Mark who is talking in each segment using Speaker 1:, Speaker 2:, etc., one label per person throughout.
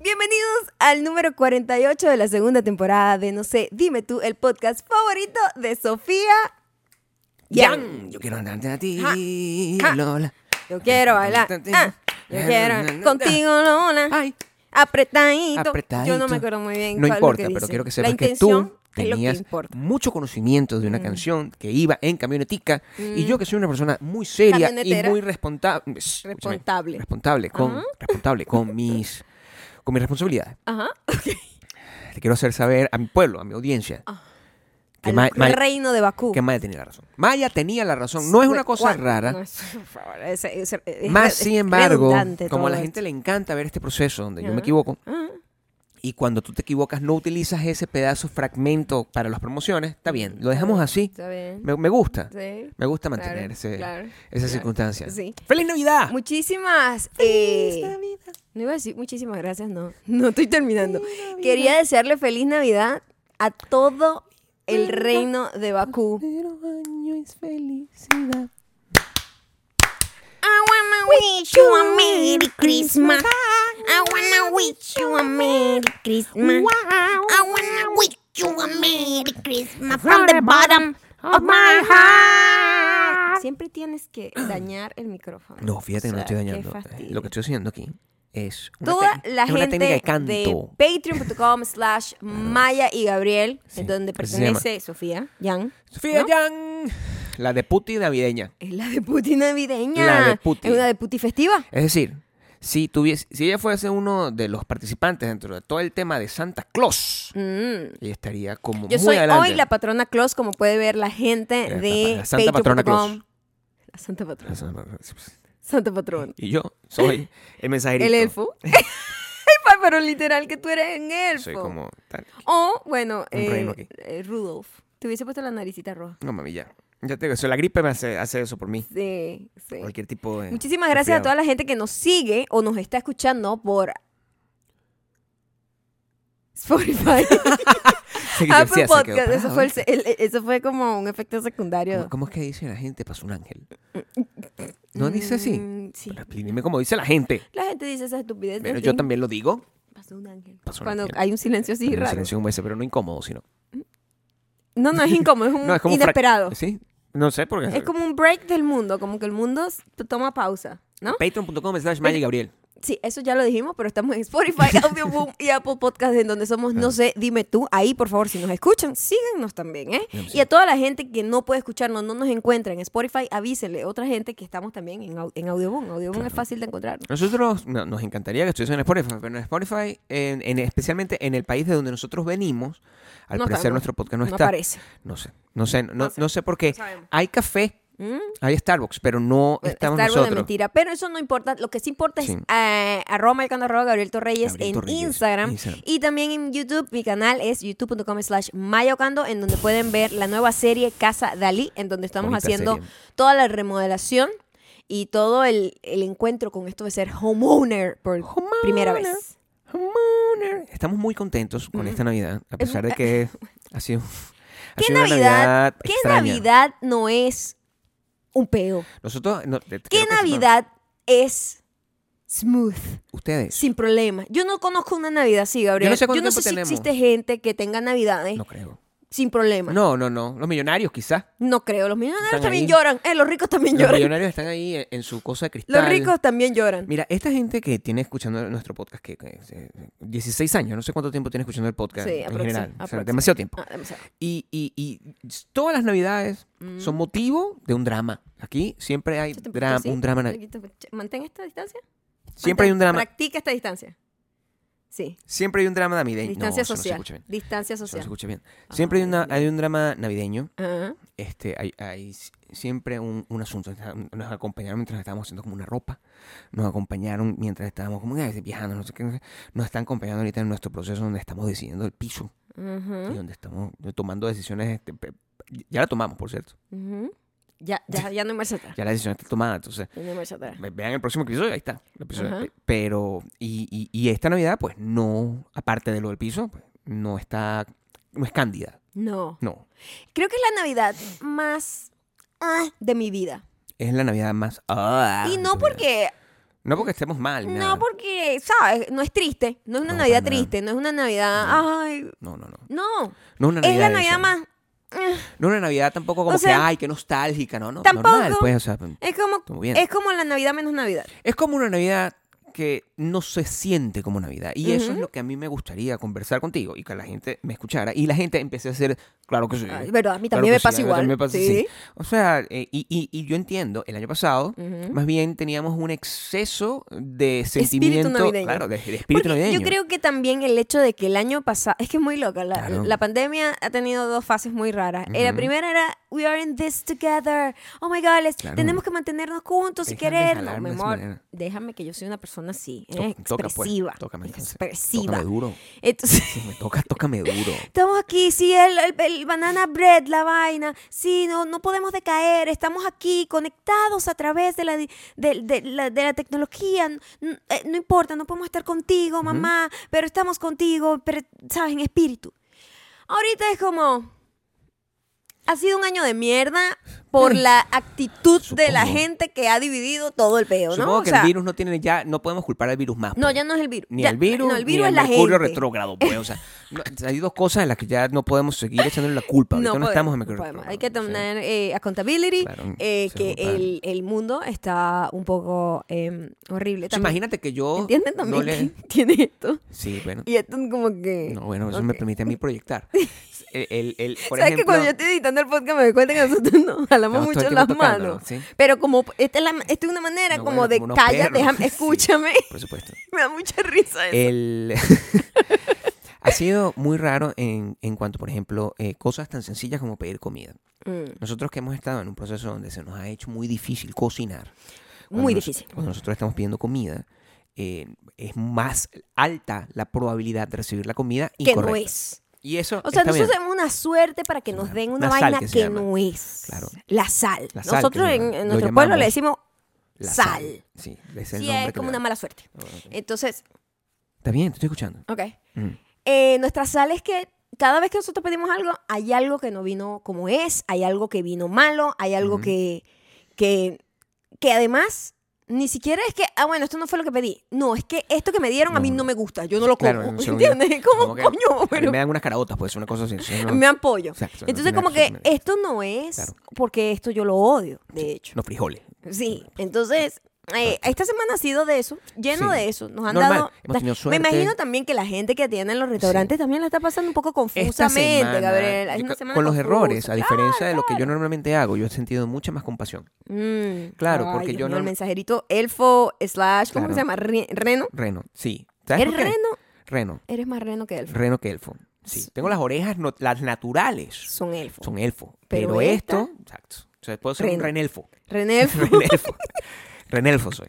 Speaker 1: Bienvenidos al número 48 de la segunda temporada de No sé, dime tú, el podcast favorito de Sofía. Yang.
Speaker 2: Yo quiero andarte a ti,
Speaker 1: Ja, ja.
Speaker 2: Lola.
Speaker 1: Yo quiero bailar. ah, yo quiero contigo, Lola.
Speaker 2: Ay,
Speaker 1: Apretadito.
Speaker 2: apretadito.
Speaker 1: Ah, Yo no me acuerdo muy bien. cuál
Speaker 2: No
Speaker 1: es lo
Speaker 2: importa, pero
Speaker 1: dice.
Speaker 2: quiero que
Speaker 1: la
Speaker 2: sepas que
Speaker 1: intención es
Speaker 2: tú
Speaker 1: lo que
Speaker 2: tenías
Speaker 1: importa. Mm.
Speaker 2: mucho conocimiento de una canción que iba en camionetica y yo que soy una persona muy seria y
Speaker 1: Camionetera.
Speaker 2: muy responsable.
Speaker 1: Responsable.
Speaker 2: Responsable con,
Speaker 1: Ajá.
Speaker 2: responsable con mis, con mis responsabilidades.
Speaker 1: Ajá.
Speaker 2: Te quiero hacer saber a mi pueblo, a mi audiencia,
Speaker 1: Ah.
Speaker 2: que,
Speaker 1: Al
Speaker 2: Ma- Ma-
Speaker 1: reino de Bakú. Pues,
Speaker 2: que Maya tenía la razón. Maya tenía la razón. No es una cosa
Speaker 1: ¿Cuál?
Speaker 2: rara.
Speaker 1: No, es- por favor, es- es- es-
Speaker 2: Más
Speaker 1: es
Speaker 2: sin embargo,
Speaker 1: redundante
Speaker 2: como
Speaker 1: todo
Speaker 2: a la
Speaker 1: esto.
Speaker 2: gente le encanta ver este proceso donde yo
Speaker 1: Ajá.
Speaker 2: me equivoco,
Speaker 1: Ah,
Speaker 2: y cuando tú te equivocas no utilizas ese pedazo fragmento para las promociones, está bien, lo dejamos así.
Speaker 1: Ah, está bien.
Speaker 2: Me, me gusta.
Speaker 1: Sí.
Speaker 2: Me gusta
Speaker 1: Claro,
Speaker 2: mantener ese,
Speaker 1: claro,
Speaker 2: esa
Speaker 1: claro.
Speaker 2: circunstancia.
Speaker 1: Sí.
Speaker 2: ¡Feliz Navidad!
Speaker 1: Muchísimas. eh, no iba a decir muchísimas gracias, no. No estoy terminando. Quería desearle feliz Navidad a todo el reino de Bakú.
Speaker 2: Pero año es felicidad.
Speaker 3: I wanna wish you a Merry Christmas. I wanna wish you a Merry Christmas. I wanna wish you a Merry Christmas from the bottom of my heart.
Speaker 1: Siempre tienes que dañar el micrófono.
Speaker 2: No, fíjate
Speaker 1: O
Speaker 2: que no
Speaker 1: sea,
Speaker 2: estoy
Speaker 1: qué
Speaker 2: dañando. eh,
Speaker 1: fastidio.
Speaker 2: Lo que estoy haciendo aquí es una,
Speaker 1: Toda
Speaker 2: técnica-
Speaker 1: la
Speaker 2: es una técnica
Speaker 1: gente
Speaker 2: de canto.
Speaker 1: de patreon.com slash Maya y Gabriel, en donde
Speaker 2: así se
Speaker 1: pertenece Sofía, Jan,
Speaker 2: Sofía
Speaker 1: ¿No?
Speaker 2: Yang, la de puti navideña.
Speaker 1: es la de puti navideña.
Speaker 2: La de puti.
Speaker 1: Es una de puti festiva.
Speaker 2: Es decir, si, tuviese, si ella fuese uno de los participantes dentro de todo el tema de Santa Claus,
Speaker 1: Mm.
Speaker 2: ella estaría como
Speaker 1: Yo
Speaker 2: muy
Speaker 1: soy
Speaker 2: adelante.
Speaker 1: hoy la patrona Claus, como puede ver la gente
Speaker 2: La
Speaker 1: de
Speaker 2: pa- la santa patrona
Speaker 1: patreon.com.
Speaker 2: Claus.
Speaker 1: La santa patrona.
Speaker 2: Y
Speaker 1: Santa patrona.
Speaker 2: yo soy el mensajero.
Speaker 1: El elfo. Ay, pa, Pero literal que tú eres un elfo.
Speaker 2: Soy como. tal.
Speaker 1: O, bueno,
Speaker 2: Un
Speaker 1: eh,
Speaker 2: reino aquí.
Speaker 1: eh, Rudolf. Te hubiese puesto la naricita roja.
Speaker 2: No, mami, ya. Ya te digo, eso, la gripe me hace, hace eso por mí.
Speaker 1: Sí, sí.
Speaker 2: Cualquier tipo de.
Speaker 1: Muchísimas gracias a toda
Speaker 2: resfriado.
Speaker 1: la gente que nos sigue o nos está escuchando por Spotify,
Speaker 2: Sí, sí, sí,
Speaker 1: Apple
Speaker 2: se quedó
Speaker 1: Podcast. Eso
Speaker 2: parado,
Speaker 1: Ah, fue, el
Speaker 2: ¿viste?
Speaker 1: se- el- el- eso fue como un efecto secundario.
Speaker 2: ¿Cómo, cómo es que dice la gente? Pasó un ángel. ¿No dice así?
Speaker 1: Mm, sí.
Speaker 2: Pero Dime cómo dice la gente.
Speaker 1: La gente dice esa estupidez.
Speaker 2: Pero
Speaker 1: en
Speaker 2: yo
Speaker 1: fin.
Speaker 2: también lo digo.
Speaker 1: Pasó un ángel.
Speaker 2: Pasó un
Speaker 1: Cuando
Speaker 2: ángel.
Speaker 1: hay un silencio así
Speaker 2: En
Speaker 1: raro.
Speaker 2: silencio como ese, pero no incómodo, sino.
Speaker 1: No, no es incómodo, es un
Speaker 2: No, es como. fra-
Speaker 1: inesperado.
Speaker 2: Sí. No sé por qué.
Speaker 1: Es como un break del mundo, como que el mundo s- t- toma pausa, ¿no?
Speaker 2: Patreon.com slash Maya Gabriel.
Speaker 1: Sí, eso ya lo dijimos, pero estamos en Spotify, Audioboom y Apple Podcast, en donde somos, no sé, dime tú, ahí por favor, si nos escuchan, síganos también, ¿eh?
Speaker 2: Sí, pues, sí.
Speaker 1: Y a toda la gente que no puede escucharnos, no nos encuentra en Spotify, avísenle a otra gente que estamos también en, Au- en Audioboom. Audioboom es fácil de encontrar.
Speaker 2: Nosotros no, nos encantaría que estuviesen en Spotify, pero en Spotify, en, en- especialmente en el país de donde nosotros venimos, al
Speaker 1: No
Speaker 2: parecer
Speaker 1: sabemos.
Speaker 2: nuestro podcast
Speaker 1: No
Speaker 2: no, está.
Speaker 1: aparece.
Speaker 2: No sé, no sé, no, no sé. por qué.
Speaker 1: sabemos.
Speaker 2: hay café,
Speaker 1: ¿Mm?
Speaker 2: hay Starbucks, pero no
Speaker 1: Bueno, Starbucks
Speaker 2: estamos
Speaker 1: Pues, de
Speaker 2: nosotros.
Speaker 1: mentira, pero eso no importa. Lo que sí importa es
Speaker 2: Sí.
Speaker 1: eh, arroba el canal arroba Gabriel Torreyes
Speaker 2: Gabriel
Speaker 1: en
Speaker 2: Torreyes,
Speaker 1: Instagram,
Speaker 2: Instagram.
Speaker 1: y también en YouTube. Mi canal es youtube.com slash mayocando en donde pueden ver la nueva serie Casa Dalí, en donde estamos
Speaker 2: Bonita
Speaker 1: haciendo
Speaker 2: serie.
Speaker 1: toda la remodelación y todo el, el encuentro con esto de ser homeowner por
Speaker 2: Homeowner.
Speaker 1: primera vez.
Speaker 2: Homeowner. Estamos muy contentos con esta Navidad, a pesar de que ha sido, ha
Speaker 1: ¿Mm? ¿Qué
Speaker 2: sido una
Speaker 1: Navidad,
Speaker 2: Navidad
Speaker 1: qué
Speaker 2: extraña.
Speaker 1: Navidad no es un peo?
Speaker 2: Nosotros, no, te-
Speaker 1: ¿Qué
Speaker 2: te quiero que sepan,
Speaker 1: Navidad es smooth?
Speaker 2: Ustedes.
Speaker 1: Sin problema. Yo no conozco una Navidad así, Gabriel. Yo no sé,
Speaker 2: cuánto tiempo
Speaker 1: si
Speaker 2: tenemos.
Speaker 1: existe gente que tenga Navidades
Speaker 2: No creo.
Speaker 1: sin problema. No.
Speaker 2: No, no, no. Los millonarios quizás.
Speaker 1: creo. Los millonarios
Speaker 2: Están
Speaker 1: también
Speaker 2: ahí.
Speaker 1: lloran. Eh, los ricos también
Speaker 2: Los
Speaker 1: lloran.
Speaker 2: millonarios están ahí en, en su cosa de cristal.
Speaker 1: Los ricos también lloran.
Speaker 2: Mira, esta gente que tiene escuchando nuestro podcast, que, que- eh, 16 años, no sé cuánto tiempo tiene escuchando el podcast
Speaker 1: Sí,
Speaker 2: en
Speaker 1: aproxi-
Speaker 2: general, o sea,
Speaker 1: aproxi-
Speaker 2: demasiado tiempo.
Speaker 1: Ah, demasiado.
Speaker 2: Y, y- y todas las navidades
Speaker 1: mm,
Speaker 2: son motivo de un drama. Aquí siempre hay
Speaker 1: Yo te
Speaker 2: dra-
Speaker 1: así,
Speaker 2: un drama. na-
Speaker 1: poquito- Mantén esta distancia.
Speaker 2: Siempre hay un drama.
Speaker 1: Practica esta distancia. Sí.
Speaker 2: Siempre hay un drama navideño.
Speaker 1: Distancia
Speaker 2: No, eso no se
Speaker 1: social. Ah,
Speaker 2: escucha bien.
Speaker 1: distancia
Speaker 2: Eso no se
Speaker 1: social. Ah,
Speaker 2: escucha bien. Siempre hay,
Speaker 1: Ay,
Speaker 2: una-
Speaker 1: Dios.
Speaker 2: hay un drama navideño.
Speaker 1: Ajá.
Speaker 2: Este, hay, hay s- siempre un, un asunto. Nos acompañaron mientras estábamos haciendo como una ropa. Nos acompañaron mientras estábamos como ah, viajando. No sé qué, no sé. Nos están acompañando ahorita en nuestro proceso donde estamos decidiendo el piso.
Speaker 1: Ujú.
Speaker 2: y donde estamos tomando decisiones. este, pe- ya la tomamos, por cierto.
Speaker 1: Ujú. Ya, ya, ya no hay marcha atrás.
Speaker 2: Ya la decisión está tomada. Entonces,
Speaker 1: Ya no hay marcha atrás.
Speaker 2: ve- vean el próximo episodio, ahí está. el episodio.
Speaker 1: Ajá.
Speaker 2: Pe- Pero, y, y- y esta Navidad, pues no, aparte de lo del piso, pues, no está, no es cándida.
Speaker 1: No.
Speaker 2: No.
Speaker 1: Creo que es la Navidad más ah, de mi vida.
Speaker 2: Es la Navidad más. ah,
Speaker 1: Y
Speaker 2: de
Speaker 1: no
Speaker 2: tu vida.
Speaker 1: porque
Speaker 2: No porque estemos mal, ni nada.
Speaker 1: No, porque, ¿sabes? No es triste. No es una
Speaker 2: No,
Speaker 1: Navidad
Speaker 2: para nada.
Speaker 1: triste. No es una Navidad. Ay,
Speaker 2: No, no, no.
Speaker 1: no.
Speaker 2: No una
Speaker 1: es la
Speaker 2: Navidad de
Speaker 1: Navidad
Speaker 2: esa.
Speaker 1: más.
Speaker 2: No una Navidad tampoco como
Speaker 1: O sea,
Speaker 2: que, ay, qué nostálgica, no, no.
Speaker 1: tampoco.
Speaker 2: Normal, pues, o sea,
Speaker 1: Es como,
Speaker 2: Muy bien.
Speaker 1: es como la Navidad menos Navidad.
Speaker 2: es como una Navidad que no se siente como Navidad. Y eso es lo que a mí me gustaría conversar contigo y que la gente me escuchara. Y la gente empecé a hacer, claro que sí.
Speaker 1: Ay, ¿verdad? A mí
Speaker 2: claro
Speaker 1: también
Speaker 2: que
Speaker 1: me pasa
Speaker 2: sí, a mí
Speaker 1: igual.
Speaker 2: también me pasa,
Speaker 1: Sí.
Speaker 2: sí. O sea, eh, y, y- y yo entiendo, el año pasado, más bien teníamos un exceso de sentimiento,
Speaker 1: navideño.
Speaker 2: claro, de, de espíritu
Speaker 1: Porque
Speaker 2: navideño.
Speaker 1: Yo creo que también el hecho de que el año pasado, es que es muy loca, la,
Speaker 2: Claro.
Speaker 1: la pandemia ha tenido dos fases muy raras. Eh, La
Speaker 2: Ujú.
Speaker 1: primera era, we are in this together, oh my god, les-
Speaker 2: Claro.
Speaker 1: tenemos que mantenernos juntos y
Speaker 2: Deja de
Speaker 1: querernos.
Speaker 2: jalarme
Speaker 1: Mi
Speaker 2: de esa
Speaker 1: amor,
Speaker 2: manera.
Speaker 1: déjame que yo soy una persona así, eh,
Speaker 2: To- toca, pues,
Speaker 1: expresiva,
Speaker 2: tócame, entonces.
Speaker 1: expresiva.
Speaker 2: Tócame duro.
Speaker 1: Entonces...
Speaker 2: Si me tocas, tócame duro.
Speaker 1: Estamos aquí, sí, el, el- el banana bread, la vaina, sí, no, no podemos decaer, estamos aquí conectados a través de la, di- de, de la, de la tecnología, n- n- eh, no, importa, no podemos estar contigo, mamá, pero estamos contigo, pero, ¿sabes? En espíritu. Ahorita es como, ha sido un año de mierda por la actitud de la
Speaker 2: Mm. Supongo.
Speaker 1: gente que ha dividido todo el peo, ¿no?
Speaker 2: Supongo
Speaker 1: O
Speaker 2: que
Speaker 1: sea,
Speaker 2: el virus no tiene ya, no podemos culpar al virus más.
Speaker 1: No,
Speaker 2: pues.
Speaker 1: ya no es el virus.
Speaker 2: ni
Speaker 1: Ya-
Speaker 2: el virus,
Speaker 1: no, el virus
Speaker 2: ni
Speaker 1: es
Speaker 2: el
Speaker 1: la
Speaker 2: mercurio
Speaker 1: gente.
Speaker 2: retrógrado, pues. O sea, no, hay dos cosas en las que ya no podemos seguir echándole la culpa. Ahorita no,
Speaker 1: podemos,
Speaker 2: estamos en
Speaker 1: no
Speaker 2: mercurio
Speaker 1: podemos.
Speaker 2: retrógrado.
Speaker 1: Hay que
Speaker 2: o sea,
Speaker 1: tomar eh, accountability,
Speaker 2: Claro,
Speaker 1: eh,
Speaker 2: se
Speaker 1: que
Speaker 2: va a ocupar.
Speaker 1: el, el mundo está un poco eh, horrible.
Speaker 2: o sea,
Speaker 1: También,
Speaker 2: imagínate que yo.
Speaker 1: ¿Entienden
Speaker 2: no
Speaker 1: también
Speaker 2: le-
Speaker 1: que tiene esto?
Speaker 2: Sí, bueno.
Speaker 1: Y esto es como que...
Speaker 2: No, bueno, eso me
Speaker 1: Ok.
Speaker 2: permite a mí proyectar. El, el- el- por
Speaker 1: ¿Sabes que
Speaker 2: ejemplo,
Speaker 1: cuando yo estoy editando el podcast me doy cuenta que nosotros nos jalamos
Speaker 2: Estamos todo
Speaker 1: mucho
Speaker 2: el
Speaker 1: las
Speaker 2: tiempo tocándonos,
Speaker 1: manos?
Speaker 2: ¿sí?
Speaker 1: Pero como esta es, la- esta es una manera
Speaker 2: No,
Speaker 1: como
Speaker 2: bueno,
Speaker 1: de
Speaker 2: como unos
Speaker 1: calla,
Speaker 2: perros".
Speaker 1: déjame,
Speaker 2: Sí. Eh,
Speaker 1: escúchame.
Speaker 2: Por supuesto.
Speaker 1: me da mucha risa eso.
Speaker 2: El... ha sido muy raro en, en cuanto, por ejemplo, eh, cosas tan sencillas como pedir comida.
Speaker 1: Mm,
Speaker 2: Nosotros que hemos estado en un proceso donde se nos ha hecho muy difícil cocinar. Cuando
Speaker 1: muy
Speaker 2: nos-
Speaker 1: difícil.
Speaker 2: Cuando nosotros estamos pidiendo comida, eh, es más alta la probabilidad de recibir la comida
Speaker 1: Que
Speaker 2: incorrecta.
Speaker 1: no es.
Speaker 2: Y eso
Speaker 1: O sea,
Speaker 2: está bien.
Speaker 1: nosotros tenemos una suerte para que nos den una
Speaker 2: Una sal
Speaker 1: vaina
Speaker 2: que
Speaker 1: que,
Speaker 2: se llama.
Speaker 1: no es.
Speaker 2: Claro.
Speaker 1: La sal.
Speaker 2: La sal
Speaker 1: nosotros
Speaker 2: que se
Speaker 1: en,
Speaker 2: llama.
Speaker 1: en
Speaker 2: Lo
Speaker 1: nuestro pueblo le decimos
Speaker 2: llamamos La
Speaker 1: sal.
Speaker 2: Sí, ese es el
Speaker 1: sí,
Speaker 2: nombre
Speaker 1: es
Speaker 2: que
Speaker 1: como una
Speaker 2: le
Speaker 1: Eh,
Speaker 2: dan.
Speaker 1: mala suerte. Entonces,
Speaker 2: Está bien, te estoy escuchando.
Speaker 1: ok.
Speaker 2: Mm.
Speaker 1: Eh, nuestra sal es que cada vez que nosotros pedimos algo, hay algo que no vino como es, hay algo que vino malo, hay algo
Speaker 2: Ujú.
Speaker 1: que, que, que además ni siquiera es que, ah, bueno, esto no fue lo que pedí. No, es que esto que me dieron a mí
Speaker 2: No.
Speaker 1: no me gusta, yo no lo como.
Speaker 2: Claro, en segundo-
Speaker 1: ¿Entiendes? Como,
Speaker 2: que
Speaker 1: coño,
Speaker 2: a mí
Speaker 1: bueno,
Speaker 2: Me dan unas caraotas, pues, una cosa así. eso no-
Speaker 1: me apoyo.
Speaker 2: Exacto, no
Speaker 1: Entonces,
Speaker 2: tiene
Speaker 1: como que
Speaker 2: absolutamente-
Speaker 1: esto no es
Speaker 2: Claro.
Speaker 1: porque esto yo lo odio, de hecho.
Speaker 2: Los frijoles.
Speaker 1: Sí, entonces, eh, esta semana ha sido de eso, lleno
Speaker 2: Sí.
Speaker 1: de eso. Nos han
Speaker 2: Normal,
Speaker 1: dado.
Speaker 2: hemos tenido
Speaker 1: Me
Speaker 2: suerte.
Speaker 1: imagino también que la gente que atiende en los restaurantes también la está pasando un poco
Speaker 2: Esta
Speaker 1: confusamente,
Speaker 2: semana,
Speaker 1: Gabriel. Es
Speaker 2: yo
Speaker 1: una
Speaker 2: ca-
Speaker 1: semana
Speaker 2: con los
Speaker 1: confusa.
Speaker 2: errores, a
Speaker 1: Claro,
Speaker 2: diferencia de lo que yo normalmente hago, yo he sentido mucha más compasión.
Speaker 1: Mm,
Speaker 2: Claro,
Speaker 1: ay,
Speaker 2: porque
Speaker 1: Dios
Speaker 2: yo
Speaker 1: mío,
Speaker 2: no-
Speaker 1: El mensajerito elfo, slash, ¿cómo
Speaker 2: Claro.
Speaker 1: que se llama? Re- Reno.
Speaker 2: Reno, sí. ¿Sabes
Speaker 1: ¿Eres
Speaker 2: por qué?
Speaker 1: reno?
Speaker 2: Reno.
Speaker 1: Eres más reno que elfo.
Speaker 2: Reno que elfo. Sí. Tengo las orejas, no- las naturales,
Speaker 1: Son elfo.
Speaker 2: son elfo.
Speaker 1: Pero
Speaker 2: Pero,
Speaker 1: esta-
Speaker 2: esto, exacto. O sea, puedo ser
Speaker 1: Reno.
Speaker 2: un renelfo.
Speaker 1: Renelfo.
Speaker 2: Renelfo. Renelfo soy.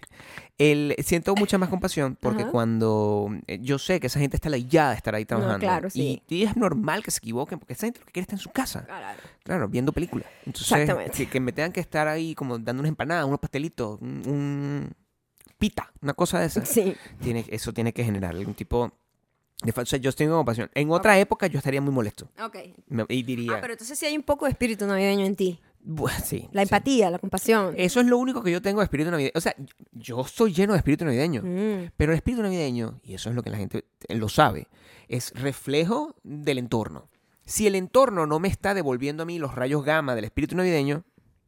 Speaker 2: El, siento mucha más compasión porque
Speaker 1: Ajá.
Speaker 2: cuando eh, yo sé que esa gente está ladillada de estar ahí trabajando.
Speaker 1: claro,
Speaker 2: y-
Speaker 1: sí.
Speaker 2: y, es normal que se equivoquen porque esa gente lo que quiere está en su casa.
Speaker 1: Carajo.
Speaker 2: Claro, viendo películas. Entonces,
Speaker 1: Exactamente.
Speaker 2: Que, que me tengan que estar ahí como dando unas empanadas, unos pastelitos, un, un pita, una cosa de esas.
Speaker 1: Sí.
Speaker 2: Tiene, eso tiene que generar algún tipo de falsa. Yo tengo compasión. En otra época yo estaría muy molesto.
Speaker 1: Ok.
Speaker 2: Me- Y diría.
Speaker 1: Ah, pero entonces sí hay un poco de espíritu navideño en ti.
Speaker 2: "Buah, sí.
Speaker 1: La
Speaker 2: sí".
Speaker 1: empatía, la compasión.
Speaker 2: Eso es lo único que yo tengo de espíritu navideño. O sea, yo- yo soy lleno de espíritu navideño.
Speaker 1: Mm.
Speaker 2: Pero el espíritu navideño, y eso es lo que la gente eh, lo sabe, es reflejo del entorno. Si el entorno no me está devolviendo a mí los rayos gamma del espíritu navideño,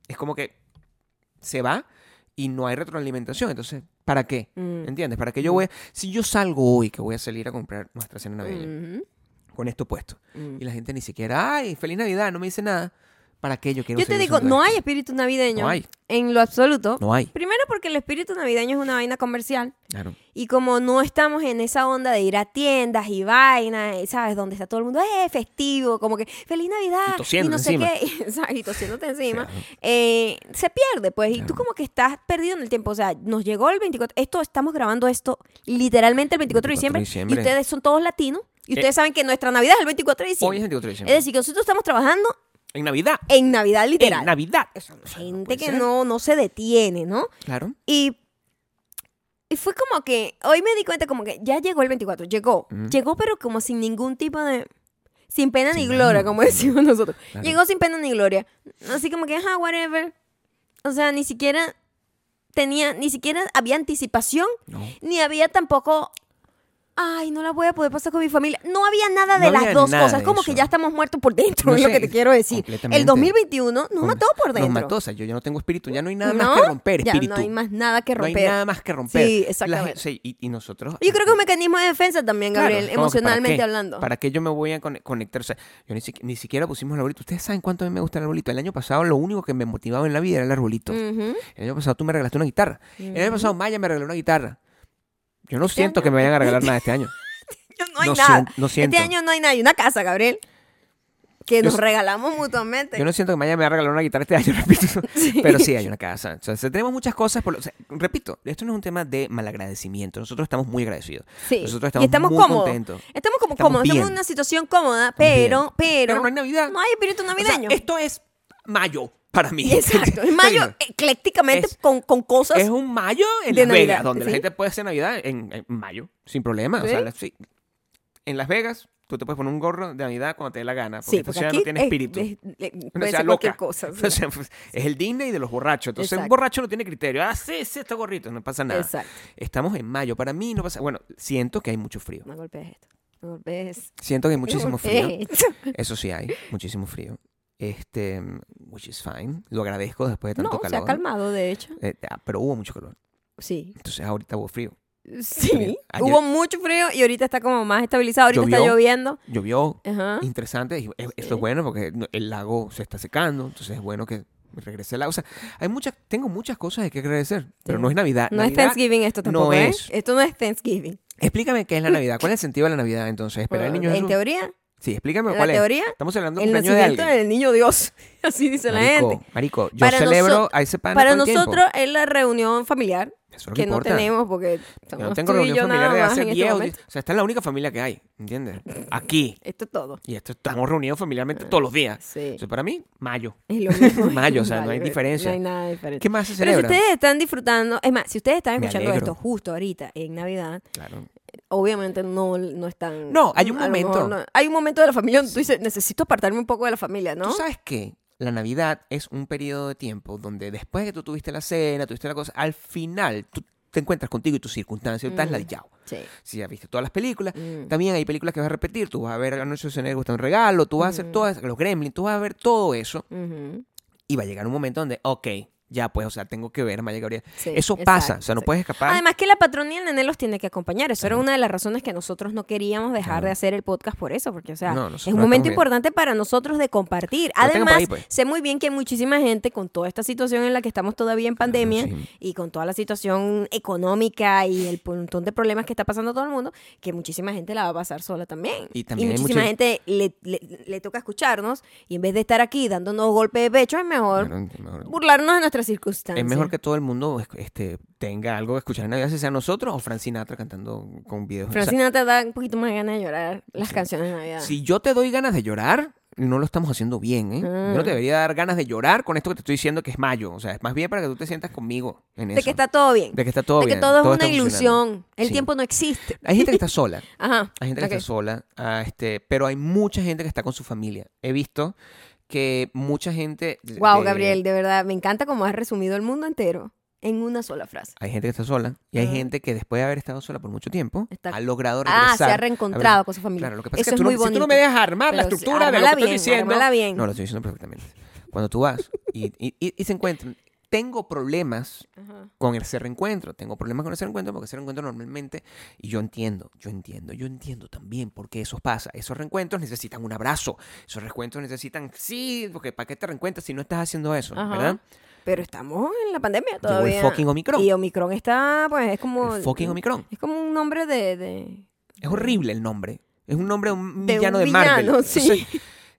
Speaker 2: es como que se va y no hay retroalimentación. Entonces, ¿para qué?
Speaker 1: Mm.
Speaker 2: ¿Entiendes? ¿Para qué yo voy? a- Si yo salgo hoy que voy a salir a comprar nuestra cena navideña
Speaker 1: Ujú.
Speaker 2: con esto puesto
Speaker 1: Mm.
Speaker 2: y la gente ni siquiera, ay, feliz Navidad, no me dice nada, ¿para qué yo quiero
Speaker 1: Yo te
Speaker 2: seguir
Speaker 1: digo,
Speaker 2: usando
Speaker 1: no hay
Speaker 2: esto?
Speaker 1: espíritu navideño
Speaker 2: No hay.
Speaker 1: en lo absoluto.
Speaker 2: No hay.
Speaker 1: Primero porque el espíritu navideño es una vaina comercial
Speaker 2: Claro.
Speaker 1: y como no estamos en esa onda de ir a tiendas y vainas, y, ¿sabes? Donde está todo el mundo, eh, festivo, como que feliz Navidad
Speaker 2: Y tosiéndote
Speaker 1: no sé
Speaker 2: encima.
Speaker 1: qué, ¿sabes? y tosiéndote encima,
Speaker 2: Claro.
Speaker 1: eh, se pierde, pues, y tú
Speaker 2: Claro.
Speaker 1: como que estás perdido en el tiempo, o sea, nos llegó el 24, esto estamos grabando esto literalmente el 24,
Speaker 2: 24
Speaker 1: de
Speaker 2: de
Speaker 1: diciembre, y
Speaker 2: diciembre.
Speaker 1: ustedes son todos latinos y
Speaker 2: Eh,
Speaker 1: ustedes saben que nuestra Navidad es el 24 de
Speaker 2: Hoy
Speaker 1: diciembre.
Speaker 2: es 24 de diciembre.
Speaker 1: es decir, que nosotros estamos trabajando
Speaker 2: en Navidad.
Speaker 1: en Navidad literal.
Speaker 2: En Navidad. no
Speaker 1: Gente
Speaker 2: puede
Speaker 1: que
Speaker 2: ser.
Speaker 1: no, no se detiene, ¿no?
Speaker 2: Claro.
Speaker 1: Y, y fue como que, hoy me di cuenta como que ya llegó el 24, llegó,
Speaker 2: Mm.
Speaker 1: llegó pero como sin ningún tipo de, sin pena ni
Speaker 2: Sin
Speaker 1: gloria,
Speaker 2: ánimo,
Speaker 1: como
Speaker 2: sin
Speaker 1: decimos nosotros.
Speaker 2: Claro.
Speaker 1: Llegó sin pena ni gloria. Así como que, ajá, whatever. O sea, ni siquiera tenía, ni siquiera había anticipación,
Speaker 2: No.
Speaker 1: ni había tampoco, ay, no la voy a poder pasar con mi familia. No había nada
Speaker 2: No
Speaker 1: de
Speaker 2: había
Speaker 1: las dos
Speaker 2: nada
Speaker 1: cosas,
Speaker 2: de
Speaker 1: como que
Speaker 2: eso.
Speaker 1: ya estamos muertos por dentro,
Speaker 2: No
Speaker 1: es lo
Speaker 2: sé,
Speaker 1: que te quiero decir. El
Speaker 2: completamente.
Speaker 1: 2021 nos
Speaker 2: Con-
Speaker 1: mató por dentro.
Speaker 2: Nos mató, o sea, yo ya no tengo espíritu, ya no hay nada
Speaker 1: ¿No?
Speaker 2: más que romper
Speaker 1: Ya
Speaker 2: espíritu.
Speaker 1: no hay más nada que
Speaker 2: No hay
Speaker 1: romper.
Speaker 2: nada más que romper.
Speaker 1: Sí,
Speaker 2: La
Speaker 1: exactamente.
Speaker 2: gen- sí, y, y nosotros.
Speaker 1: Yo creo que es un mecanismo de defensa también,
Speaker 2: Claro,
Speaker 1: Gabriel,
Speaker 2: es como que, ¿para
Speaker 1: emocionalmente
Speaker 2: qué?
Speaker 1: hablando.
Speaker 2: ¿Para qué yo me voy a con- conectar? O sea, yo ni, siqui- ni siquiera pusimos el arbolito. Ustedes saben cuánto a mí me gusta el arbolito. El año pasado lo único que me motivaba en la vida era el arbolito.
Speaker 1: Ujú.
Speaker 2: El año pasado tú me regalaste una guitarra. El año pasado Maya me regaló una guitarra. Yo no
Speaker 1: Mm. Este
Speaker 2: siento
Speaker 1: año-
Speaker 2: que me vayan a regalar nada este año.
Speaker 1: Yo no hay
Speaker 2: No
Speaker 1: nada.
Speaker 2: sien- no siento.
Speaker 1: Este año no hay nada. Hay una casa, Gabriel. Que
Speaker 2: Yo
Speaker 1: nos
Speaker 2: s-
Speaker 1: regalamos mutuamente.
Speaker 2: Yo no siento que Maya me va a regalar una guitarra este año, repito.
Speaker 1: Este Sí.
Speaker 2: Pero sí, hay una casa. O sea, se- tenemos muchas cosas. Por, lo- o sea, repito, esto no es un tema de malagradecimiento. Nosotros estamos muy agradecidos.
Speaker 1: Sí.
Speaker 2: Nosotros
Speaker 1: y
Speaker 2: estamos,
Speaker 1: estamos
Speaker 2: muy
Speaker 1: cómodos.
Speaker 2: contentos.
Speaker 1: Estamos como
Speaker 2: Estamos
Speaker 1: cómodos. Estamos en
Speaker 2: bien.
Speaker 1: una situación cómoda, pero, pero,
Speaker 2: Pero no hay Navidad.
Speaker 1: No hay espíritu
Speaker 2: O sea,
Speaker 1: navideño.
Speaker 2: esto es mayo para mí.
Speaker 1: Exacto. Es mayo eclécticamente
Speaker 2: Es-
Speaker 1: con, con cosas.
Speaker 2: Es un mayo en
Speaker 1: De
Speaker 2: Las Vegas,
Speaker 1: Navidad,
Speaker 2: donde
Speaker 1: ¿sí?
Speaker 2: la gente puede hacer Navidad en, en mayo, sin problema. O sea,
Speaker 1: ¿Sí?
Speaker 2: la- sí. En Las Vegas, tú te puedes poner un gorro de Navidad cuando te dé la gana, porque
Speaker 1: sí,
Speaker 2: esta
Speaker 1: porque
Speaker 2: ciudad
Speaker 1: aquí
Speaker 2: no tiene
Speaker 1: es-
Speaker 2: espíritu.
Speaker 1: es- es-
Speaker 2: Una
Speaker 1: puede
Speaker 2: ciudad
Speaker 1: ser cualquier
Speaker 2: loca.
Speaker 1: cosa. sí.
Speaker 2: O sea, pues, es el Disney de los borrachos. Entonces, un
Speaker 1: Exacto.
Speaker 2: borracho no tiene criterio. Ah, sí, sí, estos gorritos, no pasa nada.
Speaker 1: Exacto.
Speaker 2: Estamos en mayo. Para mí no pasa. Bueno, siento que hay mucho frío.
Speaker 1: No golpees esto. No golpees.
Speaker 2: Siento que hay muchísimo
Speaker 1: no
Speaker 2: frío.
Speaker 1: golpees esto.
Speaker 2: Eso sí hay, muchísimo frío. Este, which is fine. Lo agradezco después de
Speaker 1: No,
Speaker 2: tanto
Speaker 1: se
Speaker 2: calor.
Speaker 1: ha calmado, de hecho.
Speaker 2: Eh, ah, pero hubo mucho calor.
Speaker 1: Sí.
Speaker 2: Entonces ahorita hubo frío. Bien.
Speaker 1: Sí.
Speaker 2: Ayer-
Speaker 1: Hubo mucho frío y ahorita está como más estabilizado. Ahorita está
Speaker 2: Llovió.
Speaker 1: lloviendo.
Speaker 2: Llovió,
Speaker 1: Ajá.
Speaker 2: interesante. y e-
Speaker 1: Sí.
Speaker 2: Esto es bueno porque no- el lago se está secando, entonces es bueno que regrese el lago. O sea, hay muchas, tengo muchas cosas de que agradecer, pero
Speaker 1: Sí.
Speaker 2: no es Navidad.
Speaker 1: No es
Speaker 2: Navidad-
Speaker 1: Thanksgiving esto tampoco,
Speaker 2: no
Speaker 1: ¿eh?
Speaker 2: es.
Speaker 1: Esto no es Thanksgiving.
Speaker 2: Explícame qué es la Navidad. ¿Cuál es el sentido de la Navidad entonces? Esperar al
Speaker 1: Bueno,
Speaker 2: niño
Speaker 1: en
Speaker 2: Jesús.
Speaker 1: teoría,
Speaker 2: Sí, explícame
Speaker 1: en la
Speaker 2: cuál es.
Speaker 1: teoría,
Speaker 2: Estamos celebrando un
Speaker 1: el
Speaker 2: cumpleaños de
Speaker 1: nacimiento
Speaker 2: alguien.
Speaker 1: del niño Dios. Así dice la
Speaker 2: Marico,
Speaker 1: gente.
Speaker 2: marico, yo
Speaker 1: Para
Speaker 2: celebro
Speaker 1: nosot-
Speaker 2: a ese pana
Speaker 1: Para
Speaker 2: todo el tiempo.
Speaker 1: nosotros es la reunión familiar
Speaker 2: Eso es lo
Speaker 1: que no
Speaker 2: importa.
Speaker 1: tenemos porque
Speaker 2: Yo
Speaker 1: somos
Speaker 2: no tengo
Speaker 1: tú y
Speaker 2: reunión
Speaker 1: yo
Speaker 2: familiar
Speaker 1: nada
Speaker 2: de
Speaker 1: más
Speaker 2: hace
Speaker 1: en
Speaker 2: 10
Speaker 1: este
Speaker 2: o 10.
Speaker 1: momento.
Speaker 2: O sea, esta es la única familia que hay, ¿entiendes? Aquí.
Speaker 1: Esto es todo.
Speaker 2: Y esto estamos reunidos familiarmente todos los días.
Speaker 1: Ah, Sí.
Speaker 2: O sea, para mí, mayo.
Speaker 1: Es lo mismo.
Speaker 2: Mayo, o sea, no
Speaker 1: Vale,
Speaker 2: hay
Speaker 1: vale,
Speaker 2: diferencia.
Speaker 1: No hay nada diferente.
Speaker 2: ¿Qué más se
Speaker 1: Pero si
Speaker 2: celebra?
Speaker 1: ustedes están disfrutando, es más, si ustedes están
Speaker 2: Me
Speaker 1: escuchando
Speaker 2: alegro.
Speaker 1: esto justo ahorita en Navidad,
Speaker 2: Claro.
Speaker 1: obviamente no, no están.
Speaker 2: No, hay un
Speaker 1: a lo mejor
Speaker 2: momento.
Speaker 1: no- hay un momento de la familia donde tú dices, necesito apartarme un poco de la familia, ¿no?
Speaker 2: Tú sabes que la Navidad es un periodo de tiempo donde después de que tú tuviste la cena, tuviste la cosa, al final tú te encuentras contigo y tus circunstancias, estás
Speaker 1: Mm.
Speaker 2: ladillado.
Speaker 1: Sí.
Speaker 2: Si ya viste todas las películas,
Speaker 1: Mm.
Speaker 2: también hay películas que vas a repetir, tú vas a ver Anoche de gusta un regalo, tú vas a
Speaker 1: Mm.
Speaker 2: hacer todas, los Gremlins, tú vas a ver todo eso
Speaker 1: Ujú.
Speaker 2: y va a llegar un momento donde, ok, ya pues, o sea, tengo que ver a Maya Gabriel.
Speaker 1: Sí,
Speaker 2: eso
Speaker 1: exacto,
Speaker 2: pasa, o sea, no
Speaker 1: sí.
Speaker 2: puedes escapar.
Speaker 1: Además que la patrona y el nené los tiene que acompañar. Eso era una de las razones que nosotros no queríamos dejar de hacer el podcast por eso, porque, o sea,
Speaker 2: No,
Speaker 1: es
Speaker 2: nosotros
Speaker 1: un
Speaker 2: no
Speaker 1: momento
Speaker 2: estamos bien.
Speaker 1: importante para nosotros de compartir.
Speaker 2: Lo tengo por
Speaker 1: Además,
Speaker 2: ahí, pues.
Speaker 1: sé muy bien que muchísima gente con toda esta situación en la que estamos todavía en pandemia
Speaker 2: sí.
Speaker 1: y con toda la situación económica y el montón de problemas que está pasando todo el mundo, que muchísima gente la va a pasar sola también.
Speaker 2: Y también hay
Speaker 1: muchísima
Speaker 2: mucha-
Speaker 1: gente le, le- le toca escucharnos y en vez de estar aquí dándonos golpes de pecho, es mejor
Speaker 2: Bueno, mejor-
Speaker 1: burlarnos de nuestras circunstancias.
Speaker 2: Es mejor que todo el mundo este, tenga algo que escuchar en Navidad, si sea nosotros o Francina Atra cantando con videos. O sea,
Speaker 1: Francina te da un poquito más ganas de llorar las canciones de Navidad.
Speaker 2: Si yo te doy ganas de llorar, no lo estamos haciendo bien, ¿eh? Yo
Speaker 1: Mm.
Speaker 2: no te debería dar ganas de llorar con esto que te estoy diciendo que es mayo. O sea, es más bien para que tú te sientas conmigo en eso.
Speaker 1: de que está todo bien.
Speaker 2: De que está todo
Speaker 1: De que
Speaker 2: bien,
Speaker 1: todo es
Speaker 2: todo
Speaker 1: una
Speaker 2: está funcionando.
Speaker 1: ilusión. El
Speaker 2: Sí.
Speaker 1: tiempo no existe.
Speaker 2: Hay gente que está sola.
Speaker 1: Ajá.
Speaker 2: Hay gente que
Speaker 1: Ok.
Speaker 2: está sola, ah, este, pero hay mucha gente que está con su familia. He visto que mucha gente...
Speaker 1: Wow,
Speaker 2: de-
Speaker 1: Gabriel, de verdad, me encanta cómo has resumido el mundo entero en una sola frase.
Speaker 2: Hay gente que está sola y hay
Speaker 1: Ah.
Speaker 2: gente que después de haber estado sola por mucho tiempo
Speaker 1: Está-
Speaker 2: ha logrado regresar.
Speaker 1: Ah, se ha reencontrado
Speaker 2: Haber-
Speaker 1: con su familia.
Speaker 2: Claro, lo que pasa
Speaker 1: Eso
Speaker 2: es que tú,
Speaker 1: muy
Speaker 2: no, si
Speaker 1: bonito.
Speaker 2: tú no me dejas armar la
Speaker 1: Pero sí,
Speaker 2: estructura de lo
Speaker 1: ármala
Speaker 2: que estoy
Speaker 1: bien,
Speaker 2: diciendo.
Speaker 1: ármala bien.
Speaker 2: No, lo estoy diciendo perfectamente. Cuando tú vas y, y- y- y se encuentran, tengo problemas
Speaker 1: Ajá.
Speaker 2: con ese reencuentro, tengo problemas con ese reencuentro porque ese reencuentro normalmente, y yo entiendo, yo entiendo, yo entiendo también por qué eso pasa. Esos reencuentros necesitan un abrazo, esos reencuentros necesitan, sí, porque ¿para qué te reencuentras si no estás haciendo eso?
Speaker 1: Ajá.
Speaker 2: ¿Verdad?
Speaker 1: Pero estamos en la pandemia
Speaker 2: Llegó
Speaker 1: todavía.
Speaker 2: el fucking Omicron.
Speaker 1: Y Omicron está, pues, es como.
Speaker 2: El fucking Omicron.
Speaker 1: Es como un nombre de. de-
Speaker 2: Es horrible el nombre. Es un nombre de un
Speaker 1: De un
Speaker 2: villano de,
Speaker 1: villano,
Speaker 2: Marvel.
Speaker 1: sí.
Speaker 2: Entonces,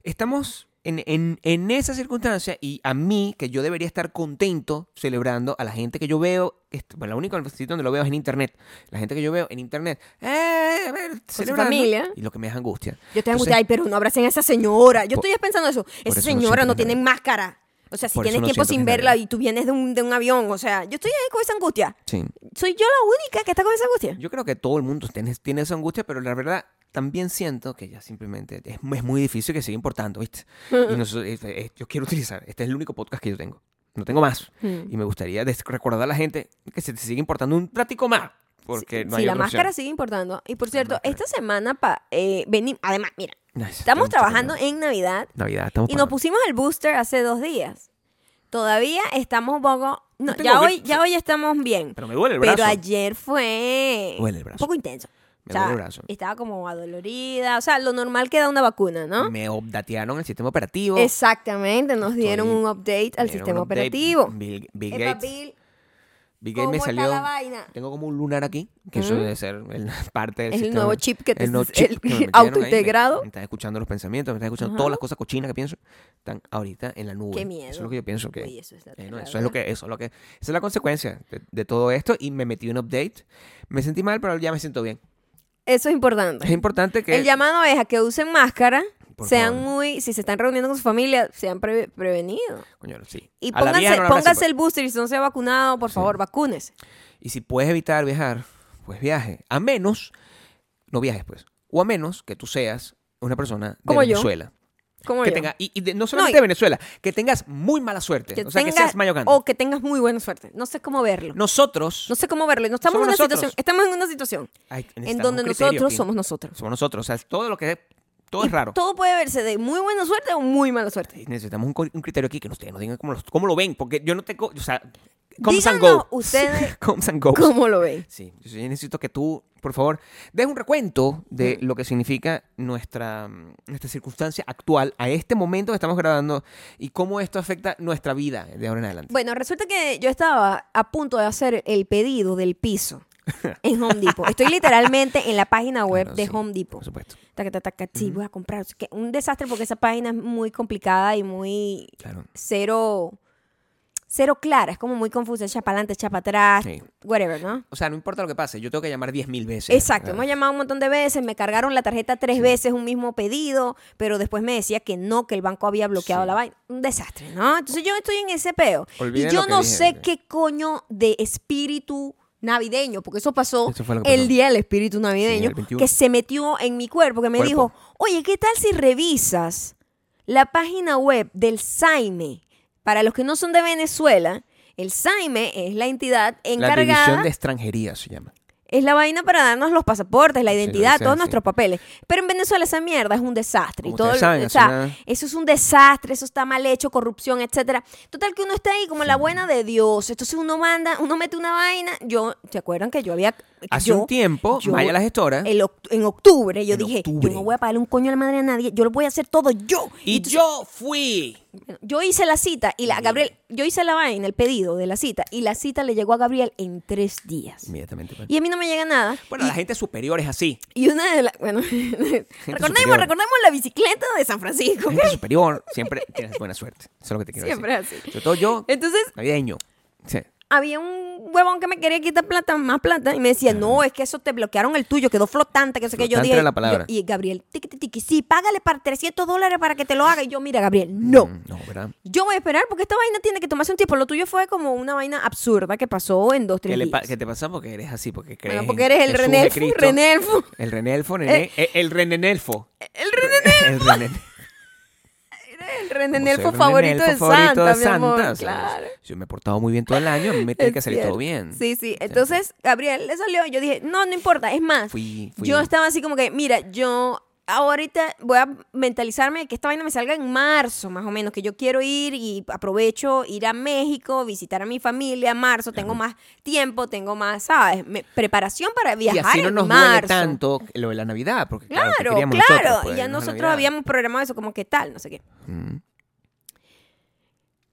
Speaker 2: estamos en, en, en esa circunstancia y a mí, que yo debería estar contento celebrando a la gente que yo veo, est- bueno, la única sitio donde lo veo es en internet. La gente que yo veo en internet, eh, a ver, celebrando.
Speaker 1: familia.
Speaker 2: Y lo que me es angustia.
Speaker 1: Yo te
Speaker 2: Entonces,
Speaker 1: angustia, ay, pero no abracen a esa señora. Yo
Speaker 2: Por-
Speaker 1: estoy pensando eso.
Speaker 2: eso
Speaker 1: Esa
Speaker 2: no
Speaker 1: señora
Speaker 2: siento
Speaker 1: no
Speaker 2: que es
Speaker 1: tiene
Speaker 2: Navidad.
Speaker 1: máscara. O sea, si
Speaker 2: Por eso
Speaker 1: tienes
Speaker 2: no
Speaker 1: tiempo
Speaker 2: siento que
Speaker 1: sin
Speaker 2: es
Speaker 1: verla
Speaker 2: Navidad.
Speaker 1: y tú vienes de un, de un avión, o sea, yo estoy ahí con esa angustia.
Speaker 2: Sí.
Speaker 1: ¿Soy yo la única que está con esa angustia?
Speaker 2: Yo creo que todo el mundo tiene, tiene esa angustia, pero la verdad también siento que ya simplemente
Speaker 1: Mm.
Speaker 2: es, es muy difícil que siga importando, ¿viste? Y nosotros- es- es- yo quiero utilizar, este es el único podcast que yo tengo. No tengo más.
Speaker 1: Mm.
Speaker 2: Y me gustaría des- recordar a la gente que se te sigue importando un platico más. Porque
Speaker 1: Sí,
Speaker 2: no
Speaker 1: sí,
Speaker 2: hay
Speaker 1: la
Speaker 2: otra opción.
Speaker 1: máscara sigue importando. Y por cierto, esta semana, pa, eh, veni- además, mira,
Speaker 2: Ay,
Speaker 1: estamos
Speaker 2: tengo mucho
Speaker 1: trabajando
Speaker 2: que
Speaker 1: en Navidad
Speaker 2: hablar. Navidad, estamos
Speaker 1: y nos
Speaker 2: pagando.
Speaker 1: pusimos el booster hace dos días. Todavía estamos un poco... no,
Speaker 2: No tengo
Speaker 1: ya,
Speaker 2: que-
Speaker 1: hoy, ya hoy estamos bien.
Speaker 2: Pero me duele el
Speaker 1: Pero
Speaker 2: brazo.
Speaker 1: ayer fue
Speaker 2: Duele el brazo.
Speaker 1: un poco intenso.
Speaker 2: Me
Speaker 1: O sea,
Speaker 2: duele el brazo.
Speaker 1: Estaba como adolorida. O sea, lo normal que da una vacuna, ¿no?
Speaker 2: Me obdatearon el sistema operativo.
Speaker 1: Exactamente, nos dieron
Speaker 2: Estoy-
Speaker 1: un update al
Speaker 2: Me dieron
Speaker 1: sistema
Speaker 2: un update.
Speaker 1: operativo.
Speaker 2: Bill, Bill
Speaker 1: Epa,
Speaker 2: Gates.
Speaker 1: Bill,
Speaker 2: Bill Gates
Speaker 1: ¿Cómo
Speaker 2: me
Speaker 1: está
Speaker 2: salió.
Speaker 1: la vaina?
Speaker 2: Tengo como un lunar aquí, que eso
Speaker 1: Ujú.
Speaker 2: debe ser el- parte del
Speaker 1: Es el
Speaker 2: sistema.
Speaker 1: nuevo chip que te-
Speaker 2: el nuevo chip
Speaker 1: el
Speaker 2: que me metieron ahí, me-
Speaker 1: autointegrado.
Speaker 2: Me, están escuchando los pensamientos, me están escuchando
Speaker 1: Ajá.
Speaker 2: todas las cosas cochinas que pienso. Están ahorita en la nube.
Speaker 1: Qué miedo.
Speaker 2: Eso es lo que yo pienso que.
Speaker 1: Oye, eso está
Speaker 2: eh, no,
Speaker 1: terrible,
Speaker 2: eso es lo
Speaker 1: ¿verdad?
Speaker 2: que, eso es lo que, esa es la consecuencia de, de todo esto y me metí un update. Me sentí mal, pero ya me siento bien.
Speaker 1: Eso es importante.
Speaker 2: Es importante que
Speaker 1: El llamado es a que usen máscara,
Speaker 2: Por
Speaker 1: sean
Speaker 2: favor.
Speaker 1: muy, si se están reuniendo con su familia, sean pre- prevenidos.
Speaker 2: Coño, sí.
Speaker 1: Y
Speaker 2: A la vieja
Speaker 1: pónganse,
Speaker 2: no la abracen, pues.
Speaker 1: pónganse el booster y si no se ha vacunado, por favor, vacúnese.
Speaker 2: Y si puedes evitar viajar, pues viaje. A menos, no viajes pues, o a menos que tú seas una persona de
Speaker 1: Como yo.
Speaker 2: Venezuela.
Speaker 1: Como
Speaker 2: Que
Speaker 1: yo.
Speaker 2: tenga, y, y de- no solamente
Speaker 1: y-
Speaker 2: de Venezuela, que tengas muy mala suerte.
Speaker 1: Que
Speaker 2: o sea, que
Speaker 1: tenga-
Speaker 2: seas mayocando.
Speaker 1: o que tengas muy buena suerte. No sé cómo verlo. No,
Speaker 2: Nosotros,
Speaker 1: sé cómo verlo. No estamos
Speaker 2: Somos
Speaker 1: en una
Speaker 2: nosotros.
Speaker 1: situación, estamos en una situación
Speaker 2: Ay, necesitamos
Speaker 1: en
Speaker 2: un
Speaker 1: donde
Speaker 2: criterio
Speaker 1: nosotros
Speaker 2: aquí.
Speaker 1: somos nosotros.
Speaker 2: Somos nosotros. O sea, todo lo que todo es raro.
Speaker 1: Todo puede verse de muy buena suerte o muy mala suerte.
Speaker 2: Y Necesitamos un, co- un criterio aquí que ustedes nos digan cómo, los- cómo lo ven, porque yo no tengo, o sea, comes and
Speaker 1: Díganos
Speaker 2: go.
Speaker 1: ustedes
Speaker 2: comes and goes.
Speaker 1: ¿Cómo lo ven?
Speaker 2: Sí, yo sí necesito que tú, por favor, des un recuento de lo que significa nuestra, mm, nuestra circunstancia actual a este momento que estamos grabando y cómo esto afecta nuestra vida de ahora en adelante.
Speaker 1: Bueno, resulta que yo estaba a punto de hacer el pedido del piso en Home Depot. Estoy literalmente en la página web
Speaker 2: Claro,
Speaker 1: de
Speaker 2: sí,
Speaker 1: Home Depot.
Speaker 2: Por supuesto.
Speaker 1: Taca, taca, taca, sí, voy a comprar. Es que un desastre porque esa página es muy complicada y muy
Speaker 2: Claro.
Speaker 1: cero, cero clara. Es como muy confusa. Echa para adelante, echa para atrás,
Speaker 2: Sí.
Speaker 1: whatever, ¿no?
Speaker 2: O sea, no importa lo que pase, yo tengo que llamar 10.000 veces. Ah.
Speaker 1: Exacto, hemos llamado un montón de veces, me cargaron la tarjeta tres veces, un mismo pedido, pero después me decía que no, que el banco había bloqueado
Speaker 2: Sí.
Speaker 1: la vaina. Un desastre, ¿no? Entonces yo estoy en ese peo.
Speaker 2: Olviden
Speaker 1: y yo
Speaker 2: lo que
Speaker 1: no
Speaker 2: dije,
Speaker 1: sé
Speaker 2: ok.
Speaker 1: qué coño de espíritu navideño, porque eso pasó
Speaker 2: Eso fue lo que
Speaker 1: el
Speaker 2: pasó.
Speaker 1: día del espíritu navideño,
Speaker 2: el 21.
Speaker 1: que se metió en mi cuerpo, que me
Speaker 2: Cuerpo.
Speaker 1: dijo, oye, ¿qué tal si revisas la página web del SAIME? Para los que no son de Venezuela, el SAIME es la entidad
Speaker 2: La
Speaker 1: encargada
Speaker 2: división de extranjería se llama.
Speaker 1: es la vaina para darnos los pasaportes, la
Speaker 2: Sí, lo
Speaker 1: identidad,
Speaker 2: dicen
Speaker 1: todos
Speaker 2: así.
Speaker 1: nuestros papeles. Pero en Venezuela esa mierda es un desastre. y
Speaker 2: Como
Speaker 1: todo,
Speaker 2: ustedes saben,
Speaker 1: o
Speaker 2: hace
Speaker 1: sea,
Speaker 2: una-
Speaker 1: eso es un desastre, eso está mal hecho, corrupción, etcétera. Total que uno está ahí como la buena de Dios. Entonces uno manda, uno mete una vaina. Yo, ¿se acuerdan que yo había
Speaker 2: Hace
Speaker 1: yo-
Speaker 2: un tiempo,
Speaker 1: yo-
Speaker 2: Maya la gestora,
Speaker 1: el oct- en octubre yo
Speaker 2: En
Speaker 1: dije,
Speaker 2: octubre.
Speaker 1: yo no voy a pagarle un coño a la madre a nadie, yo lo voy a hacer todo yo.
Speaker 2: y
Speaker 1: entonces-
Speaker 2: yo fui.
Speaker 1: yo hice la cita y la Gabriel, yo hice la vaina, el pedido de la cita y la cita le llegó a Gabriel en tres días.
Speaker 2: Inmediatamente. pues.
Speaker 1: Y a mí no me llega nada.
Speaker 2: Bueno, la gente superior es así.
Speaker 1: Y una de las. Bueno, recordemos,
Speaker 2: superior.
Speaker 1: recordemos la bicicleta de San Francisco.
Speaker 2: La gente superior siempre tienes buena suerte. Eso es lo que te quiero
Speaker 1: Siempre
Speaker 2: decir.
Speaker 1: así.
Speaker 2: Sobre todo yo,
Speaker 1: Entonces,
Speaker 2: navideño. Sí.
Speaker 1: había un huevón que me quería quitar plata, más plata, y me decía, no, es que eso te bloquearon el tuyo, quedó flotante, que sé que yo
Speaker 2: Ah. Flotante
Speaker 1: dije.
Speaker 2: era la palabra.
Speaker 1: yo- y Gabriel, tiqui, tiqui, tiqui, sí, págale para 300 dólares para que te lo haga. Y yo, mira, Gabriel, no.
Speaker 2: Mm, No, ¿verdad?
Speaker 1: Yo voy a esperar porque esta vaina tiene que tomarse un tiempo. Lo tuyo fue como una vaina absurda que pasó en dos,
Speaker 2: ¿Qué,
Speaker 1: tres
Speaker 2: le
Speaker 1: días.
Speaker 2: pa- qué te pasa? Porque eres así, porque crees.
Speaker 1: bueno,
Speaker 2: en
Speaker 1: porque eres el
Speaker 2: Jesús de
Speaker 1: Renelfo,
Speaker 2: Cristo.
Speaker 1: Renelfo,
Speaker 2: El Renelfo, nene- eh, el Renenelfo.
Speaker 1: el Renelfo,
Speaker 2: El Renenelfo.
Speaker 1: el
Speaker 2: Como
Speaker 1: Renelfo
Speaker 2: soy
Speaker 1: favorito de
Speaker 2: Renelfo favorito
Speaker 1: Santa,
Speaker 2: de
Speaker 1: mi amor,
Speaker 2: Santa, o sea,
Speaker 1: claro.
Speaker 2: Yo me he portado muy bien todo el año, a mí me tiene
Speaker 1: Es
Speaker 2: que salir
Speaker 1: cierto.
Speaker 2: todo bien.
Speaker 1: Sí, sí. Entonces, Gabriel le salió y yo dije, no, no importa. Es más,
Speaker 2: Fui- fui.
Speaker 1: yo estaba así como que, mira, yo ahorita voy a mentalizarme de que esta vaina me salga en marzo, más o menos, que yo quiero ir y aprovecho ir a México, visitar a mi familia en marzo, tengo más tiempo, tengo más, ¿sabes? Me- preparación para
Speaker 2: Y
Speaker 1: viajar
Speaker 2: así no
Speaker 1: en
Speaker 2: nos duele
Speaker 1: marzo.
Speaker 2: tanto lo de la Navidad, porque claro,
Speaker 1: Claro,
Speaker 2: ¿qué
Speaker 1: claro.
Speaker 2: queríamos nosotros,
Speaker 1: y
Speaker 2: pues,
Speaker 1: ya
Speaker 2: no es
Speaker 1: nosotros
Speaker 2: Navidad.
Speaker 1: habíamos programado eso, como que tal, no sé qué.
Speaker 2: Mm.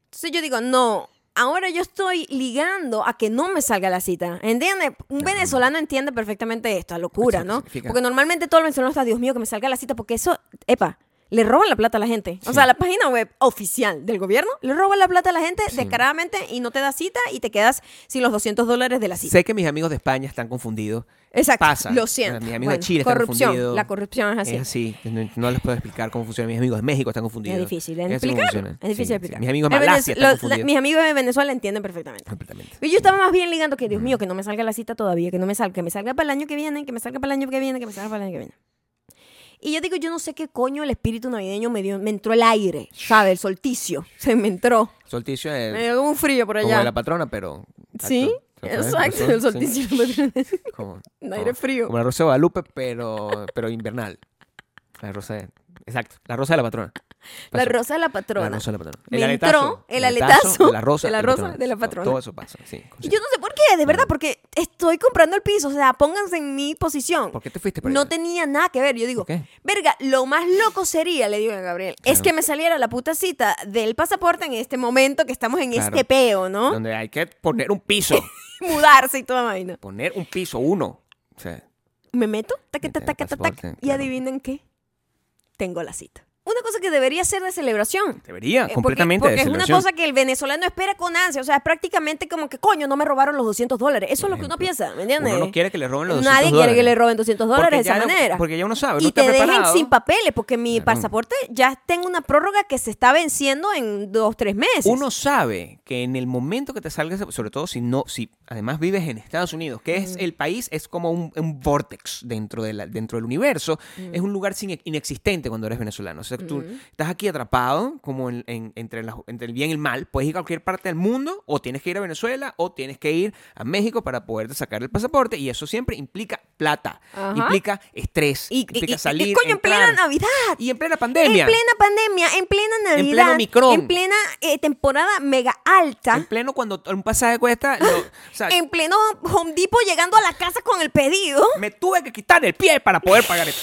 Speaker 1: Entonces yo digo, no, ahora yo estoy ligando a que no me salga la cita. ¿Entiendes? Un venezolano entiende perfectamente esta locura,
Speaker 2: Eso
Speaker 1: ¿no?
Speaker 2: significa.
Speaker 1: Porque normalmente todo el venezolano está, Dios mío, que me salga la cita, porque eso, epa, le roban la plata a la gente. O sea, la página web oficial del gobierno le roban la plata a la gente descaradamente y no te da cita y te quedas sin los 200 dólares de la cita.
Speaker 2: Sé que mis amigos de España están confundidos.
Speaker 1: Exacto.
Speaker 2: Pasa.
Speaker 1: Lo siento.
Speaker 2: Mis amigos de
Speaker 1: Bueno,
Speaker 2: Chile están
Speaker 1: corrupción.
Speaker 2: confundidos.
Speaker 1: La corrupción es así.
Speaker 2: Es así. No, no les puedo explicar cómo funciona. Mis amigos de México están confundidos.
Speaker 1: Es difícil de
Speaker 2: Es así como
Speaker 1: explicar.
Speaker 2: funciona.
Speaker 1: Es difícil
Speaker 2: Sí,
Speaker 1: de
Speaker 2: sí.
Speaker 1: explicar.
Speaker 2: Mis amigos de
Speaker 1: El
Speaker 2: Malasia
Speaker 1: Venez- los- la-
Speaker 2: están confundidos.
Speaker 1: mis amigos de Venezuela entienden perfectamente.
Speaker 2: Completamente.
Speaker 1: Y yo estaba más bien ligando que, Dios mío, que no me salga la cita todavía, que no me salga, que me salga para el año que viene, que me salga para el año que viene, que me salga para el año que viene. Y yo digo, yo no sé qué coño el espíritu navideño me dio, me entró el aire, ¿sabes? El solsticio, se me entró.
Speaker 2: Solticio es
Speaker 1: Me dio como un frío por
Speaker 2: como
Speaker 1: allá.
Speaker 2: la patrona, pero...
Speaker 1: sí, exacto, el
Speaker 2: solticio
Speaker 1: solsticio. me dio-
Speaker 2: Como,
Speaker 1: Un aire frío.
Speaker 2: Como la rosa de Guadalupe, pero, pero invernal. La rosa de... Exacto, la rosa de la patrona.
Speaker 1: La
Speaker 2: Pasó.
Speaker 1: rosa de la patrona.
Speaker 2: La rosa de la patrona.
Speaker 1: Me entró el aletazo
Speaker 2: de la rosa
Speaker 1: de la rosa de la patrona.
Speaker 2: Todo eso pasa, sí.
Speaker 1: Y yo no sé por qué, de verdad, porque estoy comprando el piso. O sea, pónganse en mi posición.
Speaker 2: ¿Por qué te fuiste para
Speaker 1: No
Speaker 2: allá?
Speaker 1: tenía nada que ver. Yo digo,
Speaker 2: ¿Por qué?
Speaker 1: verga, lo más loco sería, le digo a Gabriel, es
Speaker 2: Claro.
Speaker 1: que me saliera la puta cita del pasaporte en este momento que estamos en
Speaker 2: Claro.
Speaker 1: este peo, ¿no?
Speaker 2: Donde hay que poner un piso.
Speaker 1: Mudarse y toda vaina.
Speaker 2: poner un piso, uno. O sea,
Speaker 1: Me meto, taca, taca,
Speaker 2: Mete el
Speaker 1: taca, taca,
Speaker 2: pasaporte,
Speaker 1: y
Speaker 2: claro.
Speaker 1: adivinen qué. Tengo la cita. Una cosa que debería ser de celebración.
Speaker 2: debería,
Speaker 1: Eh, porque-
Speaker 2: Ah, completamente.
Speaker 1: Porque,
Speaker 2: de
Speaker 1: es una
Speaker 2: celebración.
Speaker 1: cosa que el venezolano espera con ansia. O sea, es prácticamente como que, coño, no me robaron los 200 dólares. Eso es lo que uno
Speaker 2: ejemplo.
Speaker 1: piensa, ¿me entiendes?
Speaker 2: Uno no quiere que le roben los
Speaker 1: Nadie
Speaker 2: 200
Speaker 1: quiere que
Speaker 2: dólares.
Speaker 1: le roben 200
Speaker 2: Porque
Speaker 1: dólares de
Speaker 2: ya
Speaker 1: esa
Speaker 2: no-
Speaker 1: manera.
Speaker 2: porque ya uno sabe, uno
Speaker 1: Y
Speaker 2: está
Speaker 1: te dejen
Speaker 2: preparado.
Speaker 1: sin papeles, porque mi
Speaker 2: Claro.
Speaker 1: pasaporte ya tengo una prórroga que se está venciendo en dos, tres meses.
Speaker 2: Uno sabe que en el momento que te salgas, sobre todo si no, si además vives en Estados Unidos, que es el país, es como un, un vortex dentro, de la- dentro del universo, es un lugar sin- inexistente cuando eres venezolano. O sea, tú estás aquí atrapado, como en- en- entre, las- entre el bien y el mal, puedes ir a cualquier parte del mundo, o tienes que ir a Venezuela, o tienes que ir a México para poderte sacar el pasaporte, y eso siempre implica plata,
Speaker 1: Ajá.
Speaker 2: implica estrés,
Speaker 1: y, y-
Speaker 2: implica
Speaker 1: y-
Speaker 2: salir.
Speaker 1: y coño, en plena
Speaker 2: entrar.
Speaker 1: Navidad.
Speaker 2: Y en plena pandemia.
Speaker 1: En plena pandemia, en plena Navidad.
Speaker 2: pleno Omicron.
Speaker 1: en plena eh, temporada mega alta.
Speaker 2: En pleno cuando un pasaje cuesta, lo- o sea,
Speaker 1: en pleno Home Depot llegando a la casa con el pedido.
Speaker 2: me tuve que quitar el pie para poder pagar esto.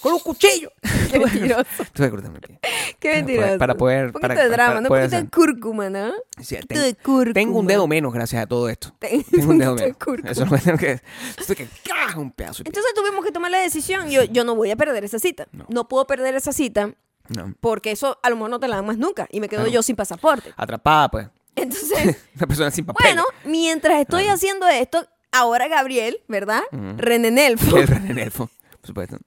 Speaker 2: Con un cuchillo.
Speaker 1: Qué mentiroso.
Speaker 2: Tuve que cortarme el pie.
Speaker 1: Qué
Speaker 2: Para
Speaker 1: mentiroso.
Speaker 2: poder- para poder-
Speaker 1: Un poquito
Speaker 2: para-
Speaker 1: de
Speaker 2: para-
Speaker 1: drama, ¿no? un
Speaker 2: poder
Speaker 1: poquito de
Speaker 2: hacer.
Speaker 1: cúrcuma, ¿no?
Speaker 2: O sea,
Speaker 1: Tú de cúrcuma.
Speaker 2: tengo un dedo menos gracias a todo esto.
Speaker 1: Ten-
Speaker 2: Tengo un dedo
Speaker 1: tú de
Speaker 2: menos.
Speaker 1: cúrcuma.
Speaker 2: Eso no tengo que. Esto que. ¡Ah! Un pedazo de pie.
Speaker 1: Entonces tuvimos que tomar la decisión. Yo, yo no voy a perder esa cita. No. puedo perder esa cita
Speaker 2: No.
Speaker 1: porque eso a lo mejor no te la dan más nunca y me quedo
Speaker 2: Claro.
Speaker 1: yo sin pasaporte.
Speaker 2: Atrapada, pues.
Speaker 1: Entonces,
Speaker 2: Una persona sin papel.
Speaker 1: bueno, mientras estoy haciendo esto, ahora Gabriel, ¿verdad?
Speaker 2: Ujú.
Speaker 1: René Nelfo,
Speaker 2: El René Nelfo, por supuesto.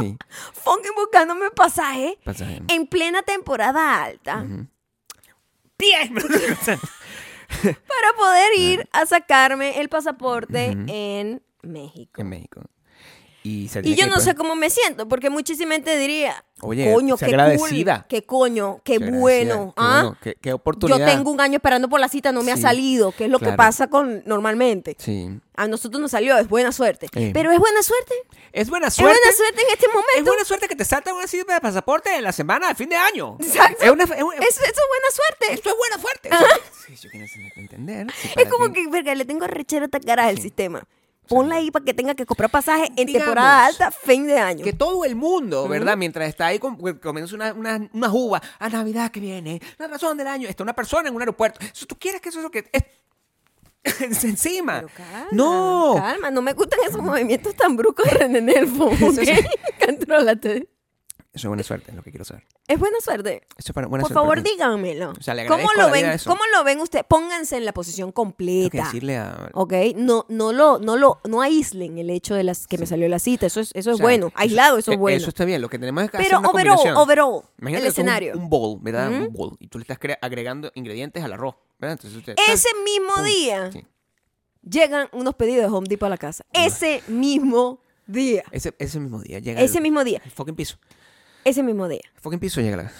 Speaker 2: Sí,
Speaker 1: fucking buscándome pasaje
Speaker 2: pasaje.
Speaker 1: en plena temporada alta
Speaker 2: Pies. O sea,
Speaker 1: para poder ir a sacarme el pasaporte en México.
Speaker 2: en México. Y, se
Speaker 1: Y
Speaker 2: tiene
Speaker 1: yo
Speaker 2: que,
Speaker 1: no
Speaker 2: pues,
Speaker 1: sé cómo me siento, porque muchísima gente diría,
Speaker 2: Oye,
Speaker 1: coño,
Speaker 2: sea
Speaker 1: qué
Speaker 2: agradecida.
Speaker 1: cool, qué coño, qué,
Speaker 2: qué
Speaker 1: bueno,
Speaker 2: agradecida, qué
Speaker 1: ¿ah?
Speaker 2: bueno, Qué, qué
Speaker 1: Yo
Speaker 2: oportunidad.
Speaker 1: tengo un año esperando por la cita, no me ha
Speaker 2: Sí,
Speaker 1: salido, que es lo que
Speaker 2: claro.
Speaker 1: pasa con normalmente.
Speaker 2: Sí.
Speaker 1: A nosotros nos salió, es buena suerte.
Speaker 2: Sí.
Speaker 1: Pero es buena suerte.
Speaker 2: Es buena
Speaker 1: Es buena
Speaker 2: suerte.
Speaker 1: suerte en este
Speaker 2: Es
Speaker 1: momento.
Speaker 2: buena suerte que te salta una cita de pasaporte en la semana de fin de año.
Speaker 1: Exacto.
Speaker 2: Es una- es un-
Speaker 1: Eso, eso es buena suerte.
Speaker 2: esto es buena suerte. Sí, yo quiero hacer- entender. si
Speaker 1: Es
Speaker 2: para
Speaker 1: como
Speaker 2: ti-
Speaker 1: que, verga, le tengo rechera tacara al sistema. Ponla ahí para que tenga que comprar pasaje en
Speaker 2: Digamos
Speaker 1: temporada alta, fin de año.
Speaker 2: Que todo el mundo, ¿verdad? Mientras está ahí, com- comienza una, una, una uva. A Navidad que viene, la razón del año. Está una persona en un aeropuerto. Si tú quieres que eso es lo que. Es, es encima.
Speaker 1: Pero calma,
Speaker 2: no.
Speaker 1: Calma, no me gustan esos movimientos tan bruscos de René Nelfo,
Speaker 2: Eso es-
Speaker 1: ¿ok? Contrólate.
Speaker 2: Eso es buena suerte, es lo que quiero saber.
Speaker 1: Es buena suerte.
Speaker 2: Eso es para- buena
Speaker 1: Por
Speaker 2: suerte.
Speaker 1: favor, díganmelo.
Speaker 2: O sea, le
Speaker 1: ¿Cómo
Speaker 2: agradezco
Speaker 1: lo
Speaker 2: la vida
Speaker 1: ven?
Speaker 2: eso.
Speaker 1: ¿Cómo lo ven ustedes? Pónganse en la posición
Speaker 2: Tengo que
Speaker 1: completa.
Speaker 2: decirle a,
Speaker 1: ¿Ok? No, no lo, no lo, no aíslen el hecho de las que me salió la cita. Eso es, eso es
Speaker 2: O sea,
Speaker 1: bueno. Aislado, eso,
Speaker 2: eh,
Speaker 1: es bueno.
Speaker 2: Eso está bien. Lo que tenemos es que hacer
Speaker 1: Pero
Speaker 2: una
Speaker 1: overall,
Speaker 2: combinación.
Speaker 1: overall,
Speaker 2: Imagínate
Speaker 1: el
Speaker 2: que tú un-
Speaker 1: escenario.
Speaker 2: Un, bowl, ¿verdad? Un bowl. Y tú le estás cre- agregando ingredientes al arroz. ¿verdad? Entonces usted-
Speaker 1: Ese mismo
Speaker 2: pum,
Speaker 1: día
Speaker 2: sí.
Speaker 1: llegan unos pedidos de Home Depot a la casa. Ese mismo día.
Speaker 2: Ese, ese mismo día llega.
Speaker 1: Ese
Speaker 2: el-
Speaker 1: mismo día.
Speaker 2: El fucking piso.
Speaker 1: Ese mismo día.
Speaker 2: El fucking piso llega la.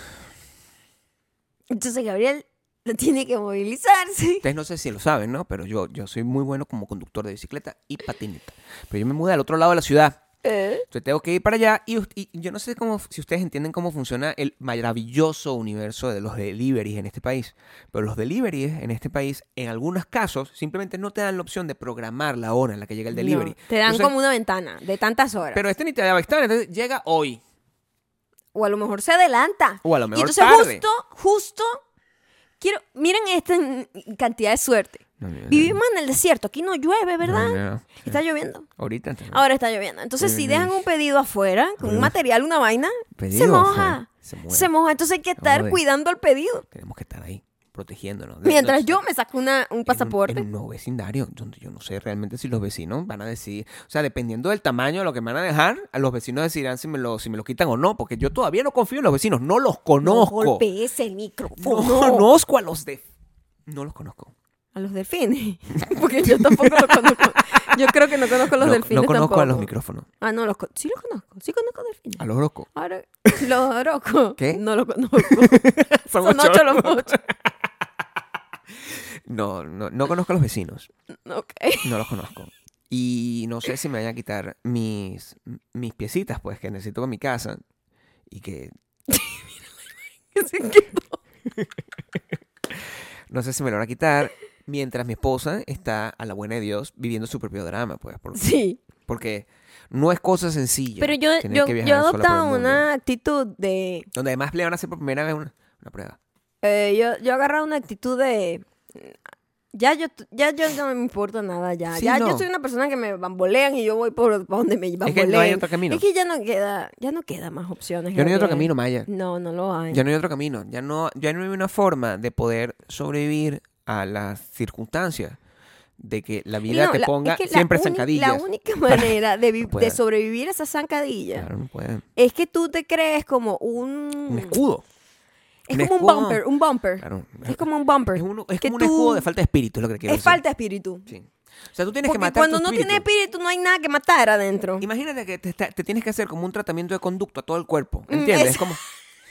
Speaker 1: Entonces Gabriel tiene que movilizarse.
Speaker 2: Ustedes no sé si lo saben, ¿no? Pero yo, yo soy muy bueno como conductor de bicicleta y patineta. Pero yo me mudé al otro lado de la ciudad.
Speaker 1: Eh,
Speaker 2: Entonces tengo que ir para allá y, us- y yo no sé cómo, si ustedes entienden cómo funciona el maravilloso universo de los deliveries en este país. Pero los deliveries en este país, en algunos casos, simplemente no te dan la opción de programar la hora en la que llega el delivery.
Speaker 1: no, te dan
Speaker 2: Entonces,
Speaker 1: como una ventana de tantas horas.
Speaker 2: Pero este ni te daba estar, entonces llega hoy.
Speaker 1: o a lo mejor se adelanta.
Speaker 2: O a lo
Speaker 1: y
Speaker 2: mejor
Speaker 1: entonces
Speaker 2: tarde.
Speaker 1: justo, justo, quiero, miren esta n- cantidad de suerte.
Speaker 2: No, no, no.
Speaker 1: Vivimos en el desierto, aquí no llueve, ¿verdad?
Speaker 2: No, no.
Speaker 1: Está lloviendo.
Speaker 2: Ahorita. entonces,
Speaker 1: Ahora está lloviendo. Entonces, si
Speaker 2: Mm.
Speaker 1: dejan un pedido afuera, con un
Speaker 2: Bueno.
Speaker 1: material, una vaina, se
Speaker 2: Pedido
Speaker 1: moja.
Speaker 2: afuera, se muere.
Speaker 1: moja. Entonces hay que estar
Speaker 2: Joder.
Speaker 1: cuidando el pedido.
Speaker 2: Tenemos que estar ahí, protegiéndonos. De-
Speaker 1: Mientras
Speaker 2: no-
Speaker 1: yo me saco una, un
Speaker 2: en un-
Speaker 1: pasaporte.
Speaker 2: En un, nuevo vecindario, donde yo no sé realmente si los vecinos van a decidir. O sea, dependiendo del tamaño de lo que me van a dejar, a los vecinos decidirán si me lo, si me lo quitan o no, porque yo todavía no confío en los vecinos, no los
Speaker 1: No
Speaker 2: conozco.
Speaker 1: golpees el
Speaker 2: No
Speaker 1: micrófono.
Speaker 2: conozco a los de. No los conozco.
Speaker 1: A los delfines. Porque yo tampoco los conozco. Yo Yo creo que no conozco los
Speaker 2: no,
Speaker 1: delfines
Speaker 2: no conozco
Speaker 1: tampoco.
Speaker 2: a los micrófonos.
Speaker 1: Ah, no, los co- sí los conozco. Sí conozco delfines.
Speaker 2: A los orocos.
Speaker 1: Ahora, los orocos.
Speaker 2: ¿Qué?
Speaker 1: No los conozco. Son
Speaker 2: ocho
Speaker 1: ocho los muchos.
Speaker 2: No, no, no conozco a los vecinos.
Speaker 1: Ok.
Speaker 2: No los conozco. Y no sé si me vayan a quitar mis, mis piecitas, pues, que necesito para mi casa. Y que
Speaker 1: Así que-
Speaker 2: no sé si me lo van a quitar mientras mi esposa está a la buena de Dios viviendo su propio drama, pues. por-
Speaker 1: Sí.
Speaker 2: Porque no es cosa sencilla.
Speaker 1: Pero yo,
Speaker 2: tener
Speaker 1: yo,
Speaker 2: que
Speaker 1: yo he
Speaker 2: viajar sola por el
Speaker 1: adoptado
Speaker 2: mundo.
Speaker 1: una actitud de...
Speaker 2: Donde además le van a hacer por primera vez una, una prueba.
Speaker 1: eh, yo, yo he agarrado una actitud de... Ya yo, ya yo no me importa nada ya.
Speaker 2: Sí,
Speaker 1: ya
Speaker 2: no.
Speaker 1: yo soy una persona que me bambolean y yo voy por por donde me bambolean.
Speaker 2: que no hay otro camino.
Speaker 1: Es que ya no queda, ya no queda más opciones.
Speaker 2: Ya no hay otro
Speaker 1: Gabriel.
Speaker 2: camino, Maya.
Speaker 1: No, no lo hay.
Speaker 2: Ya no hay otro camino. Ya no, ya no hay una forma de poder sobrevivir a las circunstancias de que la
Speaker 1: Y
Speaker 2: vida
Speaker 1: no,
Speaker 2: te
Speaker 1: la-
Speaker 2: ponga
Speaker 1: es que la
Speaker 2: siempre
Speaker 1: uni-
Speaker 2: zancadillas.
Speaker 1: La única manera de, vi-
Speaker 2: No puede.
Speaker 1: de sobrevivir a esa zancadilla
Speaker 2: Claro, no pueden.
Speaker 1: es que tú te crees como un...
Speaker 2: Un escudo.
Speaker 1: es
Speaker 2: un
Speaker 1: como
Speaker 2: escudo.
Speaker 1: un bumper, un bumper.
Speaker 2: Claro.
Speaker 1: Es como un bumper.
Speaker 2: Es, uno- es
Speaker 1: que
Speaker 2: como un
Speaker 1: tú-
Speaker 2: escudo de falta de espíritu, es lo que quiero
Speaker 1: Es
Speaker 2: decir.
Speaker 1: falta de espíritu.
Speaker 2: Sí. O sea, tú tienes
Speaker 1: Porque
Speaker 2: que matar
Speaker 1: cuando
Speaker 2: tu
Speaker 1: no
Speaker 2: espíritu.
Speaker 1: tiene espíritu no hay nada que matar adentro.
Speaker 2: Imagínate que te, está- te tienes que hacer como un tratamiento de conducto a todo el cuerpo.
Speaker 1: Mm,
Speaker 2: ¿Entiendes?
Speaker 1: es-
Speaker 2: Es como,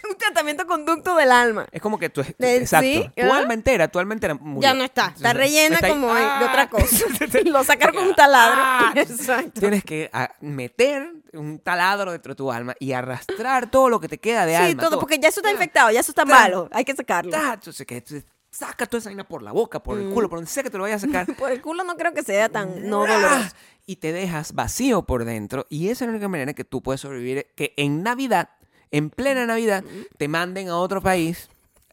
Speaker 1: un tratamiento conducto del alma.
Speaker 2: es como que tu, tu-
Speaker 1: Eh,
Speaker 2: exacto.
Speaker 1: sí,
Speaker 2: Tu
Speaker 1: ¿ah?
Speaker 2: alma entera, tu alma entera murió.
Speaker 1: Ya no está. Está rellena
Speaker 2: Está ahí.
Speaker 1: como de- de otra
Speaker 2: ¡Ah!
Speaker 1: cosa. Lo sacaron con un taladro.
Speaker 2: Ah.
Speaker 1: Exacto.
Speaker 2: Tienes que ah, meter un taladro dentro de tu alma y arrastrar todo lo que te queda de
Speaker 1: sí,
Speaker 2: alma. Ah.
Speaker 1: todo, porque ya eso está infectado, ya eso está
Speaker 2: ta,
Speaker 1: malo. Hay que sacarlo.
Speaker 2: Ah, Entonces, que tú saca toda esa vaina por la boca, por
Speaker 1: Mm.
Speaker 2: el culo, por donde sea que te lo vayas a sacar.
Speaker 1: Por el culo no creo que sea tan no
Speaker 2: ¡Ah!
Speaker 1: doloroso.
Speaker 2: Y te dejas vacío por dentro. Y esa es la única manera que tú puedes sobrevivir. Que en Navidad, en plena Navidad, te manden a otro país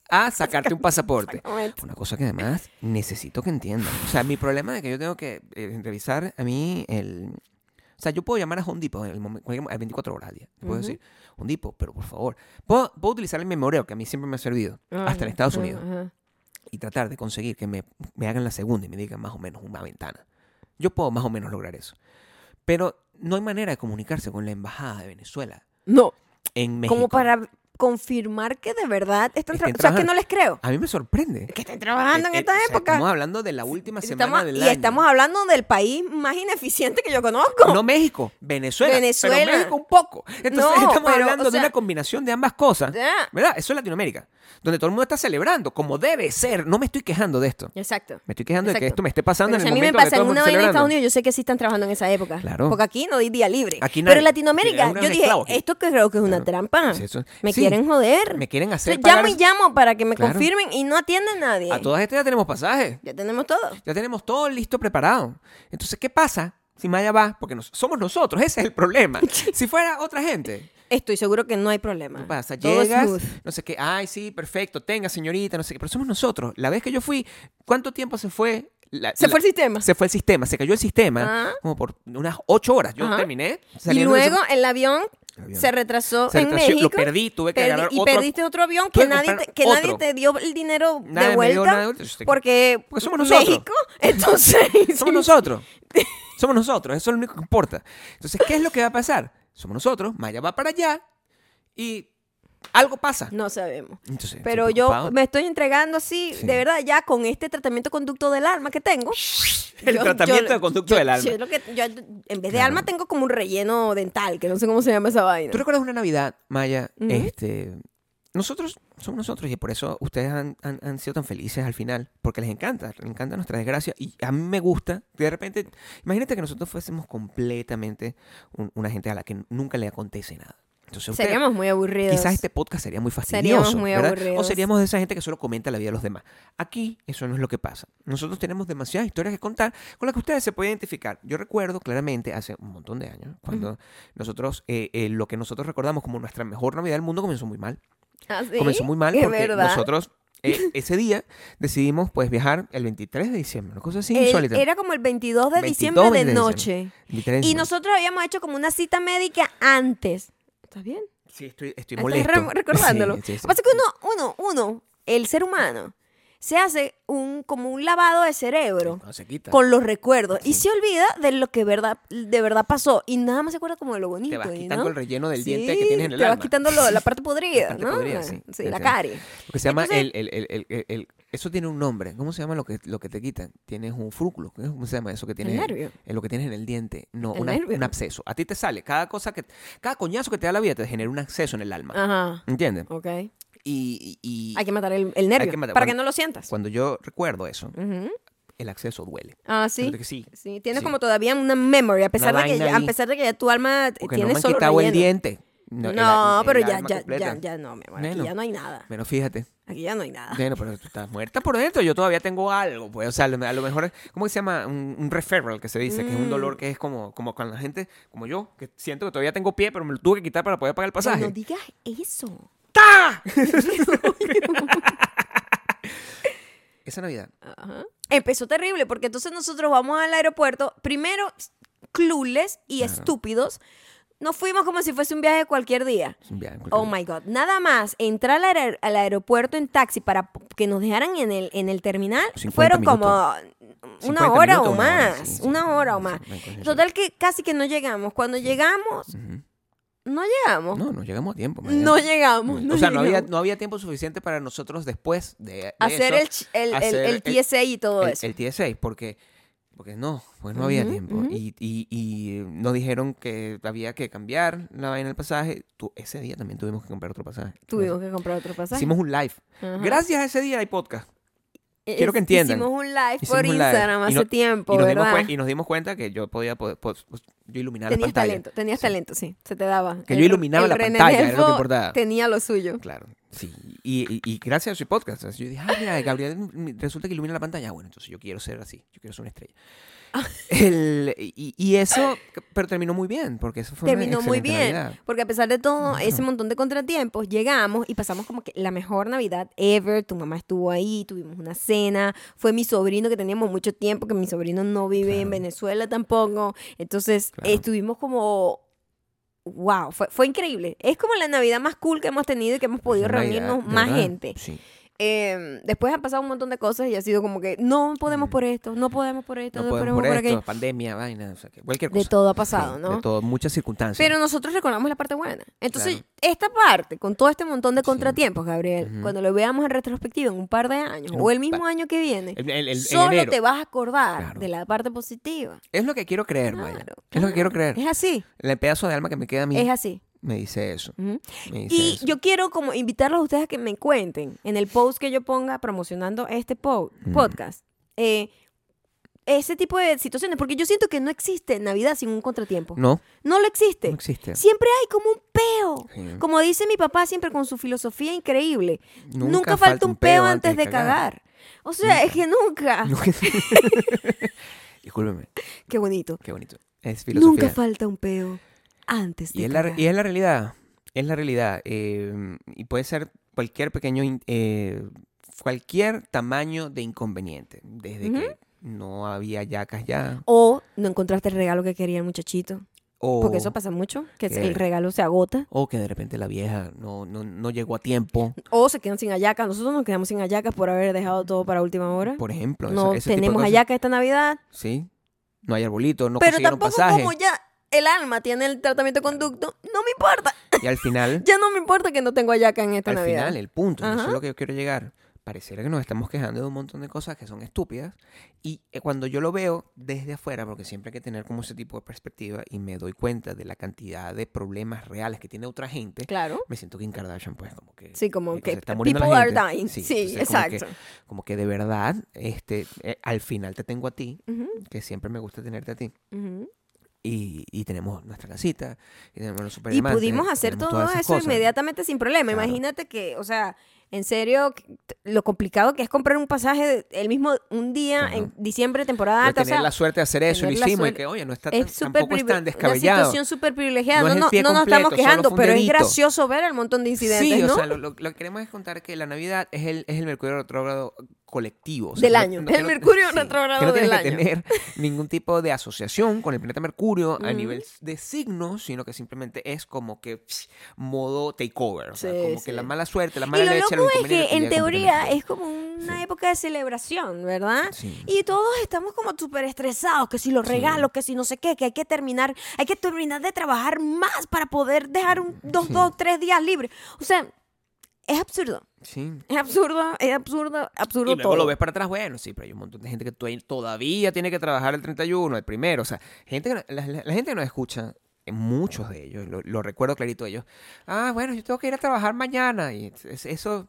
Speaker 2: a sacarte un pasaporte.
Speaker 1: Exactamente.
Speaker 2: Una cosa que además necesito que entiendan. O sea, mi problema de que yo tengo que eh, revisar a mí el... O sea, yo puedo llamar a Home Depot en el momen- cualquier mo- a 24 horas al día. Te Puedo decir, Home Depot, pero por favor. Puedo, puedo utilizar el memoreo que a mí siempre me ha servido, hasta en Estados Unidos
Speaker 1: Ajá.
Speaker 2: y tratar de conseguir que me, me hagan la segunda y me digan más o menos una ventana. Yo puedo más o menos lograr eso. Pero no hay manera de comunicarse con la Embajada de Venezuela
Speaker 1: No,
Speaker 2: en México.
Speaker 1: como para confirmar que de verdad están,
Speaker 2: Estén
Speaker 1: trabajando. O sea, que
Speaker 2: trabajando.
Speaker 1: no les creo.
Speaker 2: A mí me sorprende.
Speaker 1: Que estén trabajando en
Speaker 2: Eh, eh,
Speaker 1: esta
Speaker 2: o sea,
Speaker 1: época.
Speaker 2: Estamos hablando de la última semana
Speaker 1: Estamos-
Speaker 2: del
Speaker 1: y
Speaker 2: año.
Speaker 1: estamos hablando del país más ineficiente que yo conozco.
Speaker 2: No México, Venezuela.
Speaker 1: Venezuela.
Speaker 2: Pero México un poco. Entonces
Speaker 1: No,
Speaker 2: estamos
Speaker 1: pero,
Speaker 2: hablando
Speaker 1: o sea-
Speaker 2: de una combinación de ambas cosas.
Speaker 1: Ya.
Speaker 2: ¿Verdad? Eso es Latinoamérica. Donde todo el mundo está celebrando, como debe ser. No me estoy quejando de esto.
Speaker 1: Exacto.
Speaker 2: Me estoy quejando de que
Speaker 1: Exacto.
Speaker 2: esto me esté pasando
Speaker 1: Pero si a
Speaker 2: en el
Speaker 1: mí me
Speaker 2: momento que
Speaker 1: pasa
Speaker 2: todo
Speaker 1: en
Speaker 2: el mundo
Speaker 1: una
Speaker 2: está
Speaker 1: vaina en Estados
Speaker 2: celebrando.
Speaker 1: Unidos, yo sé que sí están trabajando en esa época.
Speaker 2: Claro.
Speaker 1: Porque aquí no hay día libre.
Speaker 2: Aquí
Speaker 1: Pero
Speaker 2: nadie.
Speaker 1: en Latinoamérica, yo
Speaker 2: Una gran
Speaker 1: dije,
Speaker 2: esclavo aquí.
Speaker 1: esto creo que es una
Speaker 2: Claro.
Speaker 1: trampa.
Speaker 2: Sí, eso-
Speaker 1: me
Speaker 2: sí.
Speaker 1: quieren joder.
Speaker 2: Me quieren hacer
Speaker 1: Entonces, llamo
Speaker 2: pagar-
Speaker 1: y llamo para que me
Speaker 2: Claro.
Speaker 1: confirmen y no atiende nadie.
Speaker 2: A todas estas ya tenemos pasajes.
Speaker 1: Ya tenemos todo.
Speaker 2: Ya tenemos todo listo preparado. Entonces, ¿qué pasa si Maya va? Porque nos- somos nosotros, ese es el problema. Si fuera otra gente,
Speaker 1: Estoy seguro que no hay problema.
Speaker 2: ¿qué pasa?
Speaker 1: Todo es
Speaker 2: Llegas,
Speaker 1: smooth.
Speaker 2: no sé qué, ay, sí, perfecto, tenga, señorita, no sé qué, pero somos nosotros. La vez que yo fui, ¿cuánto tiempo se fue? La-
Speaker 1: Se
Speaker 2: la-
Speaker 1: fue el sistema.
Speaker 2: Se fue el sistema, se cayó el sistema
Speaker 1: Ajá.
Speaker 2: como por unas ocho horas. Yo
Speaker 1: Ajá.
Speaker 2: terminé.
Speaker 1: Y
Speaker 2: saliendo de
Speaker 1: luego
Speaker 2: ese-
Speaker 1: el avión,
Speaker 2: El avión.
Speaker 1: se retrasó
Speaker 2: Se
Speaker 1: en
Speaker 2: retrasó, lo
Speaker 1: México.
Speaker 2: perdí, tuve que agarrar
Speaker 1: y
Speaker 2: otro-
Speaker 1: perdiste otro avión
Speaker 2: tuve
Speaker 1: que,
Speaker 2: que
Speaker 1: nadie
Speaker 2: comprar
Speaker 1: te, que nadie
Speaker 2: otro.
Speaker 1: te dio el dinero
Speaker 2: Nadie me
Speaker 1: de
Speaker 2: dio
Speaker 1: vuelta.
Speaker 2: nada de vuelta, yo sé que-
Speaker 1: porque,
Speaker 2: Porque somos nosotros.
Speaker 1: México, entonces
Speaker 2: Somos nosotros. Somos nosotros. Eso es lo único que importa. Entonces, ¿qué es lo que va a pasar? Somos nosotros. Maya va para allá y algo pasa.
Speaker 1: no sabemos.
Speaker 2: Entonces,
Speaker 1: Pero
Speaker 2: estoy
Speaker 1: yo
Speaker 2: preocupado.
Speaker 1: me estoy entregando así,
Speaker 2: Sí.
Speaker 1: de verdad, ya con este tratamiento conducto del alma que tengo.
Speaker 2: El
Speaker 1: yo-
Speaker 2: tratamiento
Speaker 1: yo-
Speaker 2: de conducto
Speaker 1: yo-
Speaker 2: del alma.
Speaker 1: yo lo que- yo- en vez de
Speaker 2: Claro.
Speaker 1: alma tengo como un relleno dental, que no sé cómo se llama esa vaina.
Speaker 2: ¿Tú recuerdas una Navidad, Maya?
Speaker 1: Ujú.
Speaker 2: Este. Nosotros somos nosotros y por eso ustedes han, han- han sido tan felices al final, porque les encanta, les encanta nuestra desgracia y a mí me gusta. que De repente, imagínate que nosotros fuésemos completamente un- una gente a la que nunca le acontece nada. Entonces, ustedes-
Speaker 1: Seríamos muy aburridos.
Speaker 2: Quizás este podcast sería muy fastidioso.
Speaker 1: Seríamos muy
Speaker 2: ¿verdad? O
Speaker 1: aburridos.
Speaker 2: seríamos de esa gente que solo comenta la vida de los demás. Aquí eso no es lo que pasa. Nosotros tenemos demasiadas historias que contar con las que ustedes se pueden identificar. Yo recuerdo claramente hace un montón de años, cuando nosotros, eh, eh, lo que nosotros recordamos como nuestra mejor Navidad del mundo comenzó muy mal.
Speaker 1: ¿Ah, sí?
Speaker 2: Comenzó muy mal
Speaker 1: Es
Speaker 2: porque
Speaker 1: verdad.
Speaker 2: nosotros eh, ese día decidimos pues viajar el 23 de diciembre, una cosa así
Speaker 1: El-
Speaker 2: insólita.
Speaker 1: era como el 22 de
Speaker 2: 22
Speaker 1: diciembre
Speaker 2: de
Speaker 1: de
Speaker 2: diciembre.
Speaker 1: noche.
Speaker 2: 23
Speaker 1: Y
Speaker 2: de diciembre.
Speaker 1: nosotros habíamos hecho como una cita médica antes. ¿Estás bien?
Speaker 2: Sí, estoy, estoy
Speaker 1: Estás
Speaker 2: molesto.
Speaker 1: re- recordándolo.
Speaker 2: Sí, sí, sí.
Speaker 1: Pasa que uno, uno, uno, el ser humano, se hace un, como un lavado de cerebro
Speaker 2: No se quita.
Speaker 1: con los recuerdos y
Speaker 2: Sí.
Speaker 1: se olvida de lo que verdad, de verdad pasó y nada más se acuerda como de lo bonito.
Speaker 2: Te vas
Speaker 1: ¿eh,
Speaker 2: quitando
Speaker 1: no?
Speaker 2: el relleno del
Speaker 1: Sí,
Speaker 2: diente que tienes en el
Speaker 1: Te vas
Speaker 2: alma.
Speaker 1: quitando lo- la parte podrida,
Speaker 2: parte
Speaker 1: ¿no?
Speaker 2: podrida, sí.
Speaker 1: la
Speaker 2: Exacto.
Speaker 1: carie.
Speaker 2: Lo que se llama
Speaker 1: Entonces-
Speaker 2: el, el- el- el- el- Eso tiene un nombre. ¿Cómo se llama lo que, lo que te quitan? Tienes un frúculo. ¿Cómo se llama eso que tienes? en-
Speaker 1: nervio.
Speaker 2: en lo que tienes en el diente. No,
Speaker 1: El
Speaker 2: una-
Speaker 1: nervio.
Speaker 2: un absceso. A ti te sale. Cada cosa que... Cada coñazo que te da la vida te genera un acceso en el alma.
Speaker 1: Ajá.
Speaker 2: ¿Entiendes?
Speaker 1: Ah. Ok.
Speaker 2: Y... y- y
Speaker 1: Hay que matar el, el nervio
Speaker 2: que matar-
Speaker 1: para
Speaker 2: cuando-
Speaker 1: que no lo sientas.
Speaker 2: Cuando yo recuerdo eso,
Speaker 1: Ujú.
Speaker 2: el acceso duele.
Speaker 1: Ah, Mm. sí.
Speaker 2: Fíjate que sí.
Speaker 1: Sí, tienes
Speaker 2: Sí.
Speaker 1: como todavía una memory, a pesar, de que,
Speaker 2: vaina
Speaker 1: ya, a
Speaker 2: ahí.
Speaker 1: pesar de que ya tu alma t-
Speaker 2: Porque no
Speaker 1: tiene
Speaker 2: me han
Speaker 1: solo
Speaker 2: quitado el
Speaker 1: relleno.
Speaker 2: diente.
Speaker 1: No,
Speaker 2: el a- el
Speaker 1: pero ya,
Speaker 2: alma
Speaker 1: ya,
Speaker 2: completa.
Speaker 1: ya, ya no, mi amor,
Speaker 2: Bueno.
Speaker 1: aquí ya no hay nada.
Speaker 2: Bueno, fíjate.
Speaker 1: Aquí ya no hay nada.
Speaker 2: Bueno, pero tú estás muerta por dentro. Yo todavía tengo algo. Pues, o sea, a lo a lo mejor, ¿cómo se llama? Un, un referral que se dice,
Speaker 1: Mm.
Speaker 2: que es un dolor que es como, como cuando la gente, como yo, que siento que todavía tengo pie, pero me lo tuve que quitar para poder pagar el
Speaker 1: Pero
Speaker 2: pasaje.
Speaker 1: no digas eso.
Speaker 2: ¡Ta! Esa Navidad.
Speaker 1: Ajá. Empezó terrible, porque entonces nosotros vamos al aeropuerto, primero clules y estúpidos. Nos fuimos como si fuese un viaje de cualquier día.
Speaker 2: es un viaje, porque-
Speaker 1: Oh my God. Nada más entrar al, aer- al aeropuerto en taxi para p- que nos dejaran en el, en el terminal
Speaker 2: 50
Speaker 1: fueron como una
Speaker 2: 50
Speaker 1: hora
Speaker 2: minutos,
Speaker 1: o
Speaker 2: una hora,
Speaker 1: más.
Speaker 2: sí, sí,
Speaker 1: una hora o
Speaker 2: sí,
Speaker 1: más.
Speaker 2: una cosa así.
Speaker 1: Total que casi que no llegamos. Cuando llegamos,
Speaker 2: Ujú.
Speaker 1: no llegamos. No,
Speaker 2: No, no llegamos a tiempo. imagínate.
Speaker 1: llegamos.
Speaker 2: o sea, no había,
Speaker 1: llegamos.
Speaker 2: no había tiempo suficiente para nosotros después de, de
Speaker 1: hacer, el,
Speaker 2: eso,
Speaker 1: ch- el, el,
Speaker 2: hacer
Speaker 1: el TSA y todo
Speaker 2: el,
Speaker 1: eso.
Speaker 2: el TSA, porque, porque no, pues no había
Speaker 1: Ujú,
Speaker 2: tiempo.
Speaker 1: ujú.
Speaker 2: y, y, y nos dijeron que había que cambiar la vaina del pasaje. Tú- ese día también tuvimos que comprar otro pasaje.
Speaker 1: Tuvimos que comprar otro pasaje.
Speaker 2: Hicimos un live.
Speaker 1: Ajá.
Speaker 2: Gracias a ese día hay podcast.
Speaker 1: Eh,
Speaker 2: quiero que entiendan.
Speaker 1: Hicimos un live
Speaker 2: Hicimos
Speaker 1: por
Speaker 2: un live.
Speaker 1: Instagram
Speaker 2: Y
Speaker 1: hace
Speaker 2: no-
Speaker 1: tiempo,
Speaker 2: y, nos dimos
Speaker 1: ¿verdad?
Speaker 2: cuen- y nos dimos cuenta que yo podía poder- pues, pues, yo iluminar
Speaker 1: Tenías
Speaker 2: la pantalla.
Speaker 1: talento, tenías talento, sí, se te daba.
Speaker 2: Que yo iluminaba la
Speaker 1: René
Speaker 2: pantalla, era lo que
Speaker 1: Delfo
Speaker 2: importaba.
Speaker 1: Tenía lo suyo.
Speaker 2: Claro, sí. Y, y- y gracias a su podcast. así Yo dije, ah, mira, Gabriel mm, resulta que ilumina la pantalla. Ah, Bueno, entonces yo quiero ser así. Yo quiero ser una estrella.
Speaker 1: Ah.
Speaker 2: El- y, y eso, pero terminó muy bien, porque eso fue una
Speaker 1: Terminó muy
Speaker 2: excelente
Speaker 1: bien,
Speaker 2: Navidad.
Speaker 1: porque a pesar de todo
Speaker 2: Claro.
Speaker 1: ese montón de contratiempos, llegamos y pasamos como que la mejor Navidad ever, tu mamá estuvo ahí, tuvimos una cena, fue mi sobrino que teníamos mucho tiempo, que mi sobrino no vive en
Speaker 2: Claro.
Speaker 1: Venezuela tampoco, entonces
Speaker 2: Claro.
Speaker 1: eh, estuvimos como, wow, fue, fue increíble, es como la Navidad más cool que hemos tenido y que hemos podido
Speaker 2: Fue una
Speaker 1: reunirnos
Speaker 2: Navidad, de
Speaker 1: más
Speaker 2: verdad,
Speaker 1: gente.
Speaker 2: Sí.
Speaker 1: Eh, después han pasado un montón de cosas y ha sido como que no podemos por esto, no podemos por esto,
Speaker 2: Mm. No
Speaker 1: no,
Speaker 2: podemos
Speaker 1: podemos por,
Speaker 2: por esto,
Speaker 1: aquello.
Speaker 2: pandemia, vaina, o sea, que cualquier cosa.
Speaker 1: De todo ha
Speaker 2: Sí,
Speaker 1: pasado, ¿no?
Speaker 2: De todo, muchas circunstancias.
Speaker 1: Pero nosotros recordamos la parte buena. Entonces,
Speaker 2: Claro.
Speaker 1: esta parte, con todo este montón de
Speaker 2: Sí.
Speaker 1: contratiempos, Gabriel,
Speaker 2: Ujú.
Speaker 1: cuando lo veamos en retrospectiva en un par de años
Speaker 2: En
Speaker 1: o
Speaker 2: un
Speaker 1: el mismo
Speaker 2: par-
Speaker 1: año que viene,
Speaker 2: El- el- el- en
Speaker 1: solo
Speaker 2: enero.
Speaker 1: te vas a acordar
Speaker 2: Claro.
Speaker 1: de la parte positiva.
Speaker 2: Es lo que quiero creer, Maya.
Speaker 1: Claro,
Speaker 2: Es lo que quiero
Speaker 1: claro.
Speaker 2: creer.
Speaker 1: Es así,
Speaker 2: El pedazo de alma que me queda a mí
Speaker 1: es así.
Speaker 2: me dice eso.
Speaker 1: Ujú.
Speaker 2: me dice
Speaker 1: Y
Speaker 2: eso.
Speaker 1: yo quiero como invitarlos a ustedes a que me cuenten en el post que yo ponga promocionando este po-
Speaker 2: Mm.
Speaker 1: podcast. eh, ese tipo de situaciones, porque yo siento que no existe Navidad sin un contratiempo. No,
Speaker 2: No,
Speaker 1: lo existe.
Speaker 2: no existe.
Speaker 1: Siempre hay como un peo.
Speaker 2: Sí.
Speaker 1: Como dice mi papá siempre con su filosofía increíble. Nunca,
Speaker 2: Nunca
Speaker 1: falta, un peo antes de cagar. O sea,
Speaker 2: Nunca.
Speaker 1: es que nunca.
Speaker 2: Discúlpeme,
Speaker 1: Qué bonito.
Speaker 2: qué bonito. Es filosofía.
Speaker 1: Nunca falta un peo antes de
Speaker 2: y es, la,
Speaker 1: cagar.
Speaker 2: re- y es la realidad, es la realidad. eh, y puede ser cualquier pequeño, in- eh, cualquier tamaño de inconveniente. Desde que no había yacas ya.
Speaker 1: O no encontraste el regalo que quería el muchachito.
Speaker 2: O,
Speaker 1: Porque eso pasa mucho, que
Speaker 2: que-
Speaker 1: el regalo se agota.
Speaker 2: o que de repente la vieja no, no, no llegó a tiempo,
Speaker 1: O se quedan sin hallacas. Nosotros nos quedamos sin hallacas por haber dejado todo para última hora.
Speaker 2: por ejemplo. ese-
Speaker 1: ¿Eh? no
Speaker 2: ese tipo de
Speaker 1: tenemos
Speaker 2: cosas.
Speaker 1: hallacas esta Navidad.
Speaker 2: Sí. No hay arbolito, no
Speaker 1: pero
Speaker 2: consiguieron
Speaker 1: tampoco
Speaker 2: pasaje.
Speaker 1: como ya el alma tiene el tratamiento de conducto, no me importa.
Speaker 2: Y al final,
Speaker 1: Ya no me importa que no tengo hallaca en esta
Speaker 2: al
Speaker 1: Navidad.
Speaker 2: final, el punto, eso
Speaker 1: Ajá.
Speaker 2: es lo que yo quiero llegar. Pareciera que nos estamos quejando de un montón de cosas que son estúpidas. Y eh, cuando yo lo veo desde afuera, porque siempre hay que tener como ese tipo de perspectiva y me doy cuenta de la cantidad de problemas reales que tiene otra gente,
Speaker 1: Claro.
Speaker 2: me siento Kim Kardashian, pues, como que.
Speaker 1: Sí, como
Speaker 2: marico,
Speaker 1: que
Speaker 2: eh. se está muriendo la
Speaker 1: people are
Speaker 2: gente.
Speaker 1: dying. Sí,
Speaker 2: entonces, como que-
Speaker 1: exacto.
Speaker 2: Como que de verdad, este, eh, al final te tengo a ti,
Speaker 1: Ujú,
Speaker 2: que siempre me gusta tenerte a ti.
Speaker 1: ujú.
Speaker 2: y, y tenemos nuestra casita y tenemos los
Speaker 1: Y
Speaker 2: superdiamantes,
Speaker 1: pudimos hacer
Speaker 2: eh, tenemos
Speaker 1: todo
Speaker 2: todas esas
Speaker 1: eso
Speaker 2: cosas.
Speaker 1: inmediatamente sin problema.
Speaker 2: Claro.
Speaker 1: Imagínate que, o sea, en serio, que- lo complicado que es comprar un pasaje de- el mismo un día
Speaker 2: Ajá.
Speaker 1: en diciembre, temporada
Speaker 2: Pero
Speaker 1: alta. Ah, o
Speaker 2: tener
Speaker 1: sea,
Speaker 2: la suerte de hacer eso y lo
Speaker 1: tener la
Speaker 2: hicimos y
Speaker 1: suer-
Speaker 2: que oye no está tan,
Speaker 1: es súper
Speaker 2: tampoco es
Speaker 1: privi-
Speaker 2: tan
Speaker 1: Una
Speaker 2: descabellado
Speaker 1: situación súper privilegiada.
Speaker 2: No
Speaker 1: No,
Speaker 2: es el
Speaker 1: no-
Speaker 2: pie
Speaker 1: no nos
Speaker 2: completo,
Speaker 1: estamos
Speaker 2: solo
Speaker 1: quejando,
Speaker 2: fue un
Speaker 1: pero es
Speaker 2: dedito.
Speaker 1: gracioso ver el montón de incidentes,
Speaker 2: sí
Speaker 1: ¿no?
Speaker 2: o sea lo, lo- lo que queremos es contar que la navidad es el es el mercurio retrógrado colectivo o sea,
Speaker 1: Del
Speaker 2: que no-
Speaker 1: año,
Speaker 2: no-
Speaker 1: el
Speaker 2: que no-
Speaker 1: mercurio
Speaker 2: sí,
Speaker 1: retrógrado
Speaker 2: que no tienes
Speaker 1: del
Speaker 2: que
Speaker 1: año.
Speaker 2: tener ningún tipo de asociación con el planeta mercurio a
Speaker 1: Ujú.
Speaker 2: nivel de signos sino que simplemente es como que pss, modo takeover o sea,
Speaker 1: Sí,
Speaker 2: como
Speaker 1: sí.
Speaker 2: que la mala suerte la
Speaker 1: y
Speaker 2: mala
Speaker 1: lo
Speaker 2: leche
Speaker 1: loco acuerdo
Speaker 2: de
Speaker 1: es
Speaker 2: convenir-
Speaker 1: que en
Speaker 2: de convenir.
Speaker 1: teoría es como una época de celebración, ¿verdad?
Speaker 2: Sí.
Speaker 1: Y todos estamos como súper estresados, que si los regalos, que si no sé qué, que hay que terminar, hay que terminar de trabajar más para poder dejar un, dos, dos, tres días libres. O sea, es absurdo,
Speaker 2: Sí.
Speaker 1: es absurdo, es absurdo, absurdo
Speaker 2: Y luego
Speaker 1: todo.
Speaker 2: lo ves para atrás, bueno, sí, pero hay un montón de gente que tu- todavía tiene que trabajar el 31, el primero. O sea, gente que no- la, la- la gente que nos escucha, eh, muchos de ellos, lo, lo recuerdo clarito ellos, ah, bueno, yo tengo que ir a trabajar mañana. Y es- es- eso,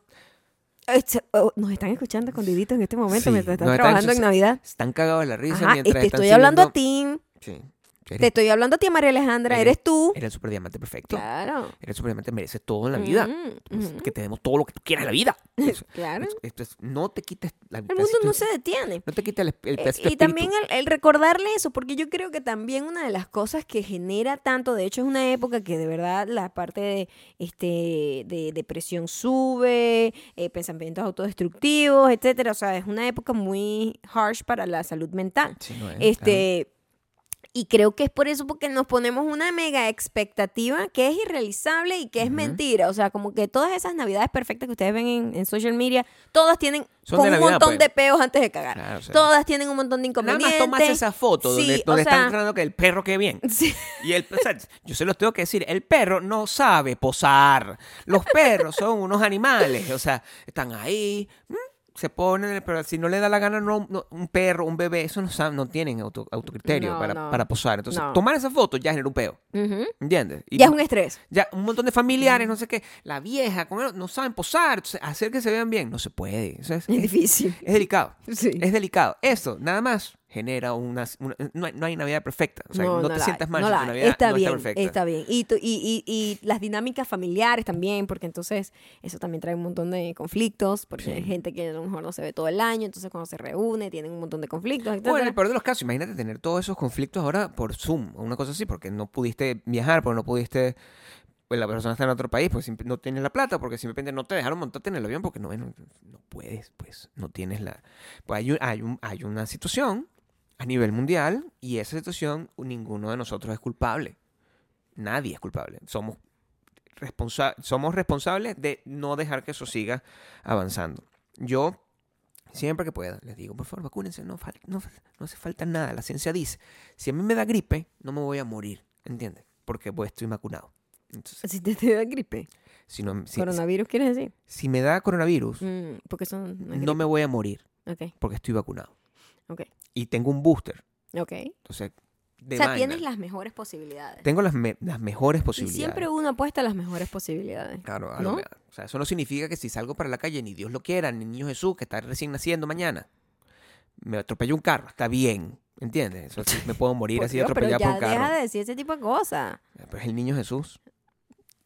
Speaker 1: Este- oh, Nos están escuchando escondiditos en este momento
Speaker 2: Sí,
Speaker 1: mientras están
Speaker 2: nos están
Speaker 1: trabajando en
Speaker 2: escuchando-
Speaker 1: Navidad.
Speaker 2: están cagados de la risa
Speaker 1: Ajá, y
Speaker 2: mientras
Speaker 1: te
Speaker 2: están
Speaker 1: estoy hablando a
Speaker 2: siguiendo-
Speaker 1: ti,
Speaker 2: Sí.
Speaker 1: te
Speaker 2: Eres,
Speaker 1: estoy hablando a ti, María Alejandra,
Speaker 2: eres-
Speaker 1: eres tú.
Speaker 2: eres el super diamante perfecto.
Speaker 1: Claro.
Speaker 2: Eres super diamante, mereces todo en la vida.
Speaker 1: Ujú, ujú.
Speaker 2: Que te demos todo lo que tú quieras en la vida. Eso-
Speaker 1: Claro.
Speaker 2: eso- esto es- no te quites la
Speaker 1: El mundo no se detiene.
Speaker 2: No te quites el, el-
Speaker 1: Eh,
Speaker 2: el
Speaker 1: y
Speaker 2: espíritu.
Speaker 1: también el, el recordarle eso, porque yo creo que también una de las cosas que genera tanto, de hecho es una época que de verdad la parte de, este, de depresión sube, eh, pensamientos autodestructivos, etcétera, o sea, es una época muy harsh para la salud mental.
Speaker 2: Sí, no es,
Speaker 1: Este, y creo que es por eso porque nos ponemos una mega expectativa que es irrealizable y que es
Speaker 2: Ujú.
Speaker 1: mentira. O sea, como que todas esas navidades perfectas que ustedes ven en, en social media, todas tienen
Speaker 2: Son
Speaker 1: con
Speaker 2: de
Speaker 1: un
Speaker 2: Navidad,
Speaker 1: montón
Speaker 2: pues.
Speaker 1: de peos antes de cagar.
Speaker 2: Claro, o sea.
Speaker 1: todas tienen un montón de
Speaker 2: Nada
Speaker 1: inconvenientes.
Speaker 2: más tomas esa foto donde,
Speaker 1: Sí,
Speaker 2: donde
Speaker 1: o
Speaker 2: están
Speaker 1: sea,
Speaker 2: tratando que el perro quede bien.
Speaker 1: sí.
Speaker 2: Y el, o sea, yo se los tengo que decir, el perro no sabe posar. Los perros son unos animales. O sea, están ahí, mm, se ponen, pero si no le da la gana, no, no- un perro, un bebé, eso no saben, no tienen auto, autocriterio
Speaker 1: No,
Speaker 2: para,
Speaker 1: no.
Speaker 2: para posar. Entonces,
Speaker 1: No.
Speaker 2: tomar esa foto ya genera un peo.
Speaker 1: Ujú.
Speaker 2: ¿Entiendes? Y-
Speaker 1: Ya es un estrés.
Speaker 2: ya un montón de familiares, no sé qué, la vieja, con el- no saben posar, entonces, hacer que se vean bien, no se puede. O sea, es,
Speaker 1: Es difícil.
Speaker 2: es delicado.
Speaker 1: Sí.
Speaker 2: Es delicado. Eso, nada más, genera unas. una- no, hay, no hay Navidad perfecta. O sea, no, te
Speaker 1: la
Speaker 2: sientas
Speaker 1: hay,
Speaker 2: mal
Speaker 1: no
Speaker 2: si
Speaker 1: la
Speaker 2: tu
Speaker 1: hay.
Speaker 2: Navidad
Speaker 1: está
Speaker 2: no
Speaker 1: bien,
Speaker 2: está perfecta.
Speaker 1: bien. Y, tu- y, y, y las dinámicas familiares también, porque entonces eso también trae un montón de conflictos, porque hay gente que a lo mejor no se ve todo el año, entonces cuando se reúne tienen un montón de conflictos,
Speaker 2: O en el
Speaker 1: etc.
Speaker 2: peor de los casos, imagínate tener todos esos conflictos ahora por Zoom o una cosa así, porque no pudiste viajar, porque no pudiste. Pues la persona está en otro país, pues simp- no tienes la plata, porque simplemente no te dejaron montarte en el avión, porque no, bueno, no puedes, pues no tienes la. Pues hay, un- hay, un- hay una situación a nivel mundial y esa situación ninguno de nosotros es culpable. Nadie es culpable. Somos, responsa- somos responsables de no dejar que eso siga avanzando. Yo Siempre que pueda, les digo, por favor, vacúnense, no, fal- no, no hace falta nada. La ciencia dice, si a mí me da gripe, no me voy a morir, ¿entiendes? Porque pues, estoy vacunado. Entonces,
Speaker 1: Si te, te da gripe,
Speaker 2: si, no, si,
Speaker 1: coronavirus quieres decir,
Speaker 2: si me da coronavirus,
Speaker 1: Mm, porque son no, es
Speaker 2: no me voy a morir
Speaker 1: gripe.
Speaker 2: porque estoy vacunado.
Speaker 1: Ok,
Speaker 2: Y tengo un booster.
Speaker 1: ok, ok.
Speaker 2: Entonces,
Speaker 1: o
Speaker 2: de
Speaker 1: sea,
Speaker 2: vaina.
Speaker 1: tienes las mejores posibilidades.
Speaker 2: Tengo las, me- las mejores
Speaker 1: Y
Speaker 2: posibilidades.
Speaker 1: siempre uno apuesta a las mejores posibilidades.
Speaker 2: Claro, a lo
Speaker 1: ¿No?
Speaker 2: mejor. O sea, eso no significa que si salgo para la calle, ni Dios lo quiera, ni niño Jesús, que está recién naciendo mañana, me atropelló un carro, está bien. ¿Entiendes? Eso sí, me puedo morir
Speaker 1: Por
Speaker 2: así
Speaker 1: Dios, pero
Speaker 2: atropellado
Speaker 1: ya
Speaker 2: por un carro.
Speaker 1: deja de decir ese tipo de cosas.
Speaker 2: Ah, Pero es el niño Jesús.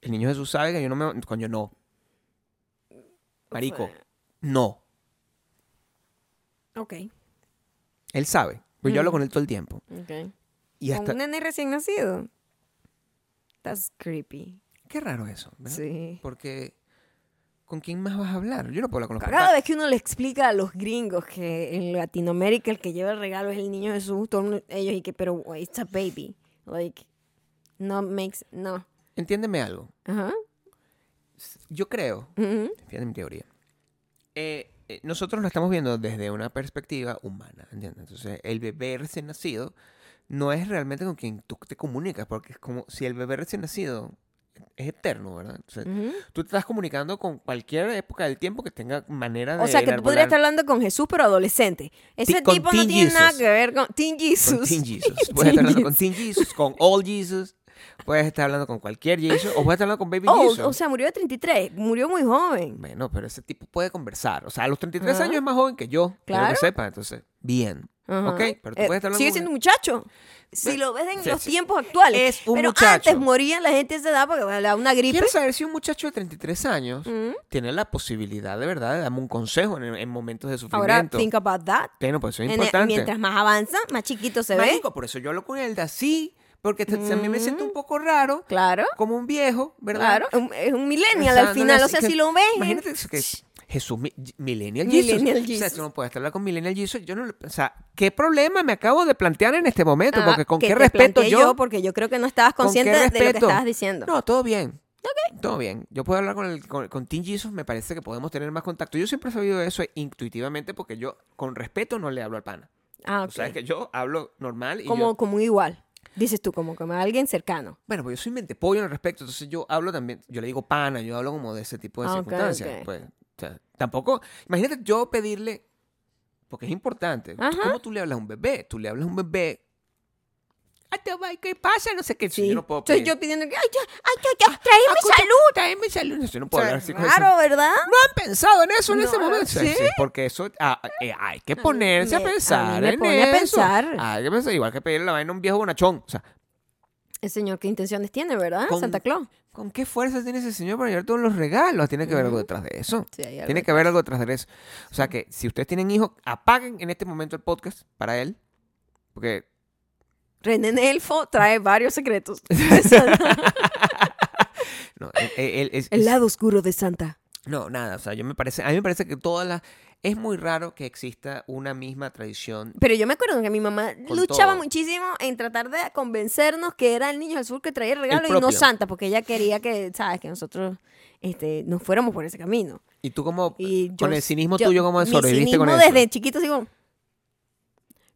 Speaker 2: El niño Jesús sabe que yo no me. Coño, no. Marico, no.
Speaker 1: Ok,
Speaker 2: Él sabe. Pues yo hablo
Speaker 1: Mm.
Speaker 2: con él todo el tiempo.
Speaker 1: ok.
Speaker 2: Y hasta.
Speaker 1: Con un nene recién nacido. That's creepy.
Speaker 2: Qué raro eso, ¿verdad?
Speaker 1: Sí.
Speaker 2: Porque. ¿Con quién más vas a hablar? Yo no puedo hablar con los
Speaker 1: Cada
Speaker 2: papás.
Speaker 1: vez que uno le explica a los gringos que en Latinoamérica el que lleva el regalo es el niño Jesús, todo el mundo- ellos y que, pero it's a baby. Like, no makes, no.
Speaker 2: Entiéndeme algo.
Speaker 1: Ajá.
Speaker 2: Yo creo.
Speaker 1: Ujú.
Speaker 2: Fíjate mi teoría. Eh, eh, nosotros lo estamos viendo desde una perspectiva humana, ¿entiendes? Entonces, el bebé recién nacido no es realmente con quien tú te comunicas, porque es como si el bebé recién nacido es eterno, ¿verdad? O sea,
Speaker 1: Ujú.
Speaker 2: Tú te estás comunicando con cualquier época del tiempo que tenga manera de.
Speaker 1: O sea, que tú podrías estar
Speaker 2: enarbolar-
Speaker 1: hablando con Jesús, pero adolescente. Ese
Speaker 2: con
Speaker 1: tipo no
Speaker 2: Teen
Speaker 1: tiene nada
Speaker 2: Jesus.
Speaker 1: que ver con Teen
Speaker 2: con
Speaker 1: Jesus.
Speaker 2: Teen Jesus.
Speaker 1: Teen
Speaker 2: Puedes estar hablando
Speaker 1: Jesus.
Speaker 2: con Teen Jesus, con All Jesus. Puedes estar hablando con cualquier Jesus. O puedes estar hablando con Baby
Speaker 1: Oh,
Speaker 2: Jesus.
Speaker 1: o sea, murió de 33, murió muy joven.
Speaker 2: bueno, pero ese tipo puede conversar. O sea, a los 33
Speaker 1: Ajá.
Speaker 2: años es más joven que yo. Claro.
Speaker 1: Claro.
Speaker 2: que sepa. Entonces, bien.
Speaker 1: Ajá.
Speaker 2: Ok, pero tú
Speaker 1: Eh,
Speaker 2: puedes estar hablando
Speaker 1: Sigue
Speaker 2: con-
Speaker 1: siendo un muchacho. Si lo ves en
Speaker 2: sí,
Speaker 1: los
Speaker 2: sí.
Speaker 1: tiempos actuales.
Speaker 2: Es un
Speaker 1: pero
Speaker 2: muchacho.
Speaker 1: antes moría la gente de esa edad porque le daba una gripe.
Speaker 2: Quiero saber si un muchacho de 33 años
Speaker 1: Mm.
Speaker 2: tiene la posibilidad de verdad de darme un consejo en, en momentos de
Speaker 1: Ahora,
Speaker 2: sufrimiento.
Speaker 1: think about that.
Speaker 2: bueno, pues eso es
Speaker 1: En-
Speaker 2: importante.
Speaker 1: mientras más avanza, más chiquito se
Speaker 2: Marico, por eso yo hablo con él de así, porque te- a mí me siento un poco raro,
Speaker 1: ve. Claro,
Speaker 2: como un viejo, ¿verdad?
Speaker 1: Mm. claro. Un- Es un millennial
Speaker 2: Pensándole
Speaker 1: al final. O
Speaker 2: así
Speaker 1: sea,
Speaker 2: que-
Speaker 1: si lo ves.
Speaker 2: Imagínate eso que Jesús, mi- Millennial Jesus.
Speaker 1: Millennial
Speaker 2: O sea,
Speaker 1: Jesus.
Speaker 2: tú no puedes hablar con Millennial Jesus. Yo no, le- o sea, ¿qué problema me acabo de plantear en este momento?
Speaker 1: Ah,
Speaker 2: porque con
Speaker 1: que
Speaker 2: qué
Speaker 1: te
Speaker 2: respeto
Speaker 1: planteé
Speaker 2: yo.
Speaker 1: Porque yo creo que no estabas
Speaker 2: ¿Con qué
Speaker 1: consciente de lo que
Speaker 2: respeto?
Speaker 1: estabas diciendo.
Speaker 2: No, todo bien. Todo bien. Yo puedo hablar con, el, con, con Tim Jesus, me parece que podemos tener más contacto. Yo siempre he sabido eso intuitivamente porque yo, con respeto, no le hablo al pana.
Speaker 1: Ah,
Speaker 2: O sea, es
Speaker 1: ok.
Speaker 2: que yo hablo normal y
Speaker 1: Como,
Speaker 2: yo-
Speaker 1: como un igual. Dices tú, como, como alguien cercano.
Speaker 2: Bueno, pues yo soy mentepollo al respecto, entonces yo hablo también, yo le digo pana, yo hablo como de ese tipo de
Speaker 1: Ah, ok,
Speaker 2: circunstancias.
Speaker 1: ok.
Speaker 2: Pues, o sea, tampoco, imagínate yo pedirle, porque es importante, ¿tú-
Speaker 1: Ajá.
Speaker 2: ¿cómo tú le hablas a un bebé? Tú le hablas a un bebé, "Ay, te va, ¿qué pasa? No sé qué,
Speaker 1: Sí.
Speaker 2: yo no puedo
Speaker 1: Estoy
Speaker 2: pedir. Ah,
Speaker 1: yo pidiendo que. ¡Ay, ya, ay, ya, ya, tráeme
Speaker 2: salud, tráeme salud. Yo no puedo hablar así
Speaker 1: salud!
Speaker 2: con eso.
Speaker 1: Claro, ¿verdad?
Speaker 2: No han pensado en eso en
Speaker 1: No,
Speaker 2: ese momento.
Speaker 1: ¿sí?
Speaker 2: porque eso ah, eh, hay que ponerse a
Speaker 1: me- a mí
Speaker 2: pensar
Speaker 1: me
Speaker 2: en
Speaker 1: pone a
Speaker 2: eso.
Speaker 1: pensar.
Speaker 2: Hay que pensar, igual que pedirle la vaina a un viejo bonachón. O sea,
Speaker 1: El señor, ¿qué intenciones tiene, verdad?
Speaker 2: Con-
Speaker 1: Santa Claus.
Speaker 2: ¿Con qué fuerza tiene ese señor para llevar todos los regalos? Tiene que haber algo detrás de eso.
Speaker 1: Sí, hay algo
Speaker 2: Tiene que haber algo detrás de eso. O sea que si ustedes tienen hijos, apaguen en este momento el podcast para él. Porque
Speaker 1: René Nelfo trae varios secretos. el
Speaker 2: no, él- él- él es- es-
Speaker 1: lado oscuro de Santa.
Speaker 2: no, nada. O sea, yo me parece, a mí me parece que todas las es muy raro que exista una misma tradición.
Speaker 1: Pero yo me acuerdo que mi mamá
Speaker 2: Con
Speaker 1: luchaba
Speaker 2: todo.
Speaker 1: muchísimo en tratar de convencernos que era el niño del sur que traía el regalo y no
Speaker 2: propio.
Speaker 1: Santa, porque ella quería que, ¿sabes? Que nosotros este, nos fuéramos por ese camino.
Speaker 2: Y tú como
Speaker 1: Y yo-
Speaker 2: con el cinismo
Speaker 1: yo-
Speaker 2: tuyo como
Speaker 1: mi
Speaker 2: sobreviviste con
Speaker 1: cinismo
Speaker 2: eso.
Speaker 1: desde chiquito digo,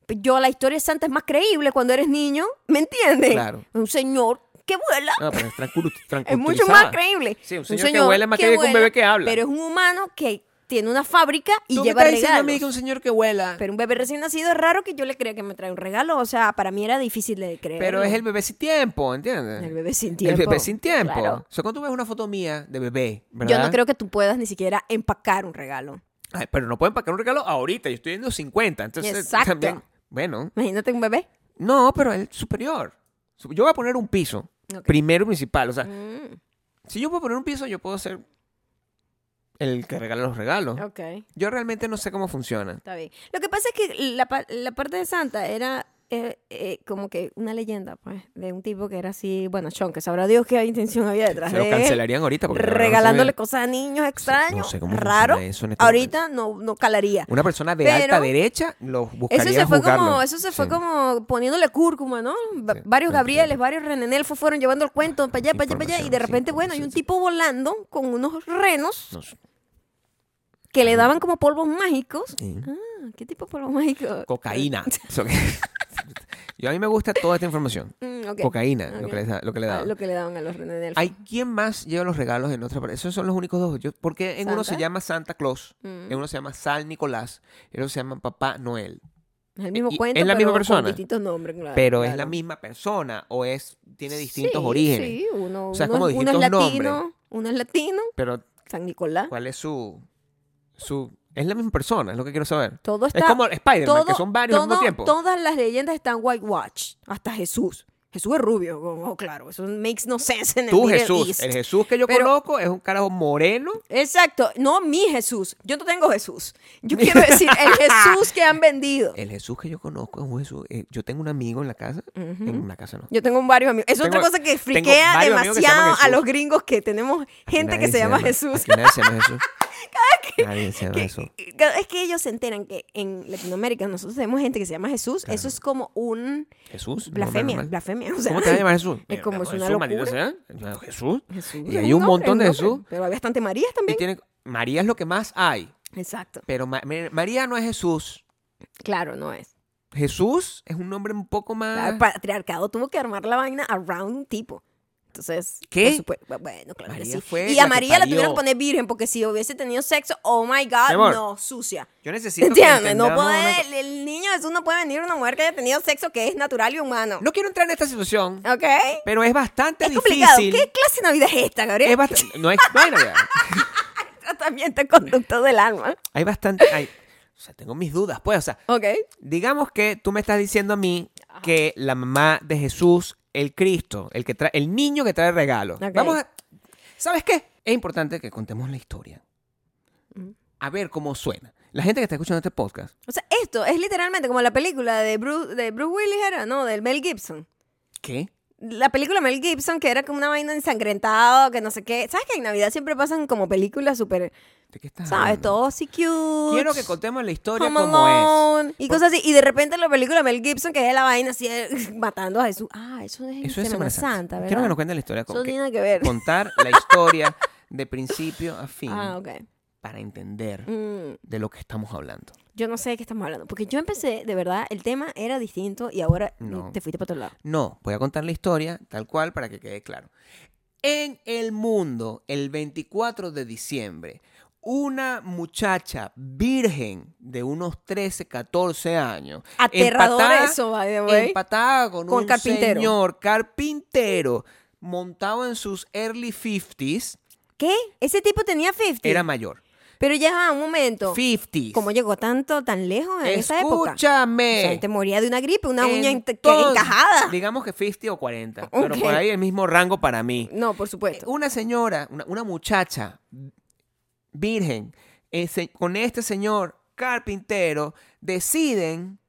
Speaker 1: yo la historia de Santa es más creíble cuando eres niño, ¿me entiendes?
Speaker 2: Claro.
Speaker 1: Un señor que vuela
Speaker 2: No, pero es tranquil-
Speaker 1: es mucho
Speaker 2: tranquilizaba.
Speaker 1: más creíble.
Speaker 2: Sí, un señor que huele es más creíble que un
Speaker 1: huele,
Speaker 2: bebé que habla.
Speaker 1: Pero es un humano que tiene una fábrica y
Speaker 2: Tú me
Speaker 1: lleva
Speaker 2: estás diciendo a mí que
Speaker 1: regalos.
Speaker 2: un señor que huela.
Speaker 1: Pero un bebé recién nacido es raro que yo le crea que me trae un regalo. O sea, para mí era difícil de creer.
Speaker 2: Pero es el bebé sin tiempo, ¿entiendes?
Speaker 1: El bebé sin tiempo.
Speaker 2: El bebé Em, sin tiempo.
Speaker 1: Claro.
Speaker 2: O sea, cuando tú ves una foto mía de bebé, ¿verdad?
Speaker 1: Yo no creo que tú puedas ni siquiera empacar un regalo.
Speaker 2: Ay, pero no pueden pagar un regalo ahorita. Yo estoy viendo 50. Entonces,
Speaker 1: Exacto.
Speaker 2: también. Bueno,
Speaker 1: Imagínate un bebé.
Speaker 2: no, pero es superior. Su- Yo voy a poner un piso.
Speaker 1: Ok.
Speaker 2: Primero y principal. O sea,
Speaker 1: Mm,
Speaker 2: si yo puedo poner un piso, yo puedo ser el que regala los regalos.
Speaker 1: ok,
Speaker 2: Yo realmente no sé cómo funciona.
Speaker 1: está bien. Lo que pasa es que la, pa- la parte de Santa era eh, eh, como que una leyenda, pues, de un tipo que era así, bueno, Sean, que sabrá Dios qué intención había detrás
Speaker 2: Se
Speaker 1: de
Speaker 2: lo
Speaker 1: él.
Speaker 2: cancelarían ahorita. Porque la verdad no se ve-
Speaker 1: regalándole cosas a niños extraños,
Speaker 2: no sé cómo
Speaker 1: raro.
Speaker 2: funciona eso en este
Speaker 1: Ahorita no, no calaría.
Speaker 2: Una persona de
Speaker 1: Pero-
Speaker 2: alta derecha los buscaría
Speaker 1: Eso se fue
Speaker 2: juzgarlo.
Speaker 1: como, eso se fue
Speaker 2: Sí.
Speaker 1: como poniéndole cúrcuma, ¿no? Va-
Speaker 2: Sí,
Speaker 1: varios
Speaker 2: sí,
Speaker 1: Gabrieles, varios René Nelfo fueron llevando el cuento para allá, para allá, para allá, y de
Speaker 2: Información, sí,
Speaker 1: repente, bueno, hay un
Speaker 2: información, sí.
Speaker 1: tipo volando con unos renos
Speaker 2: No sé.
Speaker 1: que le daban como polvos mágicos.
Speaker 2: Sí.
Speaker 1: Ah, ¿Qué tipo de polvos mágicos?
Speaker 2: Cocaína. Eso que- Yo a mí me gusta toda esta información.
Speaker 1: Mm, ok.
Speaker 2: Cocaína, lo,
Speaker 1: Ok.
Speaker 2: que le, da- lo que le
Speaker 1: Ah,
Speaker 2: daban.
Speaker 1: lo que le daban a los René Nelfo.
Speaker 2: ¿Hay quién más lleva los regalos en otra parte? Esos son los únicos dos. Yo, porque en uno se
Speaker 1: ¿Santa?
Speaker 2: llama Santa Claus,
Speaker 1: Mm.
Speaker 2: en uno se llama San Nicolás, en otro se llama Papá Noel.
Speaker 1: Es el mismo
Speaker 2: y-
Speaker 1: cuento,
Speaker 2: es la
Speaker 1: pero
Speaker 2: misma
Speaker 1: con
Speaker 2: persona.
Speaker 1: distintos nombres, claro,
Speaker 2: pero es
Speaker 1: Ah, claro.
Speaker 2: la misma persona o es tiene distintos
Speaker 1: Sí,
Speaker 2: orígenes.
Speaker 1: Sí, uno,
Speaker 2: O sea, es
Speaker 1: uno
Speaker 2: como
Speaker 1: es- uno es
Speaker 2: distintos
Speaker 1: latino,
Speaker 2: nombres.
Speaker 1: uno es latino,
Speaker 2: Pero
Speaker 1: San Nicolás.
Speaker 2: ¿cuál es su su es la misma persona? Es lo que quiero saber.
Speaker 1: Todo está.
Speaker 2: es como Spider-Man,
Speaker 1: todo,
Speaker 2: que son varios al mismo
Speaker 1: todo-
Speaker 2: tiempo.
Speaker 1: Todas las leyendas están whitewash. Hasta Jesús. Jesús es rubio. oh, claro, eso makes no sense en el
Speaker 2: Tú
Speaker 1: Middle
Speaker 2: Jesús,
Speaker 1: East.
Speaker 2: el Jesús que yo
Speaker 1: Pero-
Speaker 2: conozco es un carajo moreno.
Speaker 1: Exacto. No mi Jesús. Yo no tengo Jesús. Yo quiero decir el Jesús que han vendido.
Speaker 2: El Jesús que yo conozco es un Jesús. eh, yo tengo un amigo en la casa. En la casa no.
Speaker 1: Yo tengo varios amigos. Es otra
Speaker 2: Tengo-
Speaker 1: cosa que
Speaker 2: tengo
Speaker 1: friquea
Speaker 2: varios amigos que se llaman
Speaker 1: demasiado a
Speaker 2: Jesús.
Speaker 1: los gringos que tenemos
Speaker 2: Aquí
Speaker 1: gente
Speaker 2: nadie
Speaker 1: que se llama
Speaker 2: llama-
Speaker 1: Jesús.
Speaker 2: aquí nadie se llama Jesús. Nadie se llama
Speaker 1: que-
Speaker 2: Jesús.
Speaker 1: que- que- es que ellos se enteran que en Latinoamérica nosotros tenemos gente que se llama Jesús. Eso es como un
Speaker 2: Jesús. nombre
Speaker 1: blasfemia.
Speaker 2: normal.
Speaker 1: Blasfemia. O sea,
Speaker 2: ¿Cómo te vas a llamar Jesús? pues,
Speaker 1: Es como es una
Speaker 2: Jesús, maldito
Speaker 1: locura.
Speaker 2: sea. Yo, Jesús.
Speaker 1: Jesús
Speaker 2: Y
Speaker 1: es
Speaker 2: hay un
Speaker 1: nombre,
Speaker 2: montón de
Speaker 1: es un nombre,
Speaker 2: Jesús.
Speaker 1: Pero hay bastante Marías
Speaker 2: Y
Speaker 1: también.
Speaker 2: tiene, María es lo que más hay.
Speaker 1: Exacto.
Speaker 2: Pero Ma- Ma- María no es Jesús.
Speaker 1: Claro, no es.
Speaker 2: Jesús es un nombre un poco
Speaker 1: El
Speaker 2: más.
Speaker 1: patriarcado tuvo que armar la vaina around un tipo. Entonces,
Speaker 2: ¿Qué?
Speaker 1: por supue- bu- bueno, claro
Speaker 2: María
Speaker 1: que sí.
Speaker 2: fue
Speaker 1: y
Speaker 2: la
Speaker 1: a
Speaker 2: que
Speaker 1: María la
Speaker 2: parió.
Speaker 1: tuvieron que poner virgen porque si hubiese tenido sexo, oh my
Speaker 2: Mi
Speaker 1: god,
Speaker 2: amor.
Speaker 1: no, sucia.
Speaker 2: Yo necesito. que
Speaker 1: ¿Entiendes? No
Speaker 2: entendamos una
Speaker 1: puede,
Speaker 2: co-
Speaker 1: el, el niño Jesús no puede venir una mujer que haya tenido sexo que es natural y humano.
Speaker 2: No quiero entrar en esta situación,
Speaker 1: ¿Ok?
Speaker 2: pero es bastante
Speaker 1: Ah, Es complicado.
Speaker 2: difícil. Em-
Speaker 1: ¿Qué clase de Navidad es esta, Gabriel?
Speaker 2: Es bast- no hay, no hay Navidad.
Speaker 1: Tratamiento conducto del alma.
Speaker 2: Hay bastante. hay- o sea, tengo mis dudas, pues. O sea,
Speaker 1: ¿Ok?
Speaker 2: digamos que tú me estás diciendo a mí que la mamá de Jesús, el Cristo, el que trae, el niño que trae regalo.
Speaker 1: Ok.
Speaker 2: Vamos a. ¿Sabes qué? Es importante que contemos la historia.
Speaker 1: Mm.
Speaker 2: A ver cómo suena. La gente que está escuchando este podcast.
Speaker 1: O sea, esto es literalmente como la película de Bruce, de Bruce Willis, era, ¿no? Del Mel Gibson.
Speaker 2: ¿Qué?
Speaker 1: La película Mel Gibson, que era como una vaina ensangrentada, que no sé qué. ¿Sabes que en Navidad siempre pasan como películas súper
Speaker 2: ¿De qué estás
Speaker 1: ¿Sabes?
Speaker 2: hablando?
Speaker 1: Todo así cute.
Speaker 2: Quiero que contemos la historia
Speaker 1: Home
Speaker 2: como es.
Speaker 1: Alone, Y cosas así. Y de repente en la película Mel Gibson, que es la vaina así, eh, matando a Jesús. Ah, eso es, en
Speaker 2: Eso es
Speaker 1: Semana Santa, ¿verdad?
Speaker 2: Quiero que nos cuenten la historia. como
Speaker 1: Eso
Speaker 2: que-
Speaker 1: tiene nada que ver.
Speaker 2: Contar la historia de principio a fin
Speaker 1: Ah, ok.
Speaker 2: para entender
Speaker 1: Mm,
Speaker 2: de lo que estamos hablando.
Speaker 1: yo no sé de qué estamos hablando. Porque yo empecé, de verdad, el tema era distinto y ahora mm,
Speaker 2: No.
Speaker 1: te fuiste para otro lado.
Speaker 2: No, voy a contar la historia tal cual para que quede claro. En el mundo, el 24 de diciembre, una muchacha virgen de unos 13, 14 años,
Speaker 1: Aterrador
Speaker 2: empatada,
Speaker 1: eso, by the way.
Speaker 2: empatada con,
Speaker 1: Con
Speaker 2: un
Speaker 1: carpintero.
Speaker 2: señor carpintero montado en sus early 50s,
Speaker 1: ¿Qué? Ese tipo tenía 50.
Speaker 2: era mayor.
Speaker 1: Pero ya va, un momento.
Speaker 2: 50s.
Speaker 1: ¿Cómo llegó tanto, tan lejos en esa época?
Speaker 2: Escúchame.
Speaker 1: La gente moría de una gripe, una uña inte- que-
Speaker 2: Entonces,
Speaker 1: encajada.
Speaker 2: Digamos que 50 o 40, pero
Speaker 1: Ok.
Speaker 2: por ahí el mismo rango para mí.
Speaker 1: No, por supuesto.
Speaker 2: Eh, Una señora, una, una muchacha virgen, eh, se- con este señor carpintero, deciden.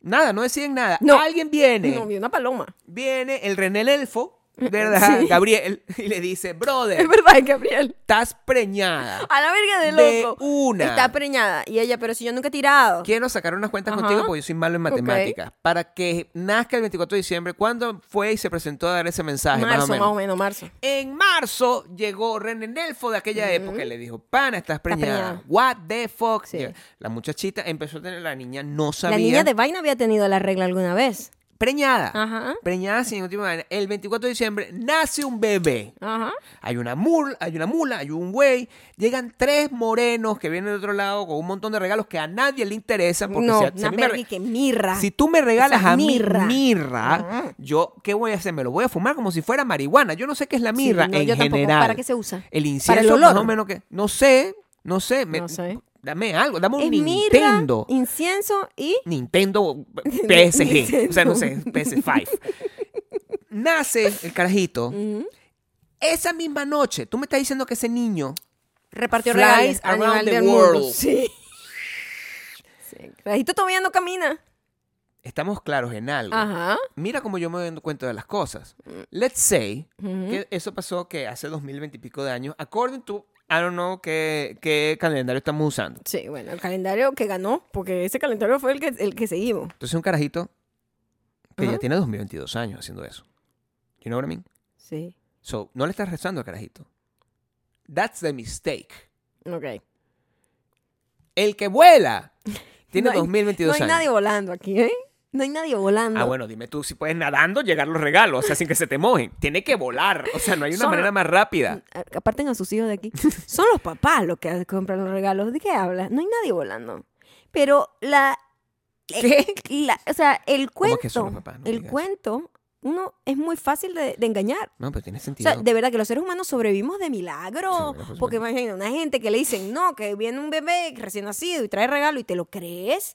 Speaker 2: Nada, no deciden nada.
Speaker 1: No.
Speaker 2: Alguien viene.
Speaker 1: No, vi una paloma.
Speaker 2: Viene el René el Elfo, ¿verdad?
Speaker 1: Sí.
Speaker 2: Gabriel, y le dice: Brother,
Speaker 1: Es verdad, Gabriel.
Speaker 2: estás preñada.
Speaker 1: A la verga de
Speaker 2: De
Speaker 1: loco.
Speaker 2: una.
Speaker 1: Está preñada. Y ella, pero si yo nunca he tirado.
Speaker 2: Quiero sacar unas cuentas
Speaker 1: Ajá.
Speaker 2: contigo porque yo soy malo en matemáticas. Para que nazca el 24 de diciembre, ¿cuándo fue y se presentó a dar ese mensaje?
Speaker 1: marzo, más o,
Speaker 2: más o menos.
Speaker 1: menos, marzo.
Speaker 2: En marzo llegó René Nelfo de aquella época y le dijo, pana, estás preñada.
Speaker 1: preñada.
Speaker 2: What the fuck?
Speaker 1: Sí.
Speaker 2: La muchachita empezó a tener, la niña no sabía.
Speaker 1: La niña de vaina había tenido la regla alguna vez.
Speaker 2: Preñada.
Speaker 1: Ajá.
Speaker 2: Preñada sin ningún tipo de vaina. El 24 de diciembre nace un bebé.
Speaker 1: Ajá.
Speaker 2: Hay una, mul, hay una mula, hay un güey. Llegan tres morenos que vienen de otro lado con un montón de regalos que a nadie le interesa. Porque
Speaker 1: no,
Speaker 2: si a- si a
Speaker 1: una
Speaker 2: mí me
Speaker 1: verga
Speaker 2: re-
Speaker 1: y que mirra.
Speaker 2: si tú me regalas
Speaker 1: Esa
Speaker 2: a mí
Speaker 1: mirra.
Speaker 2: mirra, yo, ¿qué voy a hacer? Me lo voy a fumar como si fuera marihuana. Yo no sé qué es la
Speaker 1: Sí,
Speaker 2: mirra
Speaker 1: no,
Speaker 2: en
Speaker 1: yo tampoco.
Speaker 2: general.
Speaker 1: ¿Para qué se usa?
Speaker 2: El
Speaker 1: Para
Speaker 2: incienso,
Speaker 1: el
Speaker 2: más o
Speaker 1: olor.
Speaker 2: menos que. No sé, no sé. me-
Speaker 1: No sé.
Speaker 2: Dame algo, dame un
Speaker 1: Es
Speaker 2: Nintendo.
Speaker 1: mirra, incienso y...
Speaker 2: Nintendo PSG.
Speaker 1: Nintendo.
Speaker 2: o sea, no sé, PS5. Nace el carajito. Esa misma noche, tú me estás diciendo que ese niño
Speaker 1: Repartió regalos
Speaker 2: Flies
Speaker 1: a
Speaker 2: around
Speaker 1: nivel
Speaker 2: the
Speaker 1: del
Speaker 2: world.
Speaker 1: mundo. Sí. sí. Rajito todavía no camina.
Speaker 2: Estamos claros en algo.
Speaker 1: Ajá.
Speaker 2: Mira cómo yo me voy dando cuenta de las cosas. Let's say que eso pasó que hace 2020 y pico de años. According to, I don't know qué, qué calendario estamos usando.
Speaker 1: Sí, bueno, el calendario que ganó, porque ese calendario fue el que, el que seguimos.
Speaker 2: Entonces un carajito que
Speaker 1: Ajá.
Speaker 2: ya tiene 2022 años haciendo eso. You know what I mean?
Speaker 1: Sí.
Speaker 2: So, no le estás rezando al carajito. That's the mistake.
Speaker 1: Ok.
Speaker 2: El que vuela tiene
Speaker 1: No hay-
Speaker 2: 2022
Speaker 1: No hay
Speaker 2: años.
Speaker 1: nadie volando aquí, ¿eh? No hay nadie volando.
Speaker 2: Ah, bueno, dime tú si puedes nadando llegar los regalos, o sea, sin que se te mojen. Tiene que volar, o sea, no hay una
Speaker 1: Son- Mm.
Speaker 2: manera más rápida.
Speaker 1: A- Aparten a sus hijos de aquí. Son los papás los que compran los regalos. ¿De qué hablas? No hay nadie volando. Pero la.
Speaker 2: ¿Qué?
Speaker 1: la- o sea, el
Speaker 2: ¿Cómo
Speaker 1: cuento.
Speaker 2: es que son los papás? No me
Speaker 1: el
Speaker 2: digas.
Speaker 1: cuento, uno es muy fácil de, de engañar.
Speaker 2: No, pero tiene
Speaker 1: O
Speaker 2: sentido.
Speaker 1: sea, de verdad que los seres humanos sobrevivimos de milagro.
Speaker 2: Sí, bueno,
Speaker 1: porque
Speaker 2: por
Speaker 1: imagina una gente que le dicen, no, que viene un bebé recién nacido y trae regalo y te lo crees.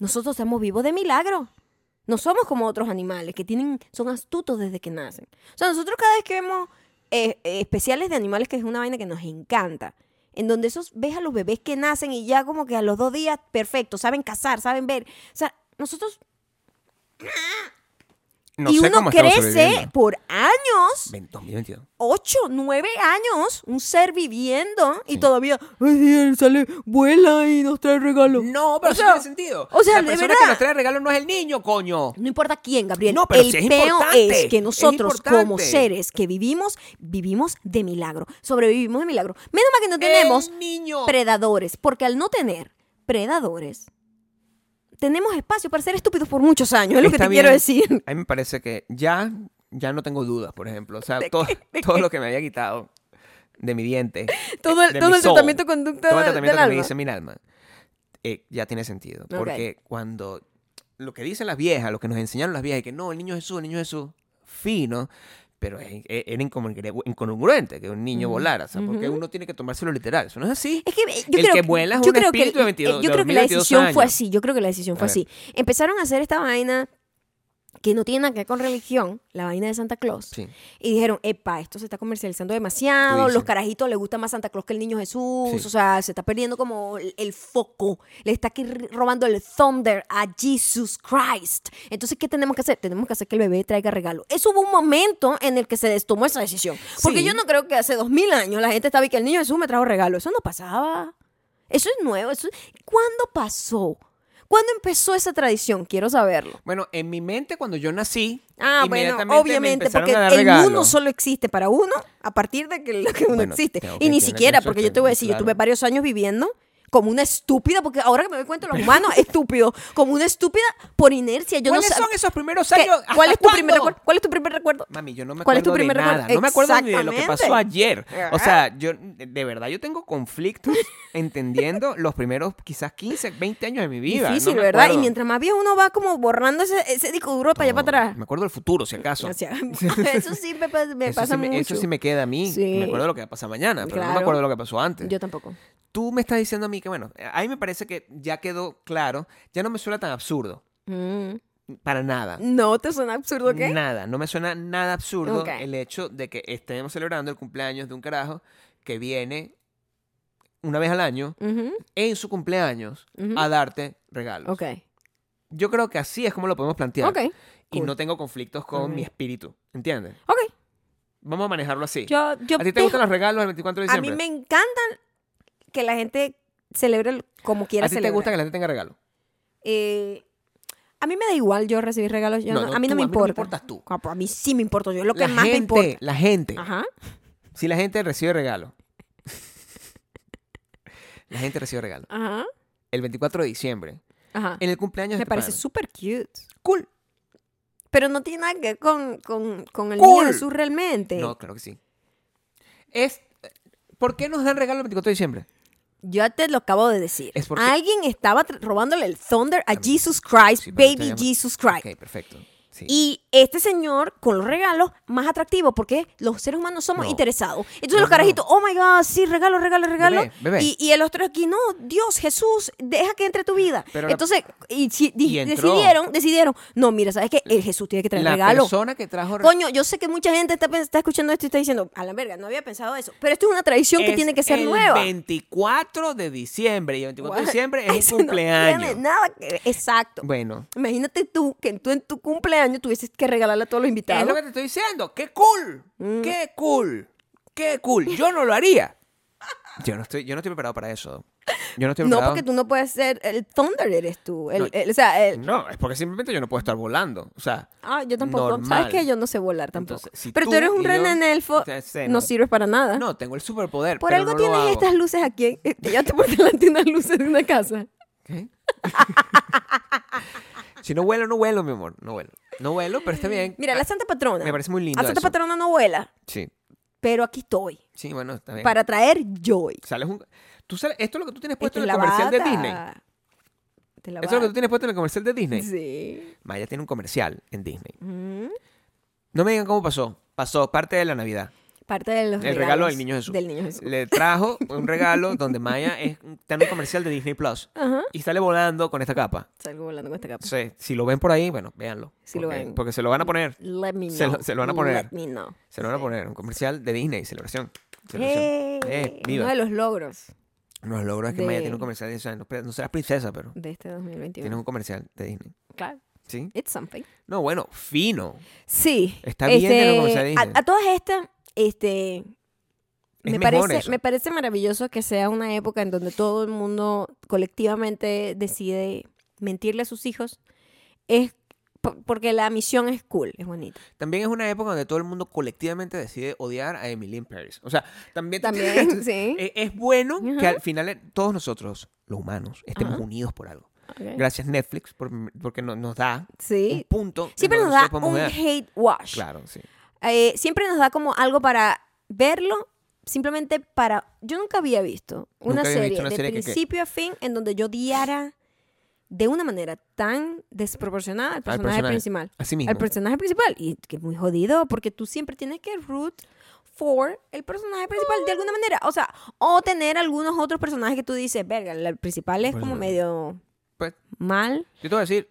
Speaker 1: Nosotros estamos vivos de milagro. No somos como otros animales que tienen, son astutos desde que nacen. O sea, nosotros cada vez que vemos eh, eh, especiales de animales, que es una vaina que nos encanta, en donde esos ves a los bebés que nacen y ya como que a los dos días, perfecto, saben cazar, saben ver. O sea, nosotros...
Speaker 2: no
Speaker 1: y
Speaker 2: sé
Speaker 1: uno
Speaker 2: cómo estamos
Speaker 1: crece
Speaker 2: sobreviviendo.
Speaker 1: por años
Speaker 2: Ven, 2022.
Speaker 1: ocho, nueve años, un ser viviendo y todavía, ay, sí, él sale, vuela y nos trae regalo.
Speaker 2: No, pero
Speaker 1: O
Speaker 2: sí
Speaker 1: sea,
Speaker 2: tiene sentido.
Speaker 1: o sea,
Speaker 2: la
Speaker 1: de
Speaker 2: persona
Speaker 1: verdad.
Speaker 2: que nos trae regalo no es el niño, coño.
Speaker 1: No importa quién, Gabriel.
Speaker 2: No, pero
Speaker 1: el
Speaker 2: sí es
Speaker 1: peo
Speaker 2: importante,
Speaker 1: es que
Speaker 2: es
Speaker 1: nosotros, como
Speaker 2: importante.
Speaker 1: seres que vivimos, vivimos de milagro. Sobrevivimos de milagro. Menos mal que
Speaker 2: Eh,
Speaker 1: no tenemos
Speaker 2: El niño.
Speaker 1: predadores, porque al no tener predadores, tenemos espacio para ser estúpidos por muchos años, es lo que
Speaker 2: Está
Speaker 1: te quiero
Speaker 2: bien.
Speaker 1: decir.
Speaker 2: A mí me parece que ya, ya no tengo dudas, por ejemplo. O sea, todo,
Speaker 1: qué?
Speaker 2: todo lo que me había quitado de mi diente.
Speaker 1: Todo el,
Speaker 2: de
Speaker 1: todo
Speaker 2: mi
Speaker 1: el
Speaker 2: soul,
Speaker 1: tratamiento de conducta
Speaker 2: Todo el
Speaker 1: del
Speaker 2: tratamiento que
Speaker 1: alma.
Speaker 2: me dice mi alma. eh, ya tiene sentido.
Speaker 1: Ok.
Speaker 2: Porque cuando lo que dicen las viejas, lo que nos enseñaron las viejas, es que no, el niño Jesús, el niño Jesús, fino. Pero es- es- era incongru- incongruente que un niño volara, o sea, porque uno tiene que tomárselo literal. Eso no es así.
Speaker 1: Es que eh, yo
Speaker 2: El
Speaker 1: creo
Speaker 2: que vuela es
Speaker 1: yo
Speaker 2: un
Speaker 1: creo
Speaker 2: espíritu
Speaker 1: que,
Speaker 2: de 22
Speaker 1: eh, Yo
Speaker 2: de
Speaker 1: creo que la
Speaker 2: 2022
Speaker 1: decisión fue
Speaker 2: años.
Speaker 1: así. Yo creo que la decisión
Speaker 2: A
Speaker 1: fue
Speaker 2: ver.
Speaker 1: así. Empezaron a hacer esta vaina que no tiene nada que ver con religión, la vaina de Santa Claus.
Speaker 2: Sí.
Speaker 1: Y dijeron, epa, esto se está comercializando
Speaker 2: Tú
Speaker 1: demasiado,
Speaker 2: dices.
Speaker 1: los carajitos les gusta más Santa Claus que el niño Jesús,
Speaker 2: Sí.
Speaker 1: o sea, se está perdiendo como el, el foco, le está aquí r- robando el thunder a Jesus Christ. Entonces, ¿qué tenemos que hacer? Tenemos que hacer que el bebé traiga regalo. Eso hubo un momento en el que se des- tomó esa decisión, porque
Speaker 2: Sí.
Speaker 1: yo no creo que hace dos mil años la gente estaba y que el niño Jesús me trajo regalo, eso no pasaba. Eso es nuevo, eso ¿cuándo pasó? ¿Cuándo empezó esa tradición? Quiero saberlo.
Speaker 2: Bueno, en mi mente cuando yo nací,
Speaker 1: Ah, bueno,
Speaker 2: inmediatamente me
Speaker 1: obviamente,
Speaker 2: empezaron
Speaker 1: porque
Speaker 2: a dar
Speaker 1: el mundo
Speaker 2: regalos.
Speaker 1: solo existe para uno a partir de que lo que uno
Speaker 2: Bueno,
Speaker 1: existe.
Speaker 2: tengo que
Speaker 1: Y ni
Speaker 2: tener
Speaker 1: siquiera,
Speaker 2: eso,
Speaker 1: porque yo te voy a decir, yo
Speaker 2: claro.
Speaker 1: tuve varios años viviendo como una estúpida, porque ahora que me doy cuenta, los humanos, estúpidos, como una estúpida por inercia. Yo
Speaker 2: ¿Cuáles
Speaker 1: no sab-
Speaker 2: son esos primeros
Speaker 1: ¿Qué?
Speaker 2: años? ¿Hasta
Speaker 1: ¿Cuál es tu primer
Speaker 2: cuándo?
Speaker 1: recuerdo? ¿Cuál es tu primer recuerdo?
Speaker 2: Mami, yo no me acuerdo
Speaker 1: ¿Cuál es tu
Speaker 2: de
Speaker 1: primer recuerdo?
Speaker 2: nada. No me acuerdo ni de lo que pasó ayer.
Speaker 1: Exactamente.
Speaker 2: O sea, yo de verdad yo tengo conflictos entendiendo los primeros quizás 15, 20 años de mi vida. No
Speaker 1: Difícil,
Speaker 2: me
Speaker 1: ¿verdad? Y
Speaker 2: acuerdo.
Speaker 1: mientras más viejo uno va como borrando ese, ese disco duro para allá
Speaker 2: No,
Speaker 1: para atrás.
Speaker 2: Me acuerdo del futuro, si acaso.
Speaker 1: O sea, eso sí me, pa- me
Speaker 2: eso
Speaker 1: pasa
Speaker 2: sí me,
Speaker 1: mucho.
Speaker 2: Eso sí me queda a mí.
Speaker 1: Sí.
Speaker 2: Me acuerdo de lo que pasa mañana, pero no me
Speaker 1: Claro.
Speaker 2: acuerdo de lo que pasó antes.
Speaker 1: Yo tampoco.
Speaker 2: Tú me estás diciendo a mí que, bueno, a mí me parece que ya quedó claro, ya no me suena tan absurdo.
Speaker 1: Mm.
Speaker 2: Para nada.
Speaker 1: ¿No te suena absurdo qué?
Speaker 2: Nada, no me suena nada absurdo
Speaker 1: Ok.
Speaker 2: el hecho de que estemos celebrando el cumpleaños de un carajo que viene una vez al año
Speaker 1: Ujú,
Speaker 2: en su cumpleaños
Speaker 1: ujú.
Speaker 2: a darte regalos.
Speaker 1: Ok.
Speaker 2: Yo creo que así es como lo podemos plantear.
Speaker 1: Ok.
Speaker 2: Y
Speaker 1: cool.
Speaker 2: no tengo conflictos con
Speaker 1: Ok.
Speaker 2: mi espíritu, ¿entiendes?
Speaker 1: Ok.
Speaker 2: Vamos a manejarlo así.
Speaker 1: Yo, yo
Speaker 2: ¿A ti te
Speaker 1: dejo-
Speaker 2: gustan los regalos el 24 de
Speaker 1: a
Speaker 2: diciembre?
Speaker 1: mí me encantan que la gente celebre el- como quiera
Speaker 2: ¿A ti te
Speaker 1: celebrar.
Speaker 2: gusta que la gente tenga regalos?
Speaker 1: Eh, a mí me da igual yo recibir regalos. yo
Speaker 2: No,
Speaker 1: no-
Speaker 2: no,
Speaker 1: a mí no
Speaker 2: tú,
Speaker 1: me
Speaker 2: a mí no me
Speaker 1: importa.
Speaker 2: importas tú.
Speaker 1: Guapo, a mí sí me importa. Yo lo que
Speaker 2: La
Speaker 1: más me
Speaker 2: gente,
Speaker 1: importa. Ah.
Speaker 2: la gente.
Speaker 1: Ajá.
Speaker 2: Si la gente recibe regalos. la gente recibe regalos.
Speaker 1: Ajá.
Speaker 2: El 24 de diciembre.
Speaker 1: Ajá.
Speaker 2: En el cumpleaños de
Speaker 1: Me
Speaker 2: tu
Speaker 1: parece
Speaker 2: pana.
Speaker 1: súper cute.
Speaker 2: cool.
Speaker 1: Pero no tiene nada que ver con, con, con el
Speaker 2: Cool.
Speaker 1: niño Jesús realmente.
Speaker 2: No, claro que sí. Es. ¿Por qué nos dan regalo el 24 de diciembre?
Speaker 1: Yo te lo acabo de decir.
Speaker 2: Es porque-
Speaker 1: Alguien estaba tra- robándole el thunder a Jesus Christ,
Speaker 2: Sí, pero
Speaker 1: baby
Speaker 2: tenemos-
Speaker 1: Jesus Christ.
Speaker 2: Ok, perfecto. Sí.
Speaker 1: Y este señor, con los regalos, más atractivo, porque los seres humanos somos
Speaker 2: No.
Speaker 1: interesados. Entonces los
Speaker 2: No, no, no.
Speaker 1: carajitos, oh my God, sí, regalo, regalo, regalo.
Speaker 2: Bebé, bebé.
Speaker 1: Y, y el otro aquí, no, Dios, Jesús, deja que entre tu vida.
Speaker 2: Pero la-
Speaker 1: Entonces, y, si- di-
Speaker 2: Y entró.
Speaker 1: decidieron, decidieron, no, mira, ¿sabes qué? El Jesús tiene que traer
Speaker 2: la
Speaker 1: regalo.
Speaker 2: persona que trajo regalo.
Speaker 1: Coño, yo sé que mucha gente está, está escuchando esto y está diciendo, a la verga, no había pensado eso. Pero esto es una tradición que tiene que ser
Speaker 2: el
Speaker 1: nueva.
Speaker 2: 24 de diciembre. Y el 24 de
Speaker 1: What?
Speaker 2: diciembre es
Speaker 1: Eso
Speaker 2: el
Speaker 1: no tiene
Speaker 2: cumpleaños.
Speaker 1: nada que ver. Exacto.
Speaker 2: bueno.
Speaker 1: Imagínate tú que tú en tu cumpleaños tuvieses que regalarle a todos los
Speaker 2: Es
Speaker 1: invitados.
Speaker 2: lo que te estoy diciendo. ¡Qué cool!
Speaker 1: Mm.
Speaker 2: ¡Qué cool! ¡Qué cool! Yo no lo haría. Yo no estoy, yo no estoy preparado para eso. Yo no estoy
Speaker 1: No,
Speaker 2: preparado.
Speaker 1: porque tú no puedes ser el Thunder, eres tú. El-
Speaker 2: No.
Speaker 1: el- o sea, el-
Speaker 2: No, es porque simplemente yo no puedo estar volando. O sea.
Speaker 1: ah, yo tampoco.
Speaker 2: normal.
Speaker 1: ¿Sabes qué? Yo no sé volar tampoco.
Speaker 2: Entonces, si
Speaker 1: Pero tú,
Speaker 2: tú
Speaker 1: eres
Speaker 2: y
Speaker 1: un
Speaker 2: yo-
Speaker 1: renanelfo,
Speaker 2: Ya sé,
Speaker 1: no
Speaker 2: no.
Speaker 1: sirves para nada.
Speaker 2: No, tengo el superpoder.
Speaker 1: Por
Speaker 2: pero
Speaker 1: algo
Speaker 2: no lo
Speaker 1: tienes
Speaker 2: hago.
Speaker 1: estas luces aquí. eh, Ya te por delante unas luces de una casa.
Speaker 2: ¿Qué? si no vuelo, no vuelo, mi amor. No vuelo. No vuelo, pero está bien.
Speaker 1: Mira, la Santa Patrona.
Speaker 2: Ah, Me parece muy lindo
Speaker 1: La Santa
Speaker 2: eso.
Speaker 1: Patrona no vuela,
Speaker 2: Sí,
Speaker 1: pero aquí estoy.
Speaker 2: sí, bueno, está bien.
Speaker 1: Para traer joy.
Speaker 2: Sales un... tú sales... Esto es lo que tú tienes puesto
Speaker 1: Te
Speaker 2: en
Speaker 1: la
Speaker 2: el comercial de
Speaker 1: bata.
Speaker 2: Disney.
Speaker 1: Te la
Speaker 2: Eso es lo que tú
Speaker 1: bata.
Speaker 2: tienes puesto en el comercial de Disney.
Speaker 1: Sí.
Speaker 2: Maya tiene un comercial en Disney.
Speaker 1: Mm.
Speaker 2: No me digan cómo pasó. Pasó parte de la Navidad.
Speaker 1: Parte de los
Speaker 2: El regalo
Speaker 1: regalos
Speaker 2: del niño Jesús.
Speaker 1: Del niño Jesús.
Speaker 2: Le trajo un regalo donde Maya es... está en un comercial de Disney Plus.
Speaker 1: Ajá.
Speaker 2: Y sale volando con esta capa.
Speaker 1: Salgo volando con esta capa.
Speaker 2: Sí, si lo ven por ahí, bueno, véanlo.
Speaker 1: Si lo
Speaker 2: porque,
Speaker 1: ven.
Speaker 2: Porque se lo van a poner.
Speaker 1: Let me know.
Speaker 2: Se lo- se lo van a
Speaker 1: Let
Speaker 2: poner.
Speaker 1: me know.
Speaker 2: Se lo van a poner. Un comercial de Disney, celebración. celebración.
Speaker 1: ¡Ey!
Speaker 2: Eh,
Speaker 1: Uno
Speaker 2: viva.
Speaker 1: de los logros
Speaker 2: Uno de los logros es que Maya
Speaker 1: de-
Speaker 2: tiene un comercial de Disney. No, pre- no serás princesa, pero
Speaker 1: de este 2021.
Speaker 2: tienes un comercial de Disney.
Speaker 1: Claro,
Speaker 2: ¿Sí?
Speaker 1: it's something.
Speaker 2: No, bueno, fino.
Speaker 1: Sí.
Speaker 2: Está bien que lo comercialicen.
Speaker 1: a, a todas estas, este,
Speaker 2: Es
Speaker 1: me
Speaker 2: mejor
Speaker 1: parece,
Speaker 2: eso.
Speaker 1: me parece maravilloso que sea una época en donde todo el mundo colectivamente decide mentirle a sus hijos. Es po- porque la misión es cool, es bonita.
Speaker 2: También es una época donde todo el mundo colectivamente decide odiar a Emily in Paris. O sea, también...
Speaker 1: También, sí.
Speaker 2: Es, es bueno que
Speaker 1: Ajá.
Speaker 2: al final eh, todos nosotros, los humanos, estemos
Speaker 1: Ajá.
Speaker 2: unidos por algo.
Speaker 1: Ok.
Speaker 2: Gracias Netflix por- porque no- nos da un
Speaker 1: Sí.
Speaker 2: punto. en
Speaker 1: Siempre
Speaker 2: donde
Speaker 1: nos da
Speaker 2: nosotros podemos
Speaker 1: un
Speaker 2: odiar.
Speaker 1: hate wash.
Speaker 2: Claro, sí.
Speaker 1: eh, siempre nos da como algo para verlo, simplemente para... Yo nunca había visto una
Speaker 2: Nunca había
Speaker 1: serie
Speaker 2: visto una
Speaker 1: de
Speaker 2: serie que- que-
Speaker 1: principio a fin en donde yo diara de una manera tan desproporcionada al personaje,
Speaker 2: personaje.
Speaker 1: principal.
Speaker 2: Así mismo.
Speaker 1: Al personaje principal. Y que es muy jodido porque tú siempre tienes que root for el personaje principal de alguna manera. O sea, o tener algunos otros personajes que tú dices, verga, el principal es
Speaker 2: Pues,
Speaker 1: como
Speaker 2: no.
Speaker 1: medio
Speaker 2: Pues,
Speaker 1: mal.
Speaker 2: yo te voy a decir,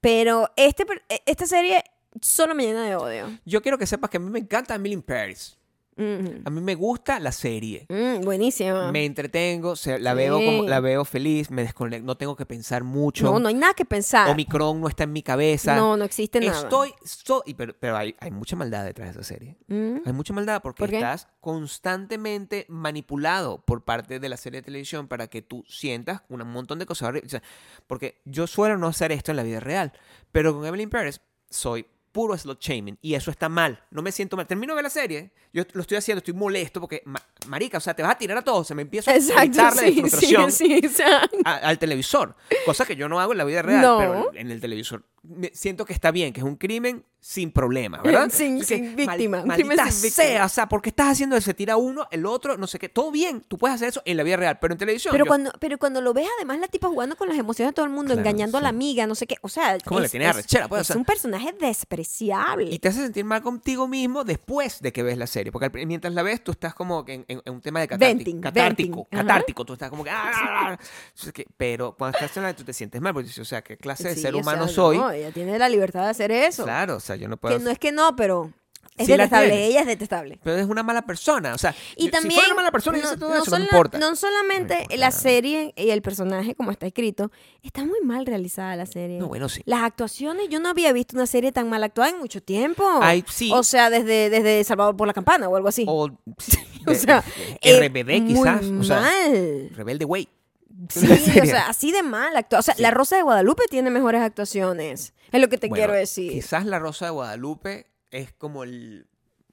Speaker 1: Pero este, per- e- esta serie solo me llena de odio.
Speaker 2: Yo quiero que sepas que a mí me encanta Emily in Paris.
Speaker 1: Mm,
Speaker 2: A mí me gusta la serie.
Speaker 1: mm, buenísima.
Speaker 2: Me entretengo, se- la, veo como,
Speaker 1: Sí.
Speaker 2: la veo feliz, me desconecto, no tengo que pensar mucho.
Speaker 1: No, no hay nada que pensar.
Speaker 2: Omicron no está en mi cabeza.
Speaker 1: No, no existe nada.
Speaker 2: Estoy, so- y pero, pero hay, hay mucha maldad detrás de esa serie.
Speaker 1: Mm.
Speaker 2: Hay mucha maldad porque
Speaker 1: ¿Por qué?
Speaker 2: estás constantemente manipulado por parte de la serie de televisión para que tú sientas un montón de cosas. horribles. O sea, porque yo suelo no hacer esto en la vida real, pero con Evelyn Pérez soy puro slot shaming y eso está mal. No me siento mal. Termino de ver la serie, yo lo estoy haciendo, estoy molesto porque, ma- marica, o sea, te vas a tirar a todos. Se me empieza a
Speaker 1: Exacto,
Speaker 2: gritarle de
Speaker 1: sí, sí,
Speaker 2: frustración
Speaker 1: sí, exacto.
Speaker 2: a- al televisor. Cosa que yo no hago en la vida real,
Speaker 1: No.
Speaker 2: pero en el televisor. me- siento que está bien, que es un crimen sin problema, ¿verdad?
Speaker 1: Sin-
Speaker 2: Así
Speaker 1: sin
Speaker 2: mal-
Speaker 1: víctima, un
Speaker 2: maldita
Speaker 1: crimen sin
Speaker 2: sea,
Speaker 1: víctima.
Speaker 2: o sea, ¿por qué estás haciendo eso? Se tira uno, el otro, no sé qué. Todo bien, tú puedes hacer eso en la vida real, pero en televisión.
Speaker 1: Pero
Speaker 2: yo-
Speaker 1: cuando, pero cuando lo ves, además, la tipa jugando con las emociones de todo el mundo,
Speaker 2: Claro,
Speaker 1: engañando a la
Speaker 2: sí.
Speaker 1: amiga, no sé qué. O sea,
Speaker 2: ¿Cómo le tiene arrechera, pues, o
Speaker 1: es
Speaker 2: sea.
Speaker 1: un personaje despreciable.
Speaker 2: Y te hace sentir mal contigo mismo después de que ves la serie. Porque al pri- mientras la ves, tú estás como que en, en- en un tema de catártico.
Speaker 1: Venting,
Speaker 2: catártico.
Speaker 1: venting, ajá.
Speaker 2: catártico. Tú estás como que. "Ah, ah, ah". Entonces, que- Pero cuando estás en la tú te sientes mal. Porque dices, o sea, ¿qué clase de
Speaker 1: Sí,
Speaker 2: ser
Speaker 1: o
Speaker 2: humano
Speaker 1: sea,
Speaker 2: soy?
Speaker 1: No, ella tiene la libertad de hacer eso.
Speaker 2: Claro, o sea, yo no puedo.
Speaker 1: que no es que no, pero es
Speaker 2: Sí la
Speaker 1: detestable.
Speaker 2: tiene.
Speaker 1: Ella es detestable.
Speaker 2: pero es una mala persona. O sea,
Speaker 1: Y
Speaker 2: yo-
Speaker 1: también.
Speaker 2: si fuera una mala persona, yo sé todo eso, no
Speaker 1: sola-
Speaker 2: importa.
Speaker 1: no solamente
Speaker 2: No importa
Speaker 1: la
Speaker 2: nada.
Speaker 1: serie y el personaje, como está escrito, está muy mal realizada la serie.
Speaker 2: No, bueno, sí.
Speaker 1: Las actuaciones, yo no había visto una serie tan mal actuada en mucho tiempo.
Speaker 2: Ay, sí. Oh,
Speaker 1: O sea, desde, desde Salvador por la Campana o algo así.
Speaker 2: O,
Speaker 1: o sea, eh,
Speaker 2: RBD quizás.
Speaker 1: Muy
Speaker 2: o sea,
Speaker 1: mal.
Speaker 2: Rebelde Way.
Speaker 1: Sí,
Speaker 2: la
Speaker 1: o
Speaker 2: serie.
Speaker 1: sea, así de mal. actua- O sea, La Rosa de Guadalupe tiene mejores actuaciones. Es lo que te
Speaker 2: Bueno,
Speaker 1: quiero decir.
Speaker 2: Quizás la Rosa de Guadalupe es como el.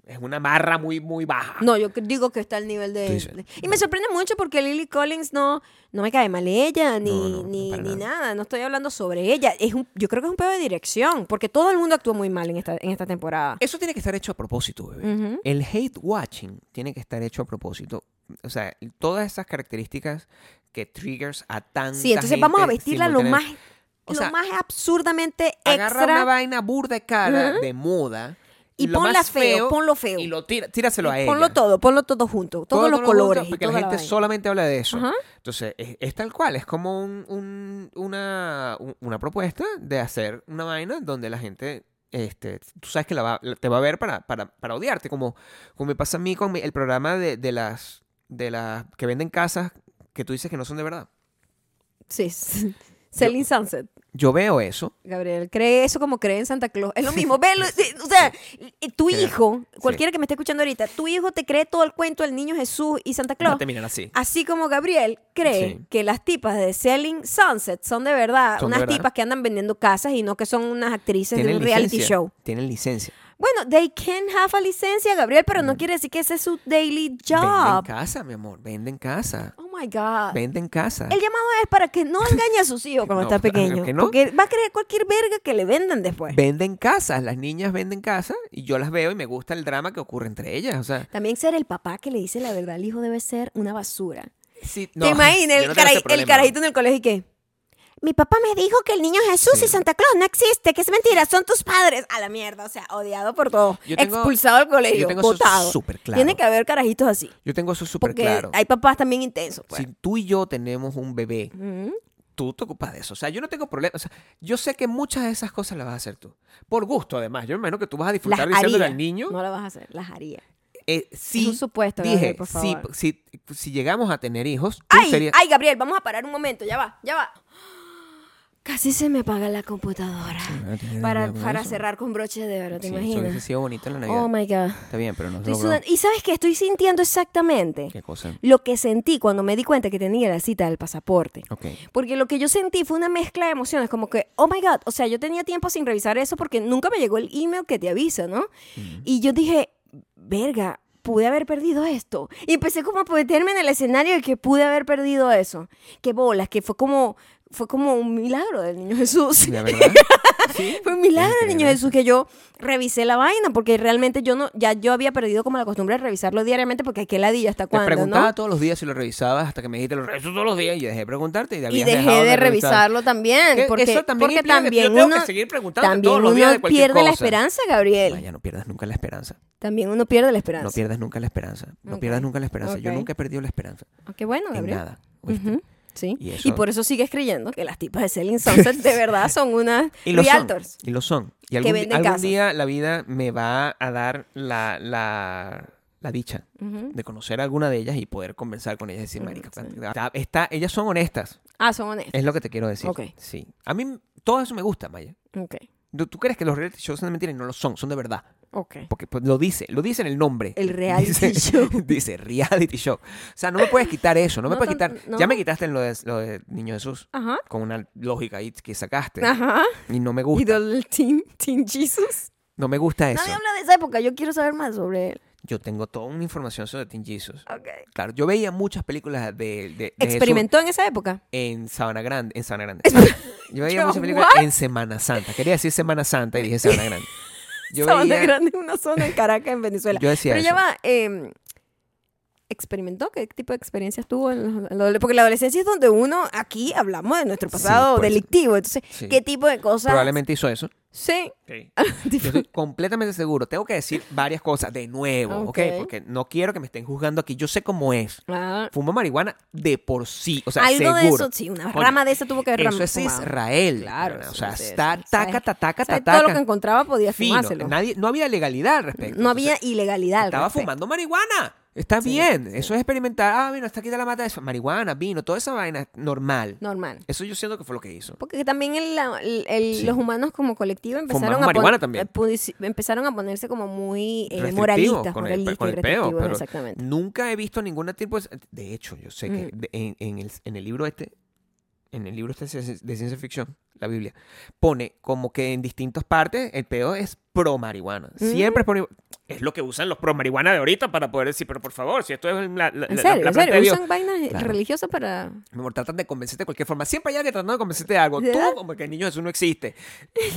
Speaker 2: Es una marra muy, muy baja.
Speaker 1: No, yo cre- digo que está al nivel de...
Speaker 2: Tú dices.
Speaker 1: de- Y me sorprende mucho porque Lily Collins no, no me cae mal ella, ni,
Speaker 2: No, no,
Speaker 1: ni,
Speaker 2: para
Speaker 1: ni
Speaker 2: nada.
Speaker 1: nada. No estoy hablando sobre ella. Es un, yo creo que es un pedo de dirección, porque todo el mundo actúa muy mal en esta, en esta temporada.
Speaker 2: Eso tiene que estar hecho a propósito, bebé.
Speaker 1: Ujú.
Speaker 2: El hate watching tiene que estar hecho a propósito. O sea, todas esas características que triggers a tanta
Speaker 1: Sí, entonces vamos a
Speaker 2: gente
Speaker 1: vestirla lo más,
Speaker 2: simultáneamente. O sea,
Speaker 1: lo más absurdamente
Speaker 2: agarra una
Speaker 1: extra.
Speaker 2: vaina burda de cara de moda
Speaker 1: Y
Speaker 2: lo
Speaker 1: ponla
Speaker 2: más
Speaker 1: feo, ponlo feo.
Speaker 2: y lo tira, tíraselo a ella.
Speaker 1: Ponlo todo, ponlo todo junto, todos
Speaker 2: Todo,
Speaker 1: los
Speaker 2: todo
Speaker 1: colores.
Speaker 2: junto,
Speaker 1: y
Speaker 2: porque la
Speaker 1: toda
Speaker 2: gente
Speaker 1: vaina.
Speaker 2: solamente habla de eso.
Speaker 1: Ajá.
Speaker 2: Entonces, es, es tal cual, es como un- un- una, un- una propuesta de hacer una vaina donde la gente, este, tú sabes que la va- la- te va a ver para, para, para odiarte, como, como me pasa a mí con mi- el programa de, de las de las que venden casas que tú dices que no son de verdad.
Speaker 1: Sí. sí. Selling Sunset.
Speaker 2: Yo veo eso
Speaker 1: Gabriel, cree eso como cree en Santa Claus. Es lo mismo. Velo, sí, o sea, y tu
Speaker 2: Claro,
Speaker 1: hijo,
Speaker 2: sí.
Speaker 1: cualquiera que me esté escuchando ahorita, tu hijo te cree todo el cuento del niño Jesús y Santa Claus.
Speaker 2: no terminan así.
Speaker 1: Así como Gabriel cree
Speaker 2: Sí.
Speaker 1: que las tipas de Selling Sunset son de verdad
Speaker 2: Son de
Speaker 1: unas
Speaker 2: verdad.
Speaker 1: tipas que andan vendiendo casas y no que son unas actrices de
Speaker 2: Tienen
Speaker 1: un reality
Speaker 2: licencia,
Speaker 1: show.
Speaker 2: Tienen licencia.
Speaker 1: Bueno, they can have a licencia, Gabriel, pero
Speaker 2: Mm.
Speaker 1: no quiere decir que ese es su daily
Speaker 2: Venden
Speaker 1: job.
Speaker 2: casa, mi amor. Venden casa.
Speaker 1: Oh my God.
Speaker 2: Venden casa.
Speaker 1: El llamado es para que no engañe a sus hijos cuando
Speaker 2: No,
Speaker 1: está
Speaker 2: claro
Speaker 1: pequeño.
Speaker 2: que no.
Speaker 1: Porque va a creer cualquier verga que le vendan después.
Speaker 2: Venden casas. Las niñas venden casas y yo las veo y me gusta el drama que ocurre entre ellas. O sea,
Speaker 1: También ser el papá que le dice la verdad al hijo debe ser una basura.
Speaker 2: sí,
Speaker 1: ¿Te
Speaker 2: no,
Speaker 1: imaginas
Speaker 2: yo
Speaker 1: el,
Speaker 2: no tengo
Speaker 1: caray-
Speaker 2: ese
Speaker 1: el
Speaker 2: problema.
Speaker 1: carajito en el colegio y qué? Mi papá me dijo que el niño Jesús
Speaker 2: Sí.
Speaker 1: y Santa Claus no existe, que es mentira, son tus padres. A la mierda, o sea, odiado por todos,
Speaker 2: Yo tengo-
Speaker 1: expulsado del colegio,
Speaker 2: yo tengo eso
Speaker 1: botado.
Speaker 2: superclaro.
Speaker 1: Tiene que haber carajitos así,
Speaker 2: Yo tengo eso súper
Speaker 1: porque
Speaker 2: claro.
Speaker 1: hay papás también intensos. pues.
Speaker 2: Si tú y yo tenemos un bebé,
Speaker 1: Mm.
Speaker 2: tú te ocupas de eso. O sea, yo no tengo problema. O sea, yo sé que muchas de esas cosas las vas a hacer tú. Por gusto, además. Yo me imagino que tú vas a
Speaker 1: Las
Speaker 2: disfrutar diciéndole
Speaker 1: haría.
Speaker 2: al niño.
Speaker 1: No las vas a hacer, las haría.
Speaker 2: eh, sí,
Speaker 1: un supuesto,
Speaker 2: dije,
Speaker 1: Gabriel, por
Speaker 2: sí,
Speaker 1: favor.
Speaker 2: Si, si llegamos a tener hijos, tú
Speaker 1: ¡Ay!
Speaker 2: serías-
Speaker 1: ¡Ay, Gabriel! Vamos a parar un momento, ya va, ya va. Casi se me apaga la computadora.
Speaker 2: no tiene nada que
Speaker 1: Para,
Speaker 2: ver con
Speaker 1: para
Speaker 2: eso.
Speaker 1: cerrar con broche de oro, ¿te
Speaker 2: Sí, eso hubiese
Speaker 1: imaginas?
Speaker 2: sido bonito en la Navidad.
Speaker 1: Oh my God.
Speaker 2: Está bien, pero no se
Speaker 1: Estoy
Speaker 2: logró.
Speaker 1: sudando. Y sabes qué estoy sintiendo exactamente
Speaker 2: ¿Qué cosa?
Speaker 1: lo que sentí cuando me di cuenta que tenía la cita del pasaporte.
Speaker 2: Ok.
Speaker 1: Porque lo que yo sentí fue una mezcla de emociones, como que, oh my God, o sea, yo tenía tiempo sin revisar eso porque nunca me llegó el email que te avisa, ¿no? Y yo dije, verga, pude haber perdido esto. Y empecé como a meterme en el escenario de que pude haber perdido eso. Qué bolas, que fue como, fue como un milagro del niño Jesús.
Speaker 2: La verdad. sí.
Speaker 1: Fue un milagro, niño
Speaker 2: Increíble.
Speaker 1: Jesús, que yo revisé la vaina, porque realmente yo no, ya yo había perdido como la costumbre de revisarlo diariamente, porque qué ladilla hasta
Speaker 2: Te
Speaker 1: cuándo,
Speaker 2: preguntaba
Speaker 1: ¿no?
Speaker 2: todos los días si lo revisabas hasta que me dijiste lo reviso todos los días y dejé de preguntarte y,
Speaker 1: Y
Speaker 2: habías
Speaker 1: dejé
Speaker 2: dejado
Speaker 1: de
Speaker 2: revisar.
Speaker 1: revisarlo también,
Speaker 2: Que
Speaker 1: porque
Speaker 2: eso también
Speaker 1: porque
Speaker 2: implica que
Speaker 1: también
Speaker 2: yo tengo que
Speaker 1: uno-
Speaker 2: seguir preguntándote
Speaker 1: también
Speaker 2: todos los días
Speaker 1: uno
Speaker 2: de cualquier
Speaker 1: pierde la
Speaker 2: cosa.
Speaker 1: esperanza, Gabriel.
Speaker 2: Vaya, no pierdas nunca la esperanza.
Speaker 1: También uno pierde la
Speaker 2: No
Speaker 1: esperanza.
Speaker 2: pierdas nunca la esperanza. No
Speaker 1: Ok.
Speaker 2: pierdas nunca la esperanza. Yo
Speaker 1: Ok.
Speaker 2: nunca he perdido la esperanza
Speaker 1: Ah, Qué bueno,
Speaker 2: en
Speaker 1: Gabriel.
Speaker 2: nada. ¿oíste?
Speaker 1: Ujú. ¿sí?
Speaker 2: Y
Speaker 1: Y,
Speaker 2: eso-
Speaker 1: por eso sigues creyendo que las tipas de Selling Sunset de verdad son unas
Speaker 2: Y lo
Speaker 1: realtors.
Speaker 2: son. Y lo son. Y algún, di-
Speaker 1: venden
Speaker 2: algún
Speaker 1: casas.
Speaker 2: día la vida me va a dar la, la, la dicha
Speaker 1: Ujú.
Speaker 2: de conocer a alguna de ellas y poder conversar con ellas y decir,
Speaker 1: Mm,
Speaker 2: marica,
Speaker 1: sí.
Speaker 2: está- está- ellas son honestas.
Speaker 1: Ah, son honestas.
Speaker 2: Es lo que te quiero decir.
Speaker 1: Ok.
Speaker 2: Sí. A mí todo eso me gusta, Maya.
Speaker 1: Ok,
Speaker 2: ¿Tú, tú crees que los reality shows son de mentira? Y No lo son, son de verdad.
Speaker 1: ok.
Speaker 2: Porque pues, lo dice, lo dice en el nombre.
Speaker 1: El reality
Speaker 2: Dice-
Speaker 1: show.
Speaker 2: Dice reality show. O sea, no me puedes quitar eso, no me
Speaker 1: No
Speaker 2: puedes
Speaker 1: tan-
Speaker 2: quitar.
Speaker 1: no.
Speaker 2: Ya me quitaste en lo de, lo de Niño Jesús
Speaker 1: Ajá,
Speaker 2: con una lógica ahí que sacaste.
Speaker 1: ajá.
Speaker 2: Y no
Speaker 1: Ah.
Speaker 2: me
Speaker 1: Y
Speaker 2: gusta.
Speaker 1: del Team, team Jesus.
Speaker 2: No me gusta eso.
Speaker 1: Nadie habla de esa época, yo quiero saber más sobre él.
Speaker 2: Yo tengo toda una información sobre Teen Jesus.
Speaker 1: Ok.
Speaker 2: Claro, yo veía muchas películas de, de- de Jesús
Speaker 1: ¿Experimentó en esa época?
Speaker 2: en Sabana Grande. En Sabana Grande. Yo
Speaker 1: Yo,
Speaker 2: veía muchas películas
Speaker 1: ¿what?
Speaker 2: en Semana Santa. Quería decir Semana Santa y dije Sabana Grande. Yo
Speaker 1: Sabana
Speaker 2: veía-
Speaker 1: Grande es una zona en Caracas, en Venezuela.
Speaker 2: Yo decía
Speaker 1: Pero ya
Speaker 2: eso.
Speaker 1: va, eh, ¿experimentó? ¿Qué tipo de experiencias tuvo? en los- en los- Porque la adolescencia es donde uno, aquí hablamos de nuestro
Speaker 2: Sí,
Speaker 1: pasado
Speaker 2: pues.
Speaker 1: delictivo. Entonces,
Speaker 2: Sí.
Speaker 1: ¿qué tipo de cosas?
Speaker 2: Probablemente hizo eso.
Speaker 1: Sí.
Speaker 2: Yo estoy completamente seguro. Tengo que decir varias cosas de nuevo, ¿ok?
Speaker 1: Ok.
Speaker 2: Porque no quiero que me estén juzgando aquí. Yo sé cómo es.
Speaker 1: Ah,
Speaker 2: Fuma marihuana de por sí. O sea,
Speaker 1: algo
Speaker 2: seguro.
Speaker 1: de eso, sí, una
Speaker 2: Coño,
Speaker 1: rama de eso tuvo que ver
Speaker 2: Eso es Israel.
Speaker 1: Claro,
Speaker 2: pana. O
Speaker 1: sí,
Speaker 2: sea,
Speaker 1: sí,
Speaker 2: está
Speaker 1: sí.
Speaker 2: taca,
Speaker 1: Sabes-
Speaker 2: taca, taca,
Speaker 1: O sea,
Speaker 2: taca.
Speaker 1: todo lo que encontraba podía
Speaker 2: fino.
Speaker 1: fumárselo.
Speaker 2: Nadie, no había legalidad al respecto.
Speaker 1: no
Speaker 2: Entonces,
Speaker 1: había ilegalidad. pues, al
Speaker 2: Estaba
Speaker 1: respecto.
Speaker 2: fumando marihuana. Está
Speaker 1: Sí,
Speaker 2: bien.
Speaker 1: sí.
Speaker 2: Eso es experimentar. Ah, bueno, está aquí de la mata de eso. Marihuana, vino, toda esa vaina normal.
Speaker 1: Normal.
Speaker 2: Eso yo siento que fue lo que hizo.
Speaker 1: Porque también el- el- el-
Speaker 2: Sí.
Speaker 1: los humanos como colectivo empezaron
Speaker 2: Fumaron
Speaker 1: a, pon-
Speaker 2: marihuana también.
Speaker 1: eh, pudi- empezaron a ponerse como muy eh,
Speaker 2: Restrictivo
Speaker 1: moralistas,
Speaker 2: con el-
Speaker 1: moralistas
Speaker 2: con
Speaker 1: y
Speaker 2: el peo,
Speaker 1: restrictivos,
Speaker 2: pero-
Speaker 1: exactamente.
Speaker 2: Nunca he visto ningún tipo de... De hecho, yo sé que
Speaker 1: Mm.
Speaker 2: de- en, en el, en el libro este, en el libro este de cien- de ciencia ficción, la Biblia, pone como que en distintas partes el pedo es pro marihuana.
Speaker 1: Mm.
Speaker 2: Siempre es pro Es lo que usan los pro marihuana de ahorita para poder decir, pero por favor, si esto es la, la, la-
Speaker 1: En
Speaker 2: la-
Speaker 1: serio,
Speaker 2: la
Speaker 1: en
Speaker 2: planta
Speaker 1: serio,
Speaker 2: de Dios.
Speaker 1: usan vainas
Speaker 2: Claro.
Speaker 1: religiosas para...
Speaker 2: Mi amor, tratan de convencerte de cualquier forma. Siempre hay alguien tratando de convencerte de algo.
Speaker 1: ¿Verdad?
Speaker 2: Tú, como que el niño Jesús no existe.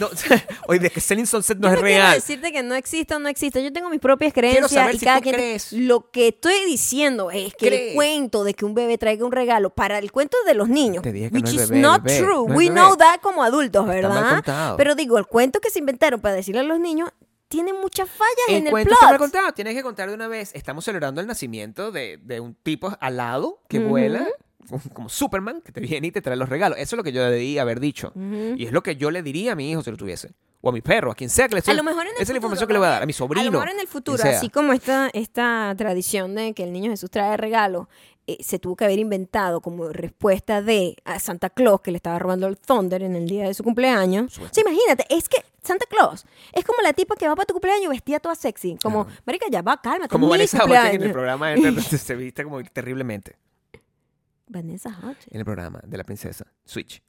Speaker 2: No, o de que Selling Sunset no
Speaker 1: Yo
Speaker 2: es
Speaker 1: quiero
Speaker 2: real.
Speaker 1: decirte que no existe o no existe. Yo tengo mis propias creencias
Speaker 2: saber
Speaker 1: y
Speaker 2: si
Speaker 1: cada
Speaker 2: tú
Speaker 1: quien.
Speaker 2: crees.
Speaker 1: Lo que estoy diciendo es que
Speaker 2: ¿Crees?
Speaker 1: el cuento de que un bebé traiga un regalo para el cuento de los niños,
Speaker 2: Te dije que no
Speaker 1: which
Speaker 2: es
Speaker 1: is
Speaker 2: bebé,
Speaker 1: not
Speaker 2: bebé,
Speaker 1: true.
Speaker 2: no es
Speaker 1: We
Speaker 2: bebé.
Speaker 1: know that como adultos,
Speaker 2: Está
Speaker 1: ¿verdad?
Speaker 2: mal contado.
Speaker 1: Pero digo, el cuento que se inventaron para decirle a los niños tiene muchas fallas en el
Speaker 2: cuento está mal
Speaker 1: plot.
Speaker 2: contado. Tienes que contar de una vez. Estamos celebrando el nacimiento de, de un tipo alado que vuela, como Superman, que te viene y te trae los regalos. Eso es lo que yo debí haber dicho. Y es lo que yo le diría a mi hijo si lo tuviese. O a mi perro, a quien sea que le
Speaker 1: A
Speaker 2: estoy-
Speaker 1: lo mejor en el
Speaker 2: Esa es la información
Speaker 1: futuro,
Speaker 2: que le voy a dar. A mi
Speaker 1: Gabriel.
Speaker 2: sobrino.
Speaker 1: A lo mejor en el
Speaker 2: quien
Speaker 1: futuro,
Speaker 2: sea.
Speaker 1: así como esta, esta tradición de que el niño Jesús trae regalo, eh, se tuvo que haber inventado como respuesta de a Santa Claus que le estaba robando el Thunder en el día de su cumpleaños.
Speaker 2: supuesto.
Speaker 1: Sí, imagínate, es que Santa Claus es como la tipa que va para tu cumpleaños vestida toda sexy. Como, marica, ya va, cálmate.
Speaker 2: Como
Speaker 1: es mi
Speaker 2: Vanessa Hudgens en el
Speaker 1: cumpleaños".
Speaker 2: programa de- se viste como terriblemente.
Speaker 1: Vanessa Hudgens.
Speaker 2: En el programa de la princesa. Switch.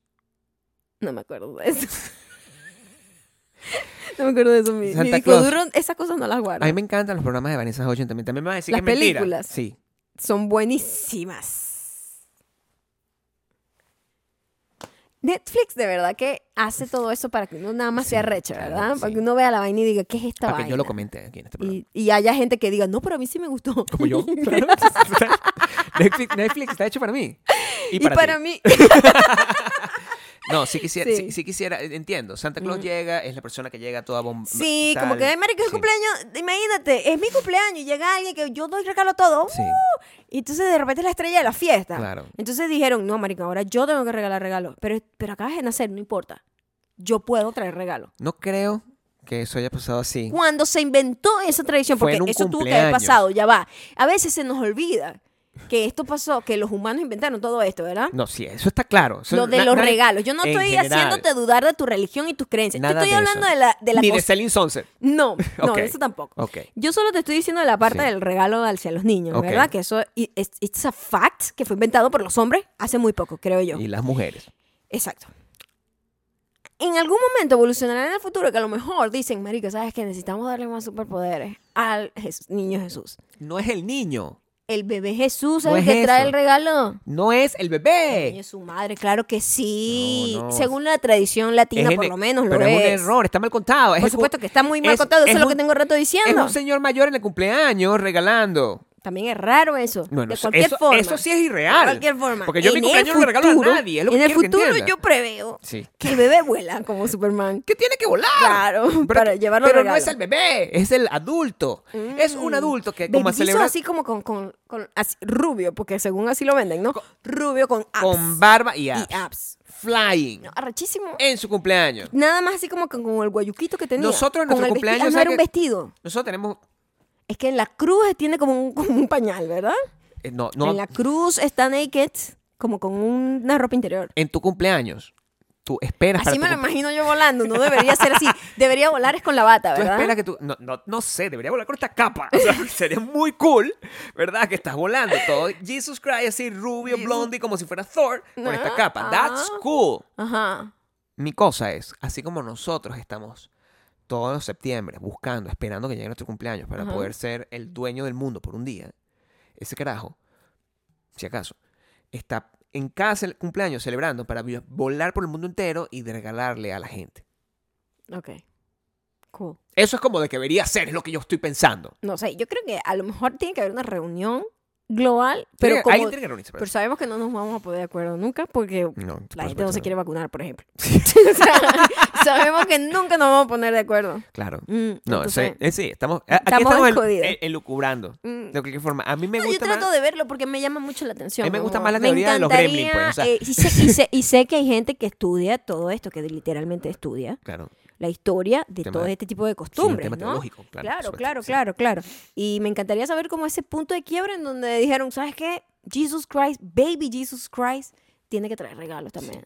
Speaker 1: No me acuerdo de eso. no me acuerdo de eso. Mi, mi
Speaker 2: Santa
Speaker 1: disco
Speaker 2: Claus.
Speaker 1: duro, esas cosas no las guardo.
Speaker 2: A mí me encantan los programas de Vanessa Hudgens también. También me vas a decir
Speaker 1: Las
Speaker 2: que es mentira.
Speaker 1: películas.
Speaker 2: Sí.
Speaker 1: son buenísimas. Netflix de verdad que hace todo eso para que uno nada más
Speaker 2: Sí,
Speaker 1: se arrecha,
Speaker 2: claro,
Speaker 1: ¿verdad? Para
Speaker 2: sí.
Speaker 1: que uno vea la vaina y diga, ¿qué es esta
Speaker 2: Para
Speaker 1: vaina?
Speaker 2: que yo lo comente aquí en este programa.
Speaker 1: y, y haya gente que diga, no, pero a mí sí me gustó.
Speaker 2: Como yo. claro. Netflix, Netflix está hecho para mí. Y para, ti.
Speaker 1: mí.
Speaker 2: No, sí quisiera,
Speaker 1: Sí. Mm.
Speaker 2: sí. sí quisiera, eh, entiendo. Santa Claus llega, es la persona que llega toda bomba.
Speaker 1: Sí,
Speaker 2: tal.
Speaker 1: como que, ay, marica, es
Speaker 2: Sí.
Speaker 1: cumpleaños. Imagínate, es mi cumpleaños y llega alguien que yo doy regalo todo.
Speaker 2: Sí.
Speaker 1: Y entonces de repente es la estrella de la fiesta.
Speaker 2: Claro.
Speaker 1: Entonces dijeron, no, marica, ahora yo tengo que regalar regalo. Pero, pero acabas de nacer, no importa. Yo puedo traer regalo.
Speaker 2: No creo que eso haya pasado así.
Speaker 1: cuando se inventó esa tradición,
Speaker 2: Fue
Speaker 1: porque
Speaker 2: en un
Speaker 1: eso tuvo que haber
Speaker 2: cumpleaños.
Speaker 1: pasado, ya va. A veces se nos olvida que esto pasó, que los humanos inventaron todo esto, ¿verdad?
Speaker 2: No, sí, eso está claro. Eso
Speaker 1: Lo de
Speaker 2: na-
Speaker 1: los
Speaker 2: nadie-
Speaker 1: regalos. Yo no
Speaker 2: en
Speaker 1: estoy
Speaker 2: general,
Speaker 1: haciéndote dudar de tu religión y tus creencias. Yo
Speaker 2: nada
Speaker 1: estoy
Speaker 2: de
Speaker 1: hablando
Speaker 2: eso.
Speaker 1: de la, de la
Speaker 2: Ni de
Speaker 1: cosa-
Speaker 2: Selling Sunset.
Speaker 1: No, no,
Speaker 2: Ok.
Speaker 1: eso tampoco.
Speaker 2: Ok.
Speaker 1: Yo solo te estoy diciendo de la parte
Speaker 2: Sí.
Speaker 1: del regalo hacia los niños,
Speaker 2: Ok.
Speaker 1: ¿verdad? Que eso i- es it's a fact que fue inventado por los hombres hace muy poco, creo yo.
Speaker 2: Y las mujeres.
Speaker 1: Exacto. En algún momento evolucionará en el futuro que a lo mejor dicen, marica, ¿sabes qué? Necesitamos darle más superpoderes al Jes- niño Jesús.
Speaker 2: No es el niño.
Speaker 1: El bebé Jesús es
Speaker 2: No
Speaker 1: el
Speaker 2: es
Speaker 1: que trae
Speaker 2: eso.
Speaker 1: el regalo.
Speaker 2: No es el
Speaker 1: El
Speaker 2: bebé.
Speaker 1: niño es su madre, claro que sí.
Speaker 2: No, no.
Speaker 1: Según la tradición latina,
Speaker 2: Es
Speaker 1: por
Speaker 2: en-
Speaker 1: lo menos lo
Speaker 2: pero
Speaker 1: es.
Speaker 2: un error, está mal contado. es
Speaker 1: Por
Speaker 2: el cu-
Speaker 1: supuesto que está muy mal
Speaker 2: es-
Speaker 1: contado, eso
Speaker 2: es
Speaker 1: es lo
Speaker 2: un-
Speaker 1: que tengo rato
Speaker 2: Es
Speaker 1: diciendo.
Speaker 2: un señor mayor en el cumpleaños regalando.
Speaker 1: También es raro eso.
Speaker 2: Bueno,
Speaker 1: de
Speaker 2: eso-
Speaker 1: cualquier
Speaker 2: eso,
Speaker 1: forma.
Speaker 2: eso sí es irreal.
Speaker 1: De cualquier forma.
Speaker 2: Porque yo mi
Speaker 1: En el
Speaker 2: cumpleaños no le regalo
Speaker 1: futuro-
Speaker 2: a nadie. es lo que
Speaker 1: en el
Speaker 2: quiero que
Speaker 1: futuro
Speaker 2: entiendas.
Speaker 1: yo preveo
Speaker 2: Sí.
Speaker 1: que el bebé vuela como Superman.
Speaker 2: que tiene que volar.
Speaker 1: Claro, para
Speaker 2: que-
Speaker 1: llevarlo
Speaker 2: Pero no
Speaker 1: regalo.
Speaker 2: es el bebé, es el adulto. Es un adulto que como
Speaker 1: Baby
Speaker 2: a
Speaker 1: Jesus
Speaker 2: celebrar
Speaker 1: así como con, con, con- así, rubio, porque según así lo venden, ¿no? rubio con apps.
Speaker 2: con Eh, barba y, abs,
Speaker 1: y apps.
Speaker 2: flying
Speaker 1: No, arrechísimo.
Speaker 2: en su cumpleaños.
Speaker 1: Nada más así como con, con el guayuquito que tenía.
Speaker 2: Nosotros en
Speaker 1: con
Speaker 2: nuestro
Speaker 1: el
Speaker 2: cumpleaños,
Speaker 1: vestido. Ah, no
Speaker 2: ¿sabes
Speaker 1: era un
Speaker 2: qué?
Speaker 1: vestido.
Speaker 2: Nosotros tenemos
Speaker 1: Es que en la cruz tiene como un, como un pañal, ¿verdad?
Speaker 2: eh, no no
Speaker 1: En la cruz está naked, como con una ropa interior.
Speaker 2: en tu cumpleaños. Tú esperas para
Speaker 1: Así
Speaker 2: tu
Speaker 1: me lo
Speaker 2: cumple-
Speaker 1: imagino yo volando, no debería ser así. Debería volar es con la bata,
Speaker 2: Tú
Speaker 1: ¿verdad?
Speaker 2: esperas que tú. No, no, no sé, debería volar con esta capa. O sea, sería muy cool, ¿verdad? Que estás volando todo. Jesus Christ, así rubio, blondie, como si fuera Thor, con esta
Speaker 1: Ah,
Speaker 2: capa. That's
Speaker 1: ah.
Speaker 2: cool.
Speaker 1: Ajá.
Speaker 2: Mi cosa es, así como nosotros estamos todo septiembre buscando, esperando que llegue nuestro cumpleaños para
Speaker 1: Ajá.
Speaker 2: poder ser el dueño del mundo por un día, ese carajo, si acaso, está en cada cel- cumpleaños celebrando para vi- volar por el mundo entero y de regalarle a la gente.
Speaker 1: Ok. Cool.
Speaker 2: Eso es como de que debería ser, es lo que yo estoy pensando.
Speaker 1: No sé, yo creo que a lo mejor tiene que haber una reunión global,
Speaker 2: Tiene
Speaker 1: pero
Speaker 2: que- alguien
Speaker 1: como,
Speaker 2: tiene que reunirse para
Speaker 1: pero sabemos que no nos vamos a poder de acuerdo nunca porque
Speaker 2: eso. No, por
Speaker 1: la gente no
Speaker 2: supuesto
Speaker 1: se
Speaker 2: no.
Speaker 1: quiere vacunar, por ejemplo. O sea, sabemos que nunca nos vamos a poner de acuerdo.
Speaker 2: Claro.
Speaker 1: Mm,
Speaker 2: No,
Speaker 1: entonces-
Speaker 2: ese- ese- estamos, a- aquí
Speaker 1: Estamos
Speaker 2: estamos, el
Speaker 1: jodidos.
Speaker 2: elucubrando.
Speaker 1: Mm.
Speaker 2: De cualquier forma, a mí me
Speaker 1: No, yo
Speaker 2: gusta más-
Speaker 1: trato de verlo porque me llama mucho la atención.
Speaker 2: A mí me gusta
Speaker 1: ¿no?
Speaker 2: más la
Speaker 1: Me
Speaker 2: teoría de los
Speaker 1: encantaría,
Speaker 2: gremlins, pues, o sea.
Speaker 1: eh, y, sé, y sé- y sé que hay gente que estudia todo esto, que literalmente estudia
Speaker 2: Claro.
Speaker 1: la historia de
Speaker 2: Tema-
Speaker 1: todo este tipo de
Speaker 2: Sí, un
Speaker 1: costumbres.
Speaker 2: tema
Speaker 1: ¿no?
Speaker 2: teológico, claro, por
Speaker 1: Claro,
Speaker 2: supuesto,
Speaker 1: claro,
Speaker 2: sí.
Speaker 1: claro, claro. Y me encantaría saber cómo ese punto de quiebre en donde dijeron, ¿sabes qué? Jesus Christ, baby Jesus Christ, tiene que traer regalos también.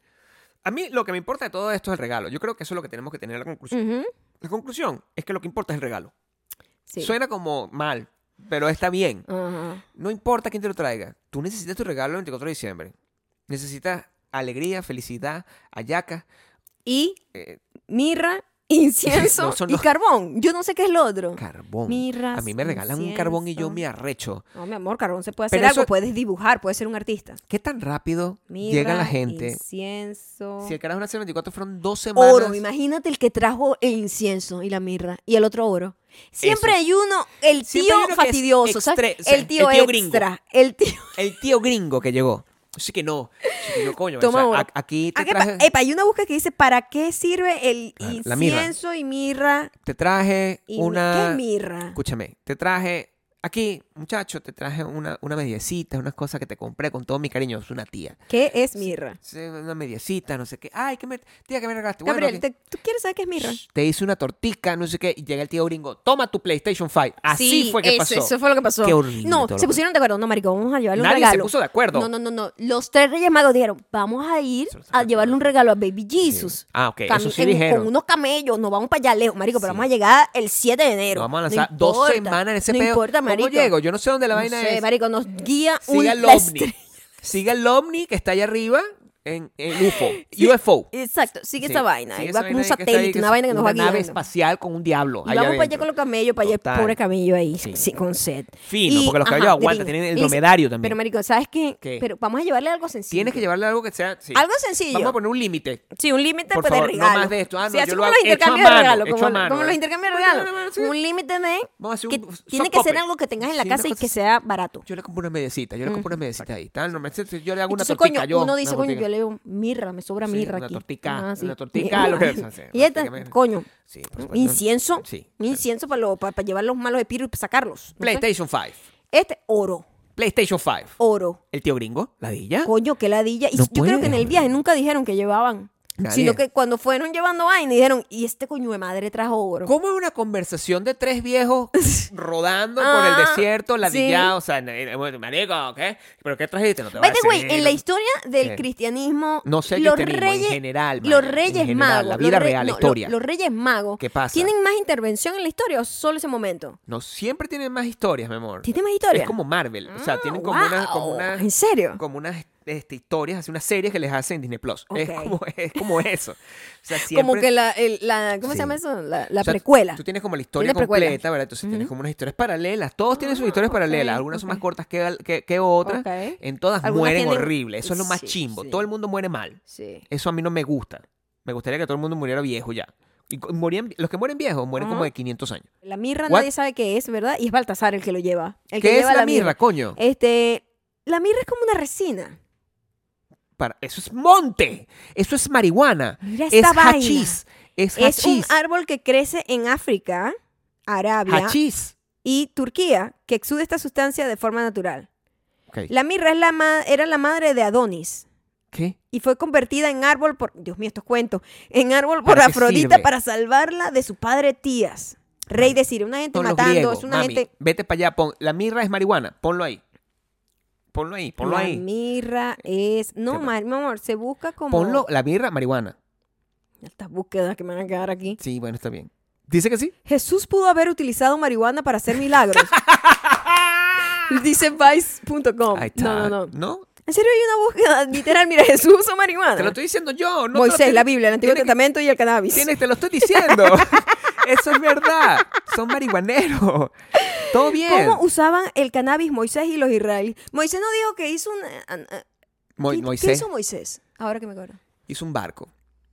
Speaker 2: A mí lo que me importa de todo esto es el regalo. Yo creo que eso es lo que tenemos que tener en la conclusión.
Speaker 1: Ujú,
Speaker 2: La conclusión es que lo que importa es el regalo.
Speaker 1: Mm. sí.
Speaker 2: Suena como mal, pero está bien.
Speaker 1: Ajá.
Speaker 2: No importa quién te lo traiga. Tú necesitas tu regalo el 24 de diciembre. Necesitas alegría, felicidad, ayaca.
Speaker 1: Y
Speaker 2: eh,
Speaker 1: mirra, incienso
Speaker 2: No, son
Speaker 1: y
Speaker 2: los-
Speaker 1: carbón. Yo no sé qué es lo otro.
Speaker 2: carbón.
Speaker 1: Mirras,
Speaker 2: a mí me regalan un carbón y yo
Speaker 1: incienso.
Speaker 2: me arrecho.
Speaker 1: No, mi amor, carbón se puede hacer
Speaker 2: Pero
Speaker 1: algo.
Speaker 2: eso-
Speaker 1: Puedes dibujar, puedes ser un artista.
Speaker 2: ¿Qué tan rápido
Speaker 1: Mirra,
Speaker 2: llega la gente?
Speaker 1: Incienso.
Speaker 2: Si el carajo nace el 24 fueron dos semanas.
Speaker 1: Oro, imagínate el que trajo el incienso y la mirra y el otro oro. Siempre
Speaker 2: Eso.
Speaker 1: hay uno, el
Speaker 2: Siempre hay
Speaker 1: tío
Speaker 2: uno que es
Speaker 1: fastidioso, ¿sabes?
Speaker 2: extre- o sea,
Speaker 1: el tío
Speaker 2: el tío gringo.
Speaker 1: extra, el tío.
Speaker 2: El tío gringo que llegó. Así que no. Así que yo, coño, o
Speaker 1: Toma
Speaker 2: sea,
Speaker 1: oro.
Speaker 2: a- aquí
Speaker 1: Ah,
Speaker 2: te
Speaker 1: que pa-
Speaker 2: traje,
Speaker 1: epa, hay una búsqueda que dice ¿para qué sirve el
Speaker 2: Claro, la mirra.
Speaker 1: incienso y mirra?
Speaker 2: te traje
Speaker 1: Y ¿Qué
Speaker 2: una...
Speaker 1: es mirra?
Speaker 2: Escúchame, te traje aquí, muchacho, te traje una, una mediecita, unas cosas que te compré con todo mi cariño. Es una tía.
Speaker 1: ¿Qué es mirra?
Speaker 2: Sí, Una mediecita, no sé qué. Ay, ¿qué me, tía, ¿qué me regalaste? Bueno,
Speaker 1: Gabriel,
Speaker 2: ok.
Speaker 1: ¿te- ¿tú quieres saber qué es mirra?
Speaker 2: Shh, te hice una tortica, no sé qué, y llega el tío gringo. Toma tu PlayStation 5. Así
Speaker 1: Sí,
Speaker 2: fue que
Speaker 1: eso,
Speaker 2: pasó.
Speaker 1: Eso fue lo que pasó.
Speaker 2: Qué horrible
Speaker 1: No,
Speaker 2: todo lo
Speaker 1: se
Speaker 2: que-
Speaker 1: pusieron de acuerdo. No, marico, vamos a llevarle
Speaker 2: Nadie
Speaker 1: un
Speaker 2: se
Speaker 1: regalo.
Speaker 2: puso de acuerdo.
Speaker 1: No, no, no, no. Los tres Reyes Magos dijeron, vamos a ir
Speaker 2: Eso no se
Speaker 1: a
Speaker 2: puede
Speaker 1: llevarle un regalo a Baby Jesus.
Speaker 2: Ah, ok, eso
Speaker 1: Cami-
Speaker 2: sí
Speaker 1: en-
Speaker 2: dijeron.
Speaker 1: Con unos camellos, nos vamos para allá lejos, marico, pero
Speaker 2: Sí.
Speaker 1: vamos a llegar el 7 de enero.
Speaker 2: Nos vamos a
Speaker 1: No
Speaker 2: lanzar dos
Speaker 1: importa,
Speaker 2: semanas en ese
Speaker 1: No
Speaker 2: pedo.
Speaker 1: importa,
Speaker 2: ¿Cómo
Speaker 1: marico.
Speaker 2: llego? Yo no sé dónde la
Speaker 1: No
Speaker 2: vaina
Speaker 1: sé,
Speaker 2: es.
Speaker 1: marico, nos guía un...
Speaker 2: Siga el
Speaker 1: la
Speaker 2: ovni.
Speaker 1: estrella.
Speaker 2: Siga el ovni que está allá arriba en, en UFO. UFO.
Speaker 1: Exacto, sigue
Speaker 2: Sí,
Speaker 1: esa vaina.
Speaker 2: sigue
Speaker 1: y
Speaker 2: esa
Speaker 1: va con un
Speaker 2: vaina ahí que está ahí,
Speaker 1: satélite,
Speaker 2: que
Speaker 1: una
Speaker 2: es
Speaker 1: vaina que nos va
Speaker 2: Una nave
Speaker 1: guiando.
Speaker 2: espacial con un diablo.
Speaker 1: Y
Speaker 2: allá
Speaker 1: vamos para allá
Speaker 2: adentro.
Speaker 1: con los camellos, para allá el
Speaker 2: Total.
Speaker 1: pobre camello ahí,
Speaker 2: Sí.
Speaker 1: sí, con sed.
Speaker 2: Fino, porque los
Speaker 1: ajá,
Speaker 2: camellos aguantan,
Speaker 1: gringo.
Speaker 2: tienen el
Speaker 1: Y dice,
Speaker 2: dromedario también.
Speaker 1: Pero, marico, ¿sabes qué?
Speaker 2: ¿Qué?
Speaker 1: Pero vamos a llevarle algo sencillo.
Speaker 2: Tienes que llevarle algo que sea. sí.
Speaker 1: Algo sencillo.
Speaker 2: Vamos a poner un límite.
Speaker 1: Sí, un límite
Speaker 2: Por
Speaker 1: pues, de
Speaker 2: favor, no
Speaker 1: regalo.
Speaker 2: más de esto. Ah, no,
Speaker 1: sí,
Speaker 2: yo
Speaker 1: así
Speaker 2: lo
Speaker 1: como
Speaker 2: hago
Speaker 1: los
Speaker 2: hecho a
Speaker 1: intercambios de
Speaker 2: mano,
Speaker 1: regalo.
Speaker 2: hecho
Speaker 1: Como,
Speaker 2: a mano,
Speaker 1: como los
Speaker 2: ¿eh?
Speaker 1: intercambios de
Speaker 2: No, no,
Speaker 1: regalo.
Speaker 2: no, no, sí.
Speaker 1: Un límite de...
Speaker 2: Vamos a hacer
Speaker 1: que
Speaker 2: un soft
Speaker 1: tiene que ser
Speaker 2: puppet.
Speaker 1: algo que tengas en la
Speaker 2: Sí, una
Speaker 1: casa y
Speaker 2: cosa
Speaker 1: que sea barato.
Speaker 2: Yo le compro una mediecita, yo le compro una mediecita ahí. Tal, no, me- yo le hago una
Speaker 1: Entonces,
Speaker 2: tortica
Speaker 1: coño,
Speaker 2: yo.
Speaker 1: uno
Speaker 2: una
Speaker 1: dice, coño,
Speaker 2: tortica.
Speaker 1: yo le digo mirra, me sobra
Speaker 2: Sí,
Speaker 1: mirra
Speaker 2: una
Speaker 1: aquí.
Speaker 2: tortica,
Speaker 1: Ah, sí.
Speaker 2: una tortica, lo que sea, sí,
Speaker 1: Y esta,
Speaker 2: tortica,
Speaker 1: coño,
Speaker 2: Sí, por supuesto.
Speaker 1: incienso,
Speaker 2: Sí.
Speaker 1: un incienso para, lo- para, para llevar los malos espíritus y sacarlos. no sé.
Speaker 2: PlayStation 5.
Speaker 1: Este, oro,
Speaker 2: PlayStation 5.
Speaker 1: oro.
Speaker 2: El tío gringo, la villa.
Speaker 1: Coño, qué ladilla. Y
Speaker 2: No
Speaker 1: yo creo que en el
Speaker 2: puedes.
Speaker 1: viaje nunca dijeron que llevaban.
Speaker 2: Nadie.
Speaker 1: Sino que cuando fueron llevando vaina dijeron, y este coño de madre trajo oro.
Speaker 2: ¿Cómo es una conversación de tres viejos rodando por el
Speaker 1: Ah,
Speaker 2: desierto,
Speaker 1: sí.
Speaker 2: ladillados? O sea, eh, eh, bueno, marico, ¿qué? ¿Pero qué trajiste? No te voy
Speaker 1: By
Speaker 2: a
Speaker 1: the way,
Speaker 2: decir,
Speaker 1: en la
Speaker 2: no-
Speaker 1: historia del
Speaker 2: Sí.
Speaker 1: cristianismo,
Speaker 2: No sé el
Speaker 1: los
Speaker 2: cristianismo, en
Speaker 1: reyes,
Speaker 2: general,
Speaker 1: los
Speaker 2: Maya, en
Speaker 1: reyes
Speaker 2: general,
Speaker 1: magos,
Speaker 2: la
Speaker 1: los
Speaker 2: vida
Speaker 1: rey-
Speaker 2: real, la
Speaker 1: no,
Speaker 2: historia.
Speaker 1: Los, reyes magos,
Speaker 2: ¿Qué pasa?
Speaker 1: ¿tienen más intervención en la historia o solo ese momento?
Speaker 2: No, siempre tienen más historias, mi amor.
Speaker 1: ¿Tiene más historia?
Speaker 2: Es como Marvel. O sea, tienen como
Speaker 1: wow.
Speaker 2: unas como unas-
Speaker 1: ¿En serio?
Speaker 2: como unas este, historias, así, unas series que les hacen Disney Plus. Es,
Speaker 1: Ok.
Speaker 2: como, es como eso. O sea, siempre,
Speaker 1: Como que la, el- la- ¿cómo
Speaker 2: Sí.
Speaker 1: se llama eso? La, la
Speaker 2: o sea,
Speaker 1: precuela.
Speaker 2: Tú tienes como la historia
Speaker 1: Una precuela. Ah,
Speaker 2: completa, ¿verdad? Entonces tienes como unas historias paralelas. Todos tienen sus historias
Speaker 1: ok,
Speaker 2: paralelas. Algunas son
Speaker 1: ok.
Speaker 2: más cortas que, que, que otras.
Speaker 1: Ok.
Speaker 2: En todas
Speaker 1: Algunas
Speaker 2: mueren
Speaker 1: tienen-
Speaker 2: horrible. Eso es lo más
Speaker 1: Sí,
Speaker 2: chimbo.
Speaker 1: sí.
Speaker 2: Todo el mundo muere mal.
Speaker 1: Sí.
Speaker 2: Eso a mí no me gusta. Me gustaría que todo el mundo muriera viejo ya. Y co- morían, los que mueren viejos mueren como de 500 años.
Speaker 1: La mirra
Speaker 2: What?
Speaker 1: nadie sabe qué es, ¿verdad? Y es Baltasar el que lo lleva. El que
Speaker 2: ¿Qué es
Speaker 1: lleva
Speaker 2: la, mirra, coño?
Speaker 1: Este, la mirra es como una resina.
Speaker 2: Para, eso es monte. Eso es marihuana.
Speaker 1: Mira
Speaker 2: Es
Speaker 1: esta vaina.
Speaker 2: hachís. Es
Speaker 1: Es un
Speaker 2: hachís.
Speaker 1: árbol que crece en África, Arabia
Speaker 2: Hachís.
Speaker 1: y Turquía, que exude esta sustancia de forma natural.
Speaker 2: Ok.
Speaker 1: La mirra es la ma- era la madre de Adonis
Speaker 2: ¿Qué?
Speaker 1: y fue convertida en árbol por, Dios mío, estos cuentos, en árbol por
Speaker 2: ¿Para qué
Speaker 1: Afrodita
Speaker 2: sirve?
Speaker 1: para salvarla de su padre Tías, rey de Siria. Una gente
Speaker 2: Son los
Speaker 1: matando,
Speaker 2: griegos,
Speaker 1: es una
Speaker 2: mami.
Speaker 1: gente...
Speaker 2: Vete para allá. pon- la mirra es marihuana. Ponlo ahí. Ponlo ahí. Ponlo
Speaker 1: la
Speaker 2: ahí.
Speaker 1: mirra es... No,
Speaker 2: Qué
Speaker 1: ma- mi amor, se busca como...
Speaker 2: Ponlo la mirra, marihuana.
Speaker 1: Estas búsquedas que me van a quedar aquí.
Speaker 2: Sí, bueno, está bien. ¿Dice que sí?
Speaker 1: Jesús pudo haber utilizado marihuana para hacer milagros. Dice vice.com.
Speaker 2: Ahí está.
Speaker 1: No, no, no.
Speaker 2: ¿No?
Speaker 1: En serio hay una búsqueda literal, mira, Jesús o marihuana.
Speaker 2: Te lo estoy diciendo yo. No te lo
Speaker 1: Moisés,
Speaker 2: estoy-
Speaker 1: la Biblia, el Antiguo
Speaker 2: Tiene que-
Speaker 1: Testamento y el cannabis.
Speaker 2: Tienes, te este lo estoy diciendo. Eso es verdad. Son marihuaneros. Todo bien.
Speaker 1: ¿Cómo usaban el cannabis Moisés y los israelíes? Moisés no dijo que hizo un... eh, an- an-
Speaker 2: Mo-
Speaker 1: ¿qué- ¿Qué
Speaker 2: Moisés
Speaker 1: hizo Moisés? Ahora que me acuerdo.
Speaker 2: hizo un barco.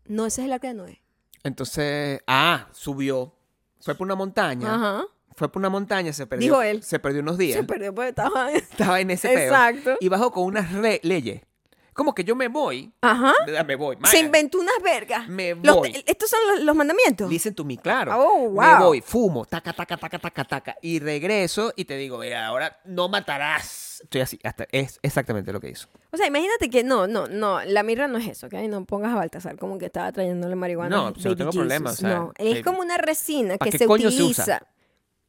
Speaker 1: No, ese es el arca de Noé.
Speaker 2: Entonces, ah, subió. Fue por una montaña.
Speaker 1: Ajá.
Speaker 2: Fue por una montaña, se perdió.
Speaker 1: Dijo él.
Speaker 2: Se perdió unos días.
Speaker 1: Se perdió porque estaba...
Speaker 2: Estaba en ese peo.
Speaker 1: Exacto.
Speaker 2: Y bajó con unas re- leyes. Como que yo me voy.
Speaker 1: Ajá.
Speaker 2: Me voy.
Speaker 1: Se
Speaker 2: Maya.
Speaker 1: inventó unas vergas.
Speaker 2: Me
Speaker 1: Los-
Speaker 2: voy.
Speaker 1: estos son los, los mandamientos.
Speaker 2: Listen to me, claro.
Speaker 1: Oh,
Speaker 2: Me
Speaker 1: wow.
Speaker 2: voy, fumo, taca, taca, taca, taca, taca. Y regreso y te digo, mira, ahora no matarás. Estoy así, hasta es exactamente lo que hizo.
Speaker 1: O sea, imagínate que no, no, no, la mirra no es eso, ¿ok? No pongas a Baltasar como que estaba trayéndole marihuana.
Speaker 2: No,
Speaker 1: a
Speaker 2: si no
Speaker 1: Baby
Speaker 2: tengo
Speaker 1: Jesus.
Speaker 2: problema, o sea,
Speaker 1: no, es
Speaker 2: baby.
Speaker 1: como una resina
Speaker 2: ¿Para
Speaker 1: que
Speaker 2: qué
Speaker 1: se
Speaker 2: coño
Speaker 1: utiliza
Speaker 2: se usa?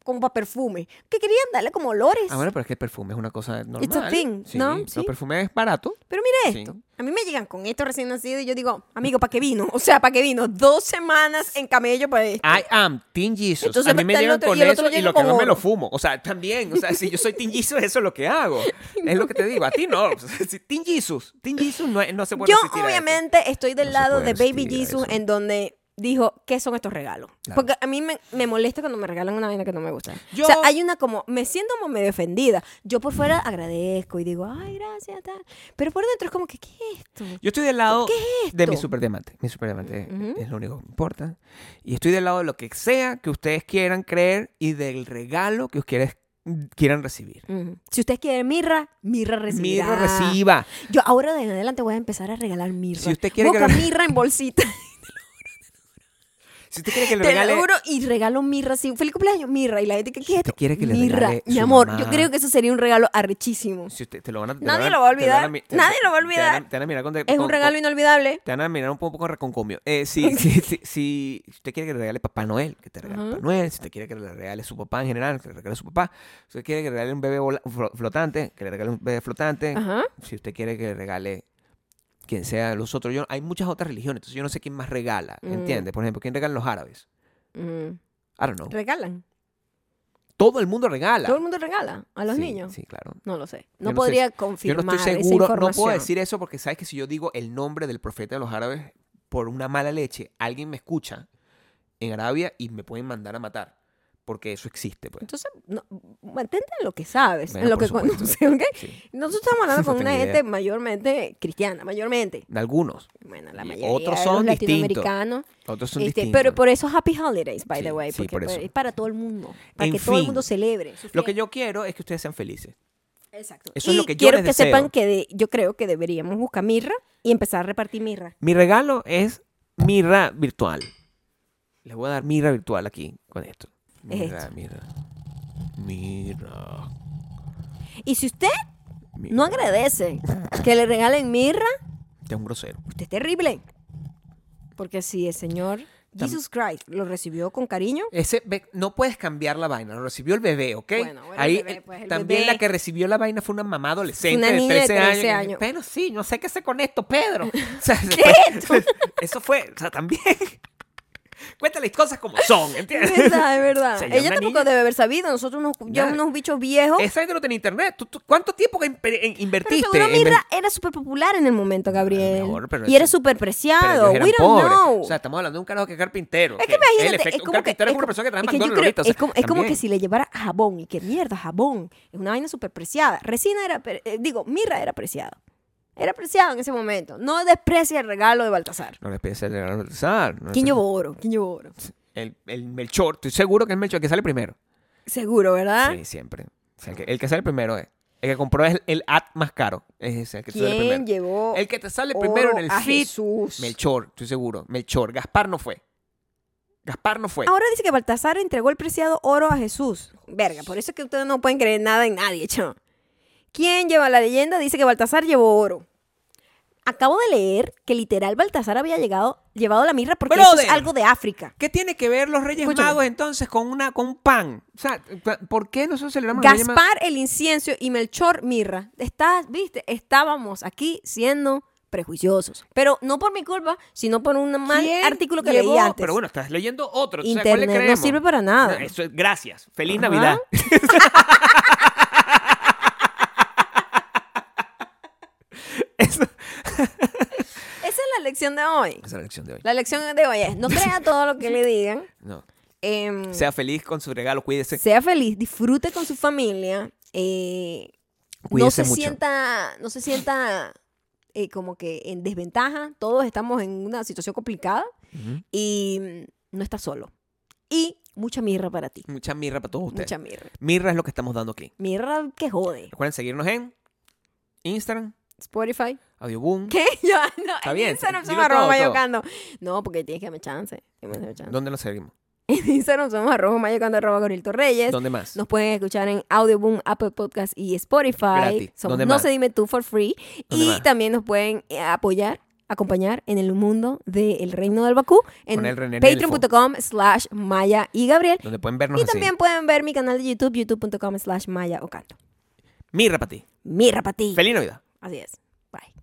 Speaker 1: como para perfume. Que querían darle como olores.
Speaker 2: Ah, bueno, pero es que el perfume es una cosa normal.
Speaker 1: thing,
Speaker 2: Sí,
Speaker 1: ¿no?
Speaker 2: Los
Speaker 1: Sí.
Speaker 2: perfumes es barato.
Speaker 1: Pero mira
Speaker 2: Sí.
Speaker 1: esto. A mí me llegan con esto recién nacido y yo digo, amigo, ¿para qué vino? O sea, ¿para qué vino? Dos semanas en camello pues, para esto.
Speaker 2: I am Team Jesus.
Speaker 1: Entonces,
Speaker 2: a mí me
Speaker 1: está el
Speaker 2: llegan
Speaker 1: otro-
Speaker 2: con
Speaker 1: y el
Speaker 2: eso
Speaker 1: otro
Speaker 2: y
Speaker 1: llega
Speaker 2: lo que
Speaker 1: con
Speaker 2: no me lo
Speaker 1: oro.
Speaker 2: fumo. O sea, también, o sea, si yo soy Team Jesus, eso es lo que hago. Es lo que te digo, a ti no. Si Team Jesus, Team Jesus no, es- no se puede
Speaker 1: yo
Speaker 2: resistir a eso.
Speaker 1: obviamente estoy del
Speaker 2: No se
Speaker 1: lado de
Speaker 2: puede
Speaker 1: Baby
Speaker 2: resistir a
Speaker 1: Jesus
Speaker 2: eso.
Speaker 1: en donde dijo, ¿qué son estos regalos?
Speaker 2: Claro.
Speaker 1: Porque a mí me, me molesta cuando me regalan una vaina que no me gusta.
Speaker 2: Yo-
Speaker 1: O sea, hay una como, me siento como medio ofendida. Yo por fuera agradezco y digo, ay, gracias, tal. Pero por dentro es como que, ¿qué es esto?
Speaker 2: Yo estoy del lado
Speaker 1: es
Speaker 2: de mi
Speaker 1: esto?
Speaker 2: superdiamante. Mi superdiamante
Speaker 1: Ujú.
Speaker 2: es lo único que me importa. Y estoy del lado de lo que sea que ustedes quieran creer y del regalo que ustedes quieran recibir.
Speaker 1: Ujú. Si ustedes quieren mirra, mirra recibirá.
Speaker 2: Mirro reciba.
Speaker 1: Yo ahora de en adelante voy a empezar a regalar mirra.
Speaker 2: Si usted quiere
Speaker 1: Busca
Speaker 2: que-
Speaker 1: mirra en bolsita.
Speaker 2: Si usted quiere que le
Speaker 1: Te
Speaker 2: regale...
Speaker 1: lo juro y regalo mirra así. Feliz cumpleaños, mirra. Y la gente que
Speaker 2: usted
Speaker 1: quiere.
Speaker 2: quiere que le
Speaker 1: mirra.
Speaker 2: regale
Speaker 1: Mi
Speaker 2: su
Speaker 1: amor, yo
Speaker 2: mamá-
Speaker 1: creo que eso sería un regalo arrechísimo.
Speaker 2: Si usted, te lo van a, te
Speaker 1: Nadie
Speaker 2: van
Speaker 1: lo va a
Speaker 2: te van
Speaker 1: olvidar.
Speaker 2: mi-
Speaker 1: Nadie lo va a
Speaker 2: te van
Speaker 1: olvidar.
Speaker 2: Te van a mirar con...
Speaker 1: Es un regalo inolvidable.
Speaker 2: Te van a mirar un poco con reconcomio. Eh, si, si, si, si usted quiere que le regale Papá Noel, que te regale
Speaker 1: Ajá.
Speaker 2: Papá Noel. Si usted quiere que le regale su papá en general, que le regale su papá. Si usted quiere que le regale un bebé vola- flo- flotante, que le regale un bebé flotante.
Speaker 1: Ajá.
Speaker 2: Si usted quiere que le regale quien sea los otros. Yo, hay muchas otras religiones, entonces yo no sé quién más regala.
Speaker 1: Mm.
Speaker 2: ¿Entiendes? Por ejemplo, ¿quién regalan los árabes?
Speaker 1: Mm.
Speaker 2: I don't know.
Speaker 1: Regalan.
Speaker 2: Todo el mundo regala.
Speaker 1: Todo el mundo regala a los
Speaker 2: Sí,
Speaker 1: niños.
Speaker 2: Sí, claro.
Speaker 1: No lo sé.
Speaker 2: Yo
Speaker 1: No
Speaker 2: no
Speaker 1: podría
Speaker 2: Yo
Speaker 1: confirmar
Speaker 2: no estoy
Speaker 1: esa
Speaker 2: seguro, no
Speaker 1: información.
Speaker 2: puedo decir eso porque sabes que si yo digo el nombre del profeta de los árabes por una mala leche, alguien me escucha en Arabia y me pueden mandar a matar. Porque eso existe, pues.
Speaker 1: Entonces, no, mantente en lo que sabes,
Speaker 2: Bueno,
Speaker 1: en lo
Speaker 2: por
Speaker 1: que
Speaker 2: supuesto.
Speaker 1: conoces, ¿ok?
Speaker 2: Sí.
Speaker 1: Nosotros estamos hablando
Speaker 2: No
Speaker 1: con una
Speaker 2: tengo
Speaker 1: gente
Speaker 2: idea.
Speaker 1: mayormente cristiana, mayormente.
Speaker 2: Algunos.
Speaker 1: Bueno,
Speaker 2: Y
Speaker 1: la mayoría
Speaker 2: otros
Speaker 1: de
Speaker 2: son
Speaker 1: los
Speaker 2: distintos,
Speaker 1: latinoamericanos.
Speaker 2: Otros son
Speaker 1: este,
Speaker 2: distintos.
Speaker 1: pero por eso Happy Holidays, by
Speaker 2: Sí,
Speaker 1: the way,
Speaker 2: sí,
Speaker 1: porque
Speaker 2: por
Speaker 1: pues,
Speaker 2: eso.
Speaker 1: es para todo el mundo, para
Speaker 2: En
Speaker 1: que todo el
Speaker 2: fin,
Speaker 1: mundo celebre. su
Speaker 2: Lo que
Speaker 1: fiesta.
Speaker 2: yo quiero es que ustedes sean felices.
Speaker 1: Exacto.
Speaker 2: eso es
Speaker 1: Y
Speaker 2: lo que yo
Speaker 1: quiero
Speaker 2: les
Speaker 1: que sepan
Speaker 2: deseo.
Speaker 1: que de- yo creo que deberíamos buscar mirra y empezar a repartir mirra.
Speaker 2: Mi regalo es mirra virtual. Les voy a dar mirra virtual aquí con esto.
Speaker 1: Es
Speaker 2: Mirra,
Speaker 1: esto.
Speaker 2: mirra. Mirra.
Speaker 1: Y si usted
Speaker 2: mirra.
Speaker 1: no agradece que le regalen mirra,
Speaker 2: Este es un grosero.
Speaker 1: usted es terrible. Porque si el Señor
Speaker 2: Tam-
Speaker 1: Jesus Christ lo recibió con cariño,
Speaker 2: Ese be- no puedes cambiar la vaina, lo recibió el bebé, ¿ok?
Speaker 1: Bueno, bueno,
Speaker 2: Ahí
Speaker 1: el bebé,
Speaker 2: eh,
Speaker 1: pues, el
Speaker 2: también
Speaker 1: bebé.
Speaker 2: la que recibió la vaina fue una mamá adolescente
Speaker 1: Una niña
Speaker 2: de
Speaker 1: de
Speaker 2: 13,
Speaker 1: 13
Speaker 2: años.
Speaker 1: años.
Speaker 2: Pero sí, no sé qué hacer con esto, Pedro. O sea, se fue- eso fue, o sea, también. Cuéntales cosas como son,
Speaker 1: es
Speaker 2: ¿entiendes?
Speaker 1: verdad, es verdad.
Speaker 2: O sea, ya
Speaker 1: Ella
Speaker 2: una
Speaker 1: tampoco
Speaker 2: niña-
Speaker 1: debe haber sabido, nosotros unos, ya
Speaker 2: Nada.
Speaker 1: unos bichos viejos.
Speaker 2: Esa gente no tenía internet. ¿Tú- tú- cuánto tiempo que imper- en-
Speaker 1: Pero
Speaker 2: invertiste?
Speaker 1: seguro
Speaker 2: en ver-
Speaker 1: Mirra era súper popular en el momento, Gabriel.
Speaker 2: amor, pero
Speaker 1: y era
Speaker 2: eso-
Speaker 1: súper
Speaker 2: Pero
Speaker 1: preciado.
Speaker 2: ellos
Speaker 1: We
Speaker 2: eran
Speaker 1: don't
Speaker 2: pobres.
Speaker 1: know.
Speaker 2: O sea, estamos hablando de un carajo que es carpintero.
Speaker 1: es que imagínate, es
Speaker 2: un
Speaker 1: como que,
Speaker 2: carpintero es,
Speaker 1: es
Speaker 2: una
Speaker 1: como-
Speaker 2: persona que trae
Speaker 1: es que yo
Speaker 2: McDonald's
Speaker 1: creo-
Speaker 2: ahorita, o sea,
Speaker 1: es como, es como que
Speaker 2: también.
Speaker 1: si le llevara jabón y que mierda, jabón. Es una vaina súper preciada. Resina era, pre- eh, digo, mirra era preciada. Era apreciado en ese momento. No desprecia el regalo de Baltasar.
Speaker 2: No les pides el regalo de Baltasar. No
Speaker 1: ¿Quién
Speaker 2: les-
Speaker 1: llevó oro? ¿Quién llevó oro?
Speaker 2: El, el Melchor, estoy seguro que es Melchor el que sale primero.
Speaker 1: Seguro, ¿verdad?
Speaker 2: Sí, siempre. O sea, el, que, el que sale primero es. El que compró es el, el ad más caro. Es ese, el que te sale
Speaker 1: ¿Quién
Speaker 2: primero.
Speaker 1: llevó
Speaker 2: El que te sale
Speaker 1: oro
Speaker 2: primero en el
Speaker 1: a
Speaker 2: feed.
Speaker 1: Jesús?
Speaker 2: Melchor, estoy seguro. Melchor. Gaspar no fue. Gaspar no fue.
Speaker 1: Ahora dice que Baltasar entregó el preciado oro a Jesús. Verga, por eso es que ustedes no pueden creer nada en nadie, chamo. ¿Quién lleva la leyenda? Dice que Baltasar llevó oro. Acabo de leer que literal Baltasar había llegado, llevado la mirra porque eso es
Speaker 2: Brother.
Speaker 1: algo de África.
Speaker 2: ¿Qué tiene que ver los Reyes
Speaker 1: Escúchame.
Speaker 2: Magos entonces con una con un pan? O sea, ¿por qué nosotros celebramos los Reyes Magos?
Speaker 1: Gaspar el incienso y Melchor mirra. Estás, viste, estábamos aquí siendo prejuiciosos. Pero no por mi culpa, sino por un mal
Speaker 2: ¿Quién
Speaker 1: artículo que
Speaker 2: llevó?
Speaker 1: leí antes.
Speaker 2: Pero bueno, estás leyendo otro. o sea, ¿cuál le
Speaker 1: Internet no
Speaker 2: creemos?
Speaker 1: sirve para nada.
Speaker 2: No, eso es- gracias. Feliz
Speaker 1: Ajá.
Speaker 2: Navidad. Eso-
Speaker 1: Esa es la lección de hoy.
Speaker 2: Esa es la lección de hoy.
Speaker 1: La lección de hoy es, no crea todo lo que le digan.
Speaker 2: No.
Speaker 1: Em,
Speaker 2: Sea feliz con su regalo, cuídese.
Speaker 1: sea feliz, disfrute con su familia, eh, no
Speaker 2: Cuídese
Speaker 1: se
Speaker 2: mucho.
Speaker 1: sienta, no se sienta eh, como que en desventaja, todos estamos en una situación complicada
Speaker 2: Ujú.
Speaker 1: y mm, no estás solo. Y mucha mirra para ti,
Speaker 2: Mucha mirra para todos ustedes.
Speaker 1: mucha mirra.
Speaker 2: Mirra es lo que estamos dando aquí.
Speaker 1: Mirra que jode.
Speaker 2: Recuerden seguirnos en Instagram,
Speaker 1: Spotify.
Speaker 2: Audioboom.
Speaker 1: ¿Qué? Yo ah, no,
Speaker 2: Está
Speaker 1: en
Speaker 2: bien,
Speaker 1: Instagram
Speaker 2: dilo
Speaker 1: somos arroba
Speaker 2: todo, todo.
Speaker 1: mayocando. No, porque tienes que darme chance. tienes que darme chance.
Speaker 2: ¿Dónde nos seguimos?
Speaker 1: En Instagram somos arroba mayocando arroba Gabriel Torreyes.
Speaker 2: ¿Dónde más?
Speaker 1: Nos pueden escuchar en Audioboom, Apple Podcast y Spotify.
Speaker 2: Gratis.
Speaker 1: Somos
Speaker 2: ¿Dónde
Speaker 1: No
Speaker 2: más?
Speaker 1: se dime tú for free.
Speaker 2: ¿Dónde
Speaker 1: Y
Speaker 2: más?
Speaker 1: también nos pueden eh, apoyar, acompañar en el mundo del reino del Bakú en
Speaker 2: Con el René Nelfo.
Speaker 1: patreon.com slash Maya y Gabriel.
Speaker 2: Donde pueden vernos
Speaker 1: Y
Speaker 2: así.
Speaker 1: también pueden ver mi canal de YouTube, youtube.com slash Maya Ocanto.
Speaker 2: Mirra para ti.
Speaker 1: Mirra para ti.
Speaker 2: Feliz Navidad.
Speaker 1: Así es. Bye.